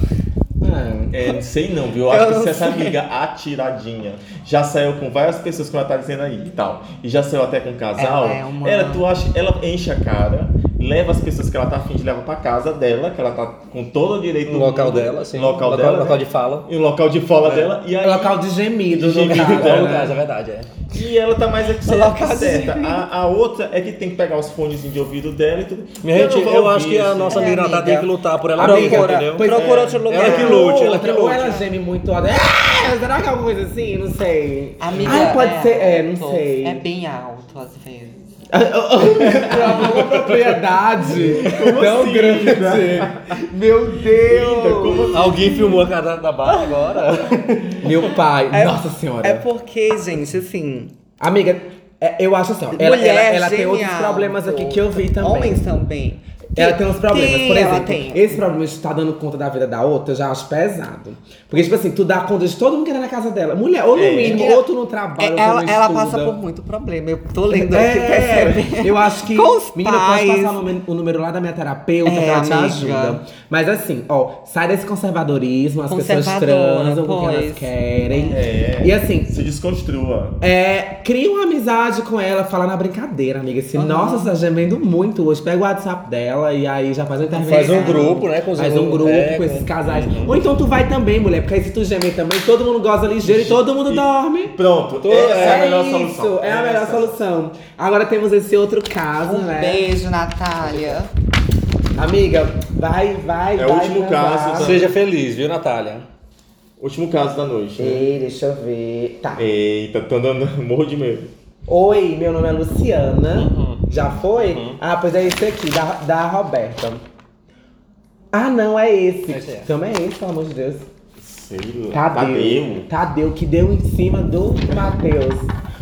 [SPEAKER 3] É, não sei não, viu? Eu acho
[SPEAKER 2] Eu
[SPEAKER 3] que se
[SPEAKER 2] não
[SPEAKER 3] essa
[SPEAKER 2] sei.
[SPEAKER 3] amiga atiradinha já saiu com várias pessoas que ela tá dizendo aí e tal, e já saiu até com um casal,
[SPEAKER 2] Ela é uma-
[SPEAKER 3] ela, tu acha, ela enche a cara, leva as pessoas que ela tá afim de levar pra casa dela, que ela tá com todo o direito
[SPEAKER 5] No Um local dela, sim. Um
[SPEAKER 3] No local,
[SPEAKER 5] local
[SPEAKER 3] dela,
[SPEAKER 5] local
[SPEAKER 3] né?
[SPEAKER 5] de fala.
[SPEAKER 3] E o local de fala dela, e aí.
[SPEAKER 1] É. Local de gemido,
[SPEAKER 3] De
[SPEAKER 1] no
[SPEAKER 3] gemido,
[SPEAKER 1] caso,
[SPEAKER 4] Então,
[SPEAKER 3] né?
[SPEAKER 5] É, no
[SPEAKER 1] né?
[SPEAKER 5] caso, é verdade, é.
[SPEAKER 3] E ela tá mais é que
[SPEAKER 2] Local
[SPEAKER 3] certa.
[SPEAKER 2] de
[SPEAKER 3] certa. A, a outra é que tem que pegar os fones de ouvido dela e tudo.
[SPEAKER 5] Minha gente,
[SPEAKER 3] não
[SPEAKER 5] eu,
[SPEAKER 3] vou ouvir
[SPEAKER 5] acho que a
[SPEAKER 3] isso.
[SPEAKER 5] nossa
[SPEAKER 2] É,
[SPEAKER 5] amiga Natália
[SPEAKER 2] amiga.
[SPEAKER 5] tem que lutar por ela
[SPEAKER 2] Procura, é.
[SPEAKER 5] mesma, entendeu?
[SPEAKER 2] procura outro lugar.
[SPEAKER 4] é
[SPEAKER 5] Ela que lute, ela que
[SPEAKER 1] É. Ou
[SPEAKER 5] lute.
[SPEAKER 1] ela geme muito alto. É, será que é alguma coisa assim? Não sei.
[SPEAKER 2] Amiga,
[SPEAKER 1] Ai, pode
[SPEAKER 2] é
[SPEAKER 1] ser. É, não
[SPEAKER 2] alto,
[SPEAKER 1] sei.
[SPEAKER 2] É bem alto às vezes.
[SPEAKER 1] Pra alguma propriedade tão assim.
[SPEAKER 3] assim,
[SPEAKER 1] grande. Meu
[SPEAKER 3] Eita,
[SPEAKER 1] Deus!
[SPEAKER 3] como assim?
[SPEAKER 5] Alguém filmou a cara da barra agora?
[SPEAKER 1] Meu pai,
[SPEAKER 2] É-
[SPEAKER 1] nossa senhora.
[SPEAKER 2] É porque, gente, assim,
[SPEAKER 1] Amiga, é- eu acho assim, ó, ela,
[SPEAKER 2] mulher
[SPEAKER 1] ela, ela tem
[SPEAKER 2] genial,
[SPEAKER 1] outros problemas aqui
[SPEAKER 2] pô.
[SPEAKER 1] que eu vi também.
[SPEAKER 2] Homens também.
[SPEAKER 1] Ela
[SPEAKER 2] Que-
[SPEAKER 1] tem uns problemas,
[SPEAKER 2] Tem,
[SPEAKER 1] por exemplo.
[SPEAKER 2] Ela tem.
[SPEAKER 1] Esse problema de estar dando conta da vida da outra, eu já acho pesado. Porque, tipo assim, tu dá conta de todo mundo que tá na casa dela. Mulher, ou no mínimo,
[SPEAKER 2] Ela-
[SPEAKER 1] ou tu não trabalha, ou tu
[SPEAKER 2] É, ela
[SPEAKER 1] não
[SPEAKER 2] ela
[SPEAKER 1] estuda.
[SPEAKER 2] passa por muito problema. Eu tô lendo aqui,
[SPEAKER 1] É,
[SPEAKER 2] percebe?
[SPEAKER 1] eu acho que.
[SPEAKER 2] Com os
[SPEAKER 1] menina, pode
[SPEAKER 2] pais.
[SPEAKER 1] passar o número, o número lá da minha terapeuta que
[SPEAKER 2] É,
[SPEAKER 1] ela te
[SPEAKER 2] amiga.
[SPEAKER 1] ajuda. Mas assim, ó, sai desse conservadorismo, as pessoas
[SPEAKER 2] Conservadora,
[SPEAKER 1] transam com o que
[SPEAKER 2] pois.
[SPEAKER 1] elas querem.
[SPEAKER 3] É.
[SPEAKER 1] E assim,
[SPEAKER 3] Se desconstrua.
[SPEAKER 1] é, cria uma amizade com ela, fala na brincadeira, amiga. Assim, Nossa, você tá gemendo muito hoje. Pega o WhatsApp dela e aí já faz uma intervenção.
[SPEAKER 5] Faz um grupo, né, com os
[SPEAKER 1] Faz um
[SPEAKER 5] alunos,
[SPEAKER 1] grupo
[SPEAKER 5] é,
[SPEAKER 1] com
[SPEAKER 5] com-
[SPEAKER 1] esses casais. Ou então tu vai também, mulher, porque aí se tu gemer também, todo mundo goza ligeiro e todo mundo dorme.
[SPEAKER 3] Pronto,
[SPEAKER 5] Tô-
[SPEAKER 3] essa é a
[SPEAKER 1] É
[SPEAKER 3] melhor
[SPEAKER 1] isso,
[SPEAKER 3] solução.
[SPEAKER 1] é a melhor
[SPEAKER 3] Essa.
[SPEAKER 1] solução. Agora temos esse outro caso,
[SPEAKER 2] Um
[SPEAKER 1] né?
[SPEAKER 2] beijo, Natália.
[SPEAKER 1] Amiga, vai, vai, vai.
[SPEAKER 3] É o último
[SPEAKER 1] vai,
[SPEAKER 3] caso,
[SPEAKER 1] vai.
[SPEAKER 3] tá?
[SPEAKER 5] Seja feliz, viu, Natália?
[SPEAKER 3] Último caso da noite. né?
[SPEAKER 1] Ei, deixa eu ver. Tá.
[SPEAKER 3] Eita, tô andando, morro de medo.
[SPEAKER 1] Oi, meu nome é Luciana.
[SPEAKER 3] Uhum.
[SPEAKER 1] Já foi? Ah, pois é esse aqui, da, da Roberta. Ah, não, é esse.
[SPEAKER 5] Esse é.
[SPEAKER 1] Também é esse, pelo amor de Deus.
[SPEAKER 3] Sei lá.
[SPEAKER 1] Tadeu. Tadeu, que deu em cima do Matheus.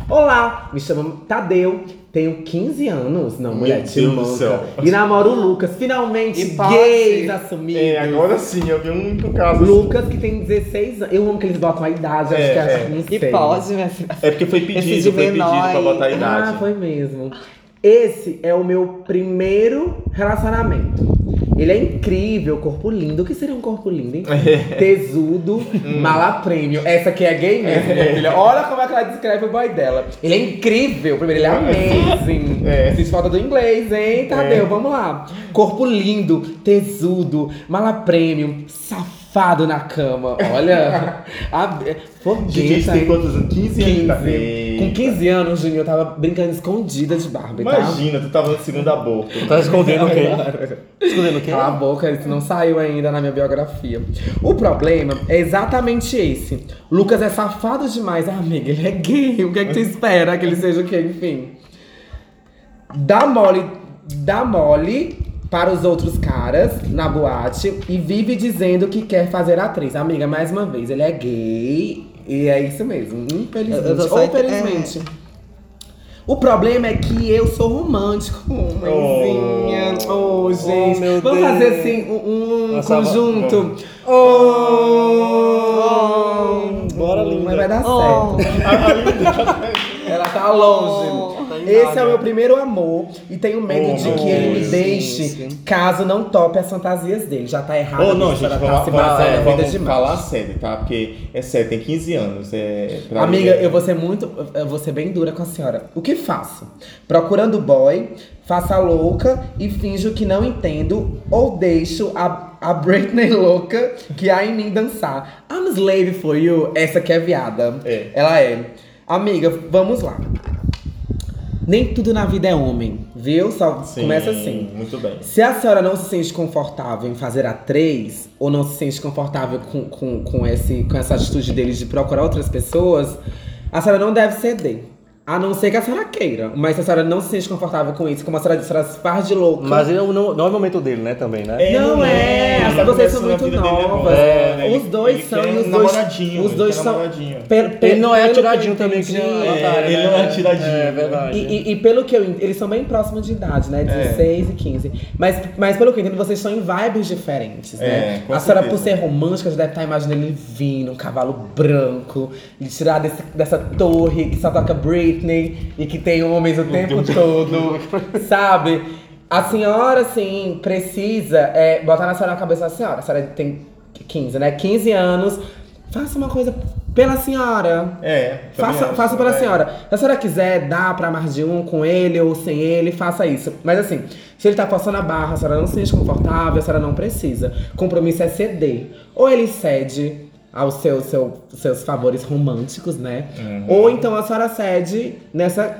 [SPEAKER 1] Olá, me chamo Tadeu, tenho 15 anos. Não,
[SPEAKER 3] Meu
[SPEAKER 1] mulher, te
[SPEAKER 3] Deus do
[SPEAKER 1] manca.
[SPEAKER 3] céu.
[SPEAKER 1] E namoro o Lucas, finalmente
[SPEAKER 2] E passe.
[SPEAKER 1] gays assumidos.
[SPEAKER 3] É, agora sim, eu vi um único caso. assim.
[SPEAKER 1] Lucas, que tem 16 anos. Eu amo que eles botam a idade, acho
[SPEAKER 3] É,
[SPEAKER 1] que é,
[SPEAKER 3] é.
[SPEAKER 1] não
[SPEAKER 2] E
[SPEAKER 1] sei.
[SPEAKER 2] pode, minha filha.
[SPEAKER 3] É porque foi
[SPEAKER 2] Esse
[SPEAKER 3] pedido,
[SPEAKER 2] de
[SPEAKER 3] foi pedido
[SPEAKER 2] menor
[SPEAKER 3] pra
[SPEAKER 2] aí.
[SPEAKER 3] botar a idade.
[SPEAKER 1] Ah, foi mesmo. Esse é o meu primeiro relacionamento. Ele é incrível, corpo lindo. O que seria um corpo lindo, hein? Tesudo,
[SPEAKER 3] Hum.
[SPEAKER 1] mala prêmio. Essa aqui é gay mesmo, minha filha. Olha como é que ela descreve o boy dela. Ele é incrível, primeiro, ele é amazing.
[SPEAKER 3] É.
[SPEAKER 1] Fiz falta do inglês, hein, Tadeu? Vamos lá. Corpo lindo, tesudo, mala prêmio, safado na cama. Olha. a...
[SPEAKER 3] Gente,
[SPEAKER 1] Forgueta,
[SPEAKER 3] tem
[SPEAKER 1] hein?
[SPEAKER 3] quantos anos? 15,
[SPEAKER 1] 15.
[SPEAKER 3] anos. tá
[SPEAKER 1] Com 15 anos, Juninho, eu tava brincando escondida de Barbie, tá?
[SPEAKER 3] Imagina, tu tava no segundo aborto.
[SPEAKER 5] Tá escondendo o quê? Ah. Escondendo o quê?
[SPEAKER 3] é?
[SPEAKER 1] Cala a boca, isso não saiu ainda na minha biografia. O problema é exatamente esse. Lucas é safado demais, Ah, amiga. Ele é gay. O que é que tu espera que ele seja o quê? Enfim. Dá mole, dá mole para os outros caras na boate e vive dizendo que quer fazer atriz. Amiga, mais uma vez, ele é gay e é isso mesmo. Infelizmente.
[SPEAKER 2] Eu- eu tô só é,
[SPEAKER 1] Ou
[SPEAKER 2] ente-
[SPEAKER 1] felizmente. O problema é que eu sou romântico, mãezinha. Oh, gente.
[SPEAKER 5] meu
[SPEAKER 1] Vamos
[SPEAKER 5] Deus.
[SPEAKER 1] fazer assim um, um
[SPEAKER 5] Uma salva-
[SPEAKER 1] conjunto. Oh,
[SPEAKER 5] Bora, linda.
[SPEAKER 1] Mas vai dar
[SPEAKER 2] Oh.
[SPEAKER 1] certo. Ela tá longe.
[SPEAKER 3] Tá
[SPEAKER 2] Oh.
[SPEAKER 1] Esse é o meu primeiro amor e tenho medo
[SPEAKER 3] Oh,
[SPEAKER 1] de
[SPEAKER 3] meu
[SPEAKER 1] que ele me
[SPEAKER 3] Deus.
[SPEAKER 1] deixe caso não tope as fantasias dele. Já tá errado.
[SPEAKER 3] Ô, não,
[SPEAKER 1] bicho,
[SPEAKER 3] gente,
[SPEAKER 1] ela
[SPEAKER 3] vamos,
[SPEAKER 1] tá se
[SPEAKER 3] vamos-
[SPEAKER 1] baseando na
[SPEAKER 3] é,
[SPEAKER 1] vida
[SPEAKER 3] vamos
[SPEAKER 1] demais.
[SPEAKER 3] falar sério, tá? Porque é sério, tem 15 anos. É, pra
[SPEAKER 1] Amiga,
[SPEAKER 3] mim, é-
[SPEAKER 1] eu vou ser muito. Eu vou ser bem dura com a senhora. O que faço? Procurando boy, faço a louca e finjo que não entendo, ou deixo a, a Britney louca que há em mim dançar. I'm slave for you. Essa que é viada.
[SPEAKER 3] É.
[SPEAKER 1] Ela é. Amiga, vamos lá. Nem tudo na vida é homem, viu? Só
[SPEAKER 3] Sim,
[SPEAKER 1] começa assim.
[SPEAKER 3] Muito bem.
[SPEAKER 1] Se a senhora não se sente confortável em fazer a três, ou não se sente confortável com, com, com, esse, com essa atitude dele de procurar outras pessoas, a senhora não deve ceder. A não ser que a senhora queira. Mas se a senhora não se sente confortável com isso, como a senhora disse, a senhora se faz de louca.
[SPEAKER 5] Mas eu não, não é o momento dele, né, também, né?
[SPEAKER 1] Não é,
[SPEAKER 3] ela tá
[SPEAKER 1] vocês são
[SPEAKER 3] começando a
[SPEAKER 1] muito
[SPEAKER 3] vida dele agora,
[SPEAKER 1] novas.
[SPEAKER 3] né? Ele-
[SPEAKER 1] os dois
[SPEAKER 3] ele
[SPEAKER 1] são
[SPEAKER 3] quer
[SPEAKER 1] e os
[SPEAKER 3] um
[SPEAKER 1] dois.
[SPEAKER 3] namoradinho,
[SPEAKER 1] os
[SPEAKER 3] ele
[SPEAKER 1] dois
[SPEAKER 3] quer
[SPEAKER 1] são.
[SPEAKER 3] namoradinho.
[SPEAKER 1] Pel- pel-
[SPEAKER 5] Ele não é
[SPEAKER 1] pelo que eu
[SPEAKER 5] atiradinho também, que nem a
[SPEAKER 1] entendi,
[SPEAKER 5] Natália,
[SPEAKER 3] ele
[SPEAKER 5] né?
[SPEAKER 3] não é atiradinho.
[SPEAKER 5] É verdade.
[SPEAKER 1] E, e- e pelo que eu ent- eles são bem próximos de idade,
[SPEAKER 3] É.
[SPEAKER 1] né? 16 e 15. Mas, mas pelo que eu entendo, vocês estão em vibes diferentes,
[SPEAKER 3] É,
[SPEAKER 1] né?
[SPEAKER 3] com
[SPEAKER 1] a senhora, por ser
[SPEAKER 3] certeza.
[SPEAKER 1] romântica, já deve estar imaginando ele vindo, um cavalo branco, e tirar desse- dessa torre que só toca Britney e que tem homens o tempo todo, sabe? A senhora, assim, precisa é, botar na senhora na cabeça da senhora. A senhora tem 15, né? 15 anos. Faça uma coisa pela senhora.
[SPEAKER 3] É. também
[SPEAKER 1] Faça,
[SPEAKER 3] acho,
[SPEAKER 1] faça pela
[SPEAKER 3] é.
[SPEAKER 1] senhora. Se a senhora quiser dar pra mais de um com ele ou sem ele, faça isso. Mas assim, se ele tá forçando a barra, a senhora não se sente confortável, a senhora não precisa. Compromisso é ceder. Ou ele cede aos seus, seu- seus favores românticos, né?
[SPEAKER 3] Uhum.
[SPEAKER 1] Ou então a senhora cede nessa.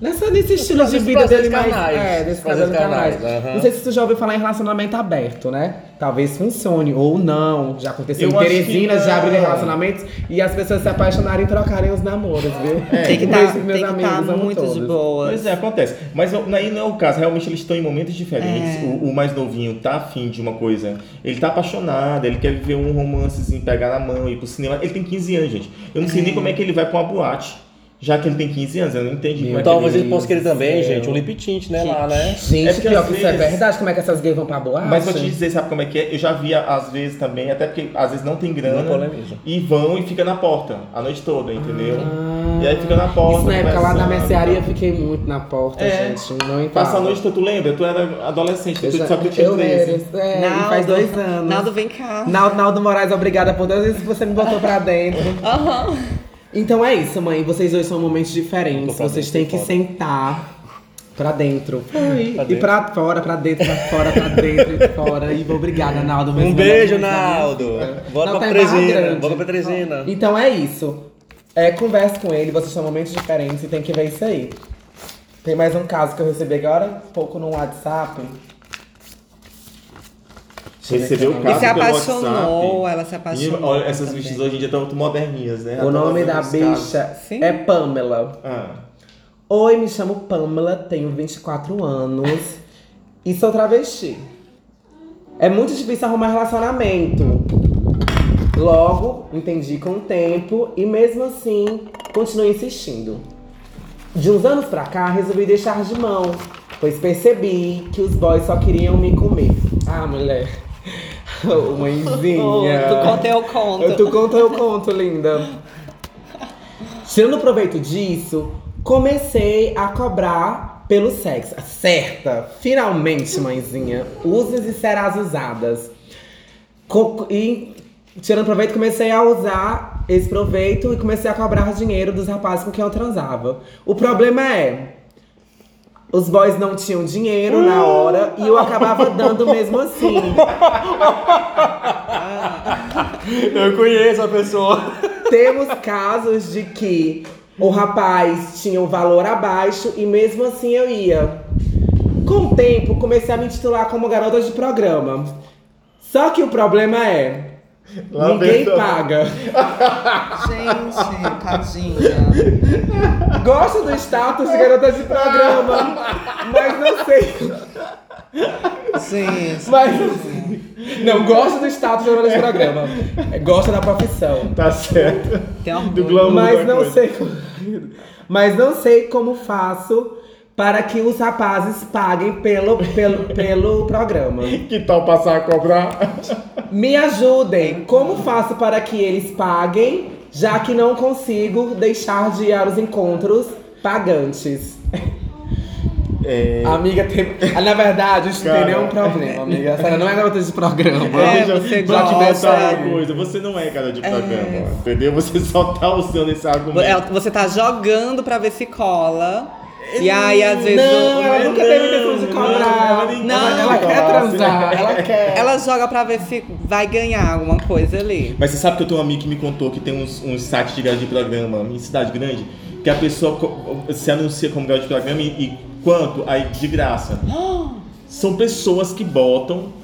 [SPEAKER 1] Nessa, nesse estilo de
[SPEAKER 5] Esses
[SPEAKER 1] vida
[SPEAKER 5] prazeres
[SPEAKER 1] dele mais.
[SPEAKER 5] carnais.
[SPEAKER 1] É, desse
[SPEAKER 5] Prazeres
[SPEAKER 1] prazeres carnais.
[SPEAKER 5] carnais, aham.
[SPEAKER 1] Não sei se você já ouviu falar em relacionamento aberto, né? Talvez funcione, ou não. Já aconteceu
[SPEAKER 3] Eu
[SPEAKER 1] em
[SPEAKER 3] acho que
[SPEAKER 1] Teresina, já abriram
[SPEAKER 3] não.
[SPEAKER 1] relacionamentos e as pessoas se apaixonarem e trocarem os namoros, viu?
[SPEAKER 2] Tem que
[SPEAKER 1] Um
[SPEAKER 2] tá-
[SPEAKER 1] beijo pros
[SPEAKER 2] tem
[SPEAKER 1] meus
[SPEAKER 2] que tá
[SPEAKER 1] amigos, amo
[SPEAKER 2] muito de
[SPEAKER 1] todos.
[SPEAKER 2] boa.
[SPEAKER 3] Pois é, acontece. Mas não- aí não é o caso, realmente eles estão em momentos diferentes.
[SPEAKER 2] É.
[SPEAKER 3] O, o mais novinho tá afim de uma coisa. Ele tá apaixonado, ele quer viver um romancezinho, pegar na mão, ir pro cinema. Ele tem 15 anos, gente. Eu não sei nem como é que ele vai pra uma boate, já que ele tem 15 anos. Eu não
[SPEAKER 5] Então,
[SPEAKER 3] entendi como é que
[SPEAKER 4] Talvez ele
[SPEAKER 3] ele...
[SPEAKER 4] possa querer também, gente, um lip tint, né, lá, né?
[SPEAKER 1] Gente,
[SPEAKER 3] É porque
[SPEAKER 1] pior
[SPEAKER 3] às
[SPEAKER 1] que isso é
[SPEAKER 3] vezes-
[SPEAKER 1] verdade. Como é que essas gays vão pra boate?
[SPEAKER 3] Mas vou te dizer, sabe como é que é? Eu já vi, às vezes, também, até porque às vezes não tem grana.
[SPEAKER 4] Não polemiza.
[SPEAKER 3] e vão e fica na porta a noite toda, entendeu? E aí fica na porta.
[SPEAKER 1] Ah. Isso na época lá da
[SPEAKER 3] conversando,
[SPEAKER 1] mercearia, eu fiquei muito na porta,
[SPEAKER 3] É.
[SPEAKER 1] gente. Não entrava.
[SPEAKER 3] Passa a noite, toda, tu lembra? Tu era adolescente,
[SPEAKER 1] Eu
[SPEAKER 3] tu
[SPEAKER 1] já-
[SPEAKER 3] só que tu tinha
[SPEAKER 1] eu
[SPEAKER 3] 13.
[SPEAKER 1] era, é, e faz dois anos.
[SPEAKER 2] Naldo, vem cá.
[SPEAKER 1] Naldo, Naldo Moraes, obrigada por Deus que você me botou pra dentro.
[SPEAKER 2] Aham.
[SPEAKER 1] Então é isso, mãe. Vocês dois são momentos diferentes. Vocês têm que sentar pra dentro. E pra fora, pra dentro, pra fora, pra dentro e fora. E obrigada, Naldo. mais
[SPEAKER 4] Um
[SPEAKER 1] uma
[SPEAKER 4] beijo,
[SPEAKER 1] vez na minha
[SPEAKER 4] Naldo.
[SPEAKER 1] vida.
[SPEAKER 4] Bora
[SPEAKER 1] Não,
[SPEAKER 4] pra
[SPEAKER 1] tá em Barra
[SPEAKER 4] Trezina.
[SPEAKER 1] Grande.
[SPEAKER 4] Bora pra Trezina.
[SPEAKER 1] Então é isso. É, converse com ele, vocês são momentos diferentes e tem que ver isso aí. Tem mais um caso que eu recebi agora, um pouco no WhatsApp.
[SPEAKER 3] Recebeu o
[SPEAKER 1] E
[SPEAKER 3] caso
[SPEAKER 2] se
[SPEAKER 3] pelo
[SPEAKER 2] apaixonou,
[SPEAKER 3] WhatsApp.
[SPEAKER 2] ela se apaixonou
[SPEAKER 3] E, olha, essas
[SPEAKER 2] também.
[SPEAKER 3] bichas hoje em dia estão muito moderninhas, né?
[SPEAKER 1] O
[SPEAKER 3] Ela
[SPEAKER 1] nome
[SPEAKER 3] tá
[SPEAKER 1] da
[SPEAKER 3] fazendo os casos.
[SPEAKER 1] bicha
[SPEAKER 2] Sim.
[SPEAKER 1] é Pamela.
[SPEAKER 3] Ah.
[SPEAKER 1] Oi, me chamo Pamela, tenho 24 anos e sou travesti. É muito difícil arrumar relacionamento. Logo, entendi com o tempo e mesmo assim, continuo insistindo. De uns anos pra cá, resolvi deixar de mão, pois percebi que os boys só queriam me comer. Ah, mulher. Ô, mãezinha.
[SPEAKER 2] Oh, tu conta, eu conto.
[SPEAKER 1] é. Eu, tu conta, eu conto, linda. Tirando proveito disso, comecei a cobrar pelo sexo. Certa! Finalmente, mãezinha. Uses e serás usadas. Co- e tirando proveito, comecei a usar esse proveito e comecei a cobrar dinheiro dos rapazes com quem eu transava. O problema é. Os boys não tinham dinheiro na hora e eu acabava dando mesmo assim.
[SPEAKER 4] Eu conheço a pessoa.
[SPEAKER 1] Temos casos de que o rapaz tinha um valor abaixo e mesmo assim eu ia. Com o tempo, comecei a me titular como garota de programa. Só que o problema é.
[SPEAKER 3] Lá
[SPEAKER 1] ninguém
[SPEAKER 3] vem todo-
[SPEAKER 1] paga.
[SPEAKER 2] Gente, tadinha.
[SPEAKER 1] Gosto do status de garota de programa, mas não sei.
[SPEAKER 2] Gente.
[SPEAKER 1] Mas não sei. Não, gosto do status de garota de programa. Gosto da profissão.
[SPEAKER 3] Tá certo.
[SPEAKER 2] Tem orgulho.
[SPEAKER 3] Do glamour
[SPEAKER 1] Mas
[SPEAKER 3] da
[SPEAKER 1] não
[SPEAKER 3] coisa.
[SPEAKER 1] sei como... Mas não sei como faço para que os rapazes paguem pelo, pelo, pelo programa.
[SPEAKER 3] Que tal passar a cobrar?
[SPEAKER 1] Me ajudem. Como faço para que eles paguem, já que não consigo deixar de ir aos encontros pagantes?
[SPEAKER 3] É.
[SPEAKER 1] Amiga, tem... Ah, na verdade, isso
[SPEAKER 3] Cara.
[SPEAKER 1] tem nenhum problema, amiga. A senhora não é garota de programa.
[SPEAKER 2] É,
[SPEAKER 3] Vamos
[SPEAKER 2] você
[SPEAKER 3] já te
[SPEAKER 2] gosta.
[SPEAKER 3] contar uma coisa. Você não é cara de programa, entendeu? Você só tá usando esse argumento.
[SPEAKER 2] É, Você tá jogando pra ver se cola. E aí, às vezes.
[SPEAKER 1] Não,
[SPEAKER 2] o-
[SPEAKER 1] ela nunca teve
[SPEAKER 3] É, não,
[SPEAKER 1] intenção de
[SPEAKER 3] não,
[SPEAKER 1] cobrar.
[SPEAKER 3] ela é nem-
[SPEAKER 1] ela,
[SPEAKER 2] ela nem
[SPEAKER 1] quer
[SPEAKER 3] gosta.
[SPEAKER 1] transar, ela quer.
[SPEAKER 2] Ela joga pra ver se vai ganhar alguma coisa ali.
[SPEAKER 3] Mas você sabe que eu tenho um amigo que me contou que tem uns, uns sites de grade de programa em cidade grande que a pessoa co- se anuncia como grade de programa e, e quanto? Aí de graça. São pessoas que botam,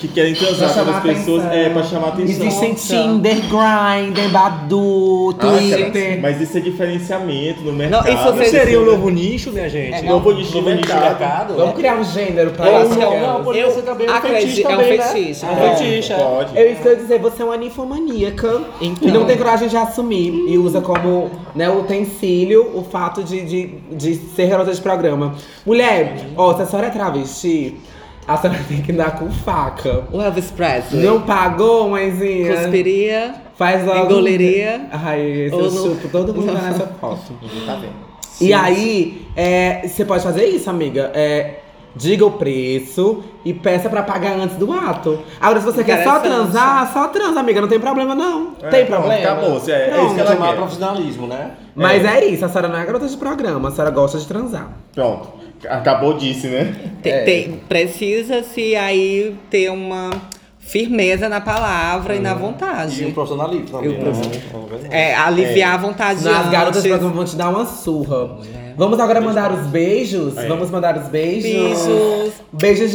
[SPEAKER 3] que querem transar com as pessoas, é, pra chamar atenção.
[SPEAKER 1] Existem
[SPEAKER 2] Nossa.
[SPEAKER 1] Tinder, Grindr, Badu,
[SPEAKER 3] Ah, cara,
[SPEAKER 1] Twitter.
[SPEAKER 3] mas isso é diferenciamento no mercado.
[SPEAKER 2] isso
[SPEAKER 3] Não,
[SPEAKER 2] vocês-
[SPEAKER 4] Seria um novo nicho, né, gente?
[SPEAKER 3] É, novo nicho de mercado.
[SPEAKER 1] Vamos criar um gênero pra
[SPEAKER 4] Ou
[SPEAKER 1] isso.
[SPEAKER 4] não,
[SPEAKER 1] cara.
[SPEAKER 4] não, pode
[SPEAKER 2] Eu
[SPEAKER 4] ser também um
[SPEAKER 2] acredito-
[SPEAKER 4] fetiche
[SPEAKER 2] é um
[SPEAKER 4] também, né?
[SPEAKER 2] fetiche.
[SPEAKER 4] É um
[SPEAKER 2] Pode,
[SPEAKER 4] fetiche, é.
[SPEAKER 3] Pode.
[SPEAKER 1] Eu estou dizer, você é uma ninfomaníaca e não tem coragem de assumir. E usa como né, utensílio o fato de, de, de ser garota de programa. Mulher, ó, se a senhora é travesti, a senhora tem que andar com faca.
[SPEAKER 2] é. O Elvis Presley.
[SPEAKER 1] Não pagou, mãezinha?
[SPEAKER 4] né?
[SPEAKER 2] Cuspiria.
[SPEAKER 1] Faz logo. um
[SPEAKER 2] Engoleria.
[SPEAKER 1] Ai, esse
[SPEAKER 2] Ou
[SPEAKER 1] eu
[SPEAKER 2] no-
[SPEAKER 1] chupo. Todo mundo vai nessa foto.
[SPEAKER 3] Ninguém tá vendo.
[SPEAKER 1] E aí, é, você pode fazer isso, amiga. É, diga o preço e peça pra pagar antes do ato. Agora, se você quer só
[SPEAKER 2] Interessante.
[SPEAKER 1] transar, só transa, amiga, não tem problema não.
[SPEAKER 3] É,
[SPEAKER 1] tem
[SPEAKER 3] pronto,
[SPEAKER 1] problema.
[SPEAKER 3] acabou, é- é isso que
[SPEAKER 1] Pronto.
[SPEAKER 3] ela
[SPEAKER 5] Chamar
[SPEAKER 3] quer.
[SPEAKER 5] profissionalismo, né?
[SPEAKER 1] Mas é. isso, a senhora não é garota de programa, a senhora gosta de transar.
[SPEAKER 3] Pronto. Acabou disso, né?
[SPEAKER 4] É.
[SPEAKER 2] Te- tem- Precisa-se aí ter uma firmeza na palavra
[SPEAKER 4] É.
[SPEAKER 2] É, e na vontade.
[SPEAKER 5] E o profissionalismo também,
[SPEAKER 2] Eu-
[SPEAKER 5] né?
[SPEAKER 2] É, aliviar a vontade
[SPEAKER 1] As garotas de
[SPEAKER 2] antes.
[SPEAKER 1] programa vão te dar uma surra. Vamos agora mandar os beijos?
[SPEAKER 3] Aí.
[SPEAKER 1] Vamos mandar os beijos?
[SPEAKER 2] Beijos.
[SPEAKER 1] Beijo,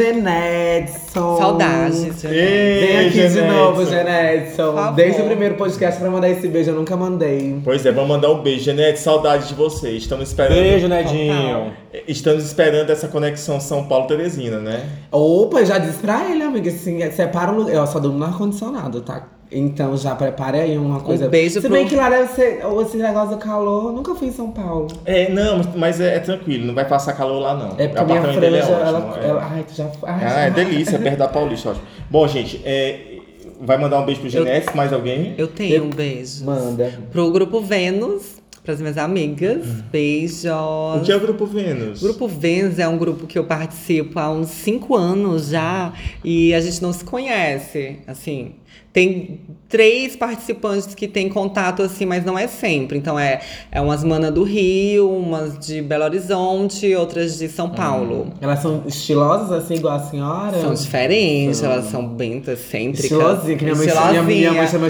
[SPEAKER 1] Genedson.
[SPEAKER 2] Saudades.
[SPEAKER 1] Vem
[SPEAKER 3] Ei,
[SPEAKER 1] aqui de
[SPEAKER 3] Janete.
[SPEAKER 1] novo, Genedson.
[SPEAKER 2] favor.
[SPEAKER 1] Desde o primeiro podcast pra mandar esse beijo, eu nunca mandei.
[SPEAKER 3] Pois é, vamos mandar um beijo, Janete. Saudade de você. Estamos esperando.
[SPEAKER 4] Beijo, Nedinho.
[SPEAKER 3] Estamos esperando essa conexão São Paulo-Teresina, né?
[SPEAKER 1] Opa, eu já disse pra ele, amiga, assim, separa o lugar. Eu só durmo no ar-condicionado, tá? Então já prepare aí uma coisa.
[SPEAKER 2] Um beijo
[SPEAKER 1] Se bem
[SPEAKER 2] pro-
[SPEAKER 1] que lá deve ser ou esse negócio do calor, eu nunca fui em São Paulo.
[SPEAKER 3] É, não, mas é, é tranquilo, não vai passar calor lá, não.
[SPEAKER 1] É porque
[SPEAKER 3] O
[SPEAKER 1] a minha
[SPEAKER 3] apartamento
[SPEAKER 1] franja,
[SPEAKER 3] dele é
[SPEAKER 1] ela,
[SPEAKER 3] ótimo, é.
[SPEAKER 1] ela- Ai, tu já foi. Ai,
[SPEAKER 3] Ah, é
[SPEAKER 1] já-
[SPEAKER 3] delícia, perto da Paulista, ótimo. Bom, gente, é, vai mandar um beijo pro Genete, mais alguém?
[SPEAKER 2] Eu tenho um beijo.
[SPEAKER 1] Manda.
[SPEAKER 2] Pro grupo Vênus, pras minhas amigas.
[SPEAKER 4] Hum.
[SPEAKER 2] Beijos.
[SPEAKER 3] O que é o Grupo Vênus?
[SPEAKER 2] O Grupo Vênus é um grupo que eu participo há uns cinco anos já e a gente não se conhece, assim. Tem três participantes que têm contato, assim, mas não é sempre. Então é, é umas manas do Rio, umas de Belo Horizonte, outras de São Paulo.
[SPEAKER 1] Elas são estilosas assim, igual a senhora?
[SPEAKER 2] São diferentes, elas são bem excêntricas.
[SPEAKER 1] Estilosinha, que minha mãe-
[SPEAKER 2] Estilosinha.
[SPEAKER 1] minha mãe chama
[SPEAKER 2] Ela-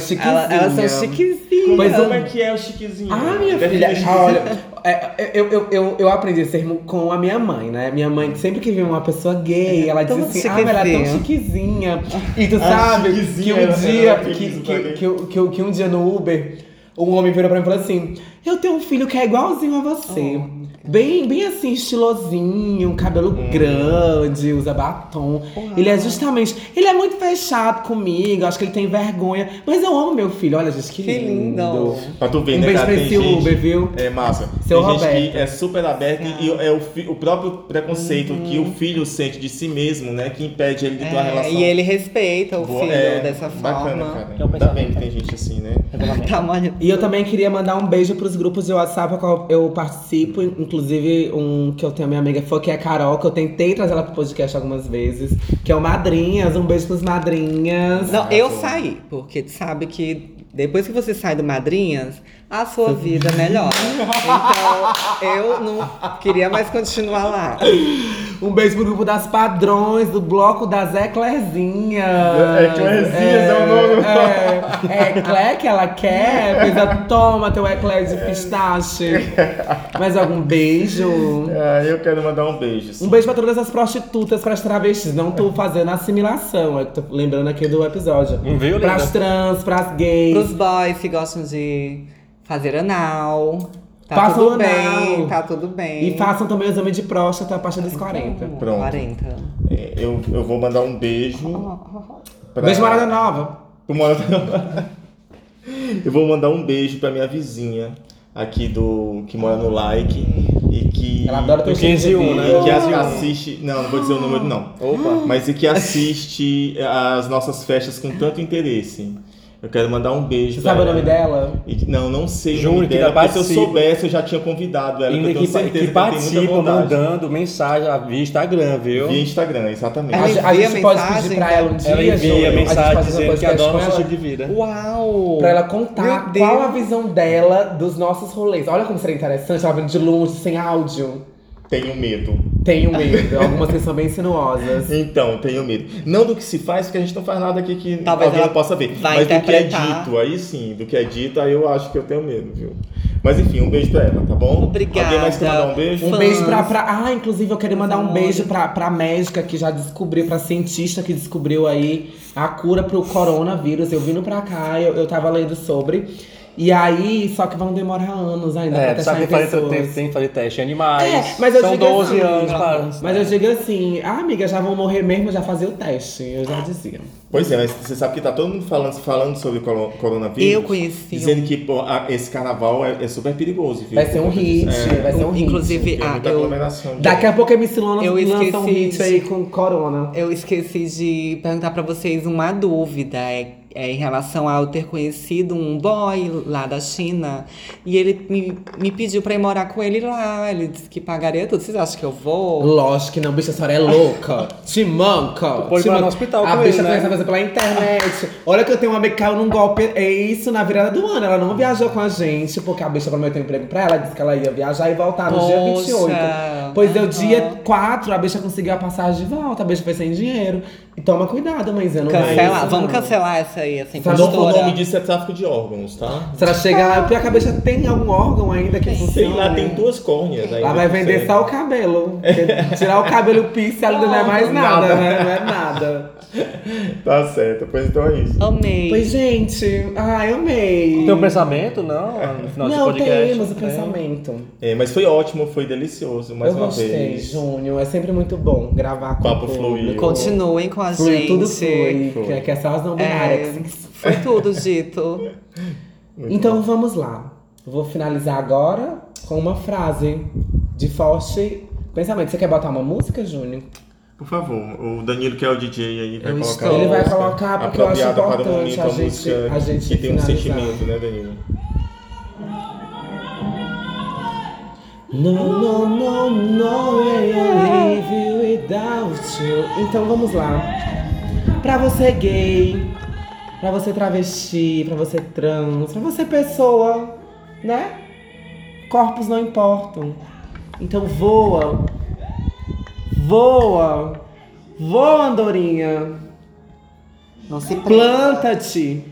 [SPEAKER 2] Elas,
[SPEAKER 1] chiquezinha.
[SPEAKER 2] são chiquezinhas.
[SPEAKER 3] Mas
[SPEAKER 1] Mas eu-
[SPEAKER 3] como é que é o Chiquezinho?
[SPEAKER 1] Ah, minha filha,
[SPEAKER 3] Define o
[SPEAKER 1] ah,
[SPEAKER 3] Chiquezinho.
[SPEAKER 1] olha, é, eu, eu, eu, eu aprendi esse termo com a minha mãe, né? Minha mãe, sempre que via uma pessoa
[SPEAKER 3] É,
[SPEAKER 1] gay, ela
[SPEAKER 2] tão
[SPEAKER 1] dizia assim, ah, ela é tão chiquezinha. E tu
[SPEAKER 3] Ah,
[SPEAKER 1] sabe que
[SPEAKER 3] chiquezinha,
[SPEAKER 1] um
[SPEAKER 3] ela-
[SPEAKER 1] dia,
[SPEAKER 3] né? ela
[SPEAKER 1] que,
[SPEAKER 3] fez
[SPEAKER 1] que,
[SPEAKER 3] isso pra
[SPEAKER 1] que,
[SPEAKER 3] mim.
[SPEAKER 1] que, eu- que eu- que um dia no Uber, um homem virou pra mim e falou assim, eu tenho um filho que é igualzinho a você.
[SPEAKER 3] Oh,
[SPEAKER 1] Bem, bem assim, estilosinho, um cabelo
[SPEAKER 3] Hum.
[SPEAKER 1] grande, usa batom. Ele é justamente. Ele é muito fechado comigo, acho que ele tem vergonha. Mas eu amo meu filho, olha, gente, que,
[SPEAKER 2] Que lindo.
[SPEAKER 3] Pra tu ver,
[SPEAKER 1] Um
[SPEAKER 3] né,
[SPEAKER 1] beijo
[SPEAKER 3] cara?
[SPEAKER 1] pra
[SPEAKER 3] Tem
[SPEAKER 1] esse
[SPEAKER 3] gente-
[SPEAKER 1] Uber, viu?
[SPEAKER 3] É massa.
[SPEAKER 1] Seu
[SPEAKER 3] Tem gente
[SPEAKER 1] Roberto.
[SPEAKER 3] que é super aberta e é o, fi- o próprio preconceito que o filho sente de si mesmo, né? Que impede ele de ter uma
[SPEAKER 2] É,
[SPEAKER 3] relação.
[SPEAKER 2] e ele respeita o
[SPEAKER 3] boa.
[SPEAKER 2] filho
[SPEAKER 3] É,
[SPEAKER 2] dessa
[SPEAKER 3] Bacana,
[SPEAKER 2] forma.
[SPEAKER 3] cara.
[SPEAKER 4] É um
[SPEAKER 3] Ainda
[SPEAKER 4] pensamento.
[SPEAKER 3] bem que tem gente assim, né?
[SPEAKER 2] Tá, mano.
[SPEAKER 1] E eu também queria mandar um beijo pros grupos de WhatsApp ao qual eu participo, inclusive um que eu tenho a minha amiga Fô, que é a Carol, que eu tentei trazer ela pro podcast algumas vezes, que é o Madrinhas. Um beijo pros Madrinhas.
[SPEAKER 2] Não, eu saí, porque tu sabe que depois que você sai do Madrinhas, a sua vida melhora. Então, eu não queria mais continuar lá.
[SPEAKER 1] Um beijo pro grupo das Padrões, do bloco das Eclerzinhas.
[SPEAKER 3] Eclerzinhas é o nome.
[SPEAKER 1] É, é Ecler que ela quer, precisa toma teu Ecler
[SPEAKER 3] É.
[SPEAKER 1] de pistache. Mais algum beijo?
[SPEAKER 3] Ah, eu quero mandar um beijo.
[SPEAKER 1] Um beijo pra todas as prostitutas, pras travestis. Não tô fazendo assimilação, eu tô lembrando aqui do episódio.
[SPEAKER 4] Não viu, linda?
[SPEAKER 1] Pras trans, pras gays.
[SPEAKER 2] Pros boys que gostam de fazer anal. Tá
[SPEAKER 1] Façam
[SPEAKER 2] tudo
[SPEAKER 1] anal.
[SPEAKER 2] bem, tá tudo bem.
[SPEAKER 1] E façam também o exame de próstata a partir dos 40.
[SPEAKER 2] Hum,
[SPEAKER 3] Pronto.
[SPEAKER 2] 40.
[SPEAKER 3] É, Eu, eu vou mandar um beijo. Pra...
[SPEAKER 1] Beijo, Morada Nova.
[SPEAKER 3] Pro Morada Nova. Eu vou mandar um beijo pra minha vizinha aqui do. que mora no like. E que.
[SPEAKER 1] Ela adora teu
[SPEAKER 4] Do 15 e
[SPEAKER 1] estilo
[SPEAKER 4] 1,
[SPEAKER 1] de
[SPEAKER 4] né?
[SPEAKER 1] vida.
[SPEAKER 3] E que assiste. Não, não vou dizer o número, não.
[SPEAKER 4] Opa.
[SPEAKER 3] Mas e que assiste as nossas festas com tanto interesse. Eu quero mandar um beijo.
[SPEAKER 1] Você
[SPEAKER 3] pra
[SPEAKER 1] sabe o
[SPEAKER 3] ela.
[SPEAKER 1] nome dela?
[SPEAKER 3] E que- não, não sei o
[SPEAKER 4] Júnior,
[SPEAKER 3] nome
[SPEAKER 4] que
[SPEAKER 3] dela,
[SPEAKER 4] ainda
[SPEAKER 3] porque se eu
[SPEAKER 4] participa.
[SPEAKER 3] soubesse eu já tinha convidado ela,
[SPEAKER 4] Ainda
[SPEAKER 3] porque eu
[SPEAKER 4] que,
[SPEAKER 3] tenho certeza
[SPEAKER 4] que
[SPEAKER 3] que, ela tem muita
[SPEAKER 4] participa
[SPEAKER 3] vontade.
[SPEAKER 4] mandando mensagem via Instagram, viu?
[SPEAKER 3] Via Instagram, exatamente.
[SPEAKER 1] A
[SPEAKER 2] Ela
[SPEAKER 1] gente, a
[SPEAKER 2] envia
[SPEAKER 1] gente pode
[SPEAKER 2] mensagem, né?
[SPEAKER 1] pedir pra ela um dia,
[SPEAKER 4] Ela envia
[SPEAKER 1] Júlio, a gente faz
[SPEAKER 4] mensagem
[SPEAKER 1] um
[SPEAKER 4] dizendo que
[SPEAKER 1] podcast
[SPEAKER 4] adora o
[SPEAKER 1] com
[SPEAKER 4] nosso
[SPEAKER 1] ela,
[SPEAKER 4] estilo de vida.
[SPEAKER 2] Uau!
[SPEAKER 1] Pra ela contar
[SPEAKER 2] Meu Deus.
[SPEAKER 1] qual a visão dela dos nossos rolês. Olha como seria interessante, ela vendo de longe, sem áudio.
[SPEAKER 3] Tenho medo.
[SPEAKER 1] Tenho medo. Algumas que são bem sinuosas.
[SPEAKER 3] Então, tenho medo. Não do que se faz, porque a gente não faz nada aqui que
[SPEAKER 2] Talvez
[SPEAKER 3] alguém
[SPEAKER 2] ela
[SPEAKER 3] possa ver.
[SPEAKER 2] vai
[SPEAKER 3] Mas do que é
[SPEAKER 2] interpretar.
[SPEAKER 3] dito, aí sim, do que é dito, aí eu acho que eu tenho medo, viu? Mas enfim, um beijo pra ela, tá bom?
[SPEAKER 2] Obrigada.
[SPEAKER 3] Alguém mais quer mandar um beijo?
[SPEAKER 1] Um
[SPEAKER 2] Fãs.
[SPEAKER 1] beijo pra, pra- Ah, inclusive eu queria mandar um
[SPEAKER 2] Amor.
[SPEAKER 1] beijo pra, pra médica que já descobriu, pra cientista que descobriu aí a cura pro coronavírus. Eu vindo pra cá, eu, eu tava lendo sobre. E aí, só que vão demorar anos ainda
[SPEAKER 4] É,
[SPEAKER 1] pra
[SPEAKER 4] tu
[SPEAKER 1] testar
[SPEAKER 4] sabe
[SPEAKER 1] em
[SPEAKER 4] que fazer- tem,
[SPEAKER 1] pessoas.
[SPEAKER 4] tem, que fazer teste em animais.
[SPEAKER 1] É, mas eu
[SPEAKER 4] São
[SPEAKER 1] digo
[SPEAKER 4] 12
[SPEAKER 1] assim,
[SPEAKER 4] anos né? para.
[SPEAKER 1] Mas eu digo assim, ah, amiga, já vão morrer mesmo, já fazer o teste. Eu já dizia.
[SPEAKER 3] Pois é, mas você sabe que tá todo mundo falando, falando sobre o coro- coronavírus.
[SPEAKER 2] Eu conheci
[SPEAKER 3] Dizendo que pô, a- esse carnaval é, é super perigoso, viu?
[SPEAKER 1] Vai ser um
[SPEAKER 3] Por conta disso.
[SPEAKER 1] hit, vai ser um hit.
[SPEAKER 2] Inclusive,
[SPEAKER 3] Tem
[SPEAKER 2] ah,
[SPEAKER 3] é muita
[SPEAKER 2] eu,
[SPEAKER 3] aglomeração. de-
[SPEAKER 1] Daqui a pouco a MC Lona
[SPEAKER 2] Eu
[SPEAKER 1] lança um
[SPEAKER 2] esqueci
[SPEAKER 1] hit aí com corona.
[SPEAKER 2] Eu esqueci de perguntar pra vocês uma dúvida. É é, em relação a eu ter conhecido um boy lá da China. E ele me, me pediu pra ir morar com ele lá. Ele disse que pagaria tudo. Vocês acham que eu vou?
[SPEAKER 1] Lógico que não, bicha, a senhora é louca. Timanca.
[SPEAKER 4] pode
[SPEAKER 1] timanca.
[SPEAKER 4] parar no hospital
[SPEAKER 1] A
[SPEAKER 4] com
[SPEAKER 1] bicha
[SPEAKER 4] ele,
[SPEAKER 1] fez
[SPEAKER 4] né?
[SPEAKER 1] essa coisa pela internet. Olha que eu tenho uma amiga que caiu num golpe. É isso, na virada do ano. Ela não viajou com a gente, porque a bicha prometeu emprego pra ela. Disse que ela ia viajar e voltar no dia
[SPEAKER 2] Poxa.
[SPEAKER 1] 28. Pois deu dia
[SPEAKER 2] Aham.
[SPEAKER 1] 4, a bicha conseguiu a passagem de volta. A bicha foi sem dinheiro. E toma cuidado, mas eu não
[SPEAKER 2] Cancelar,
[SPEAKER 1] vai isso,
[SPEAKER 2] vamos
[SPEAKER 1] não.
[SPEAKER 2] cancelar essa aí, assim, essa
[SPEAKER 1] Tá bom,
[SPEAKER 3] Não, o
[SPEAKER 2] impostora.
[SPEAKER 3] nome disso é tráfico de órgãos, tá?
[SPEAKER 1] Se ela chegar lá, é porque a cabeça tem algum órgão ainda que funciona.
[SPEAKER 3] Sei lá, tem duas córneas tá ainda.
[SPEAKER 1] Ela vai vender
[SPEAKER 3] sei.
[SPEAKER 1] só o cabelo. Porque tirar o cabelo pizza ela não é mais nada,
[SPEAKER 3] Nada.
[SPEAKER 1] né? Não é nada.
[SPEAKER 3] Tá certo, pois então é isso.
[SPEAKER 2] Amei.
[SPEAKER 1] Pois, gente, ai, amei.
[SPEAKER 4] Tem um pensamento, não? No final desse
[SPEAKER 1] não,
[SPEAKER 4] podcast.
[SPEAKER 1] temos o
[SPEAKER 4] Tem.
[SPEAKER 1] pensamento.
[SPEAKER 3] É, mas foi ótimo, foi delicioso, né? mais
[SPEAKER 1] Eu
[SPEAKER 3] uma
[SPEAKER 1] gostei,
[SPEAKER 3] vez.
[SPEAKER 1] Júnior. É sempre muito bom gravar com
[SPEAKER 3] Papo
[SPEAKER 1] o
[SPEAKER 3] fluiu.
[SPEAKER 1] público.
[SPEAKER 2] Continuem com a
[SPEAKER 1] Flui,
[SPEAKER 2] gente.
[SPEAKER 1] tudo flui. Que, é- que é só as não binárias.
[SPEAKER 2] É, foi tudo dito.
[SPEAKER 1] Então vamos lá. Vou finalizar agora com uma frase de forte pensamento. Você quer botar uma música, Júnior?
[SPEAKER 3] Por favor, o Danilo, que é o DJ aí, vai
[SPEAKER 2] Eu
[SPEAKER 3] colocar.
[SPEAKER 2] estou.
[SPEAKER 3] a
[SPEAKER 1] Ele vai
[SPEAKER 3] música
[SPEAKER 1] colocar, porque eu acho
[SPEAKER 3] apropriada para o
[SPEAKER 1] importante
[SPEAKER 3] momento,
[SPEAKER 1] a gente-
[SPEAKER 3] música
[SPEAKER 1] a gente
[SPEAKER 3] que tem um
[SPEAKER 1] finalizar.
[SPEAKER 3] sentimento, né, Danilo?
[SPEAKER 1] No, no, no, no é way I live without you. Então vamos lá. Pra você gay, pra você travesti, pra você trans, pra você pessoa, né? Corpos não importam. Então voa. Voa. Voa, andorinha.
[SPEAKER 2] Não se
[SPEAKER 1] Planta-te.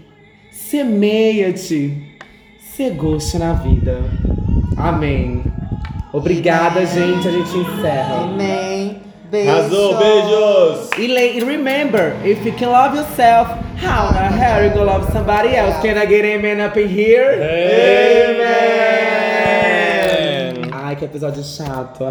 [SPEAKER 1] Semeia-te. Se goste na vida. Amém. Obrigada, gente. A gente encerra.
[SPEAKER 2] Amém.
[SPEAKER 3] Arrasou, beijos!
[SPEAKER 1] E le- e remember, if you can love yourself, how the hell you gonna love somebody else? Can I get amen up in here? Amen! Ai, que episódio chato.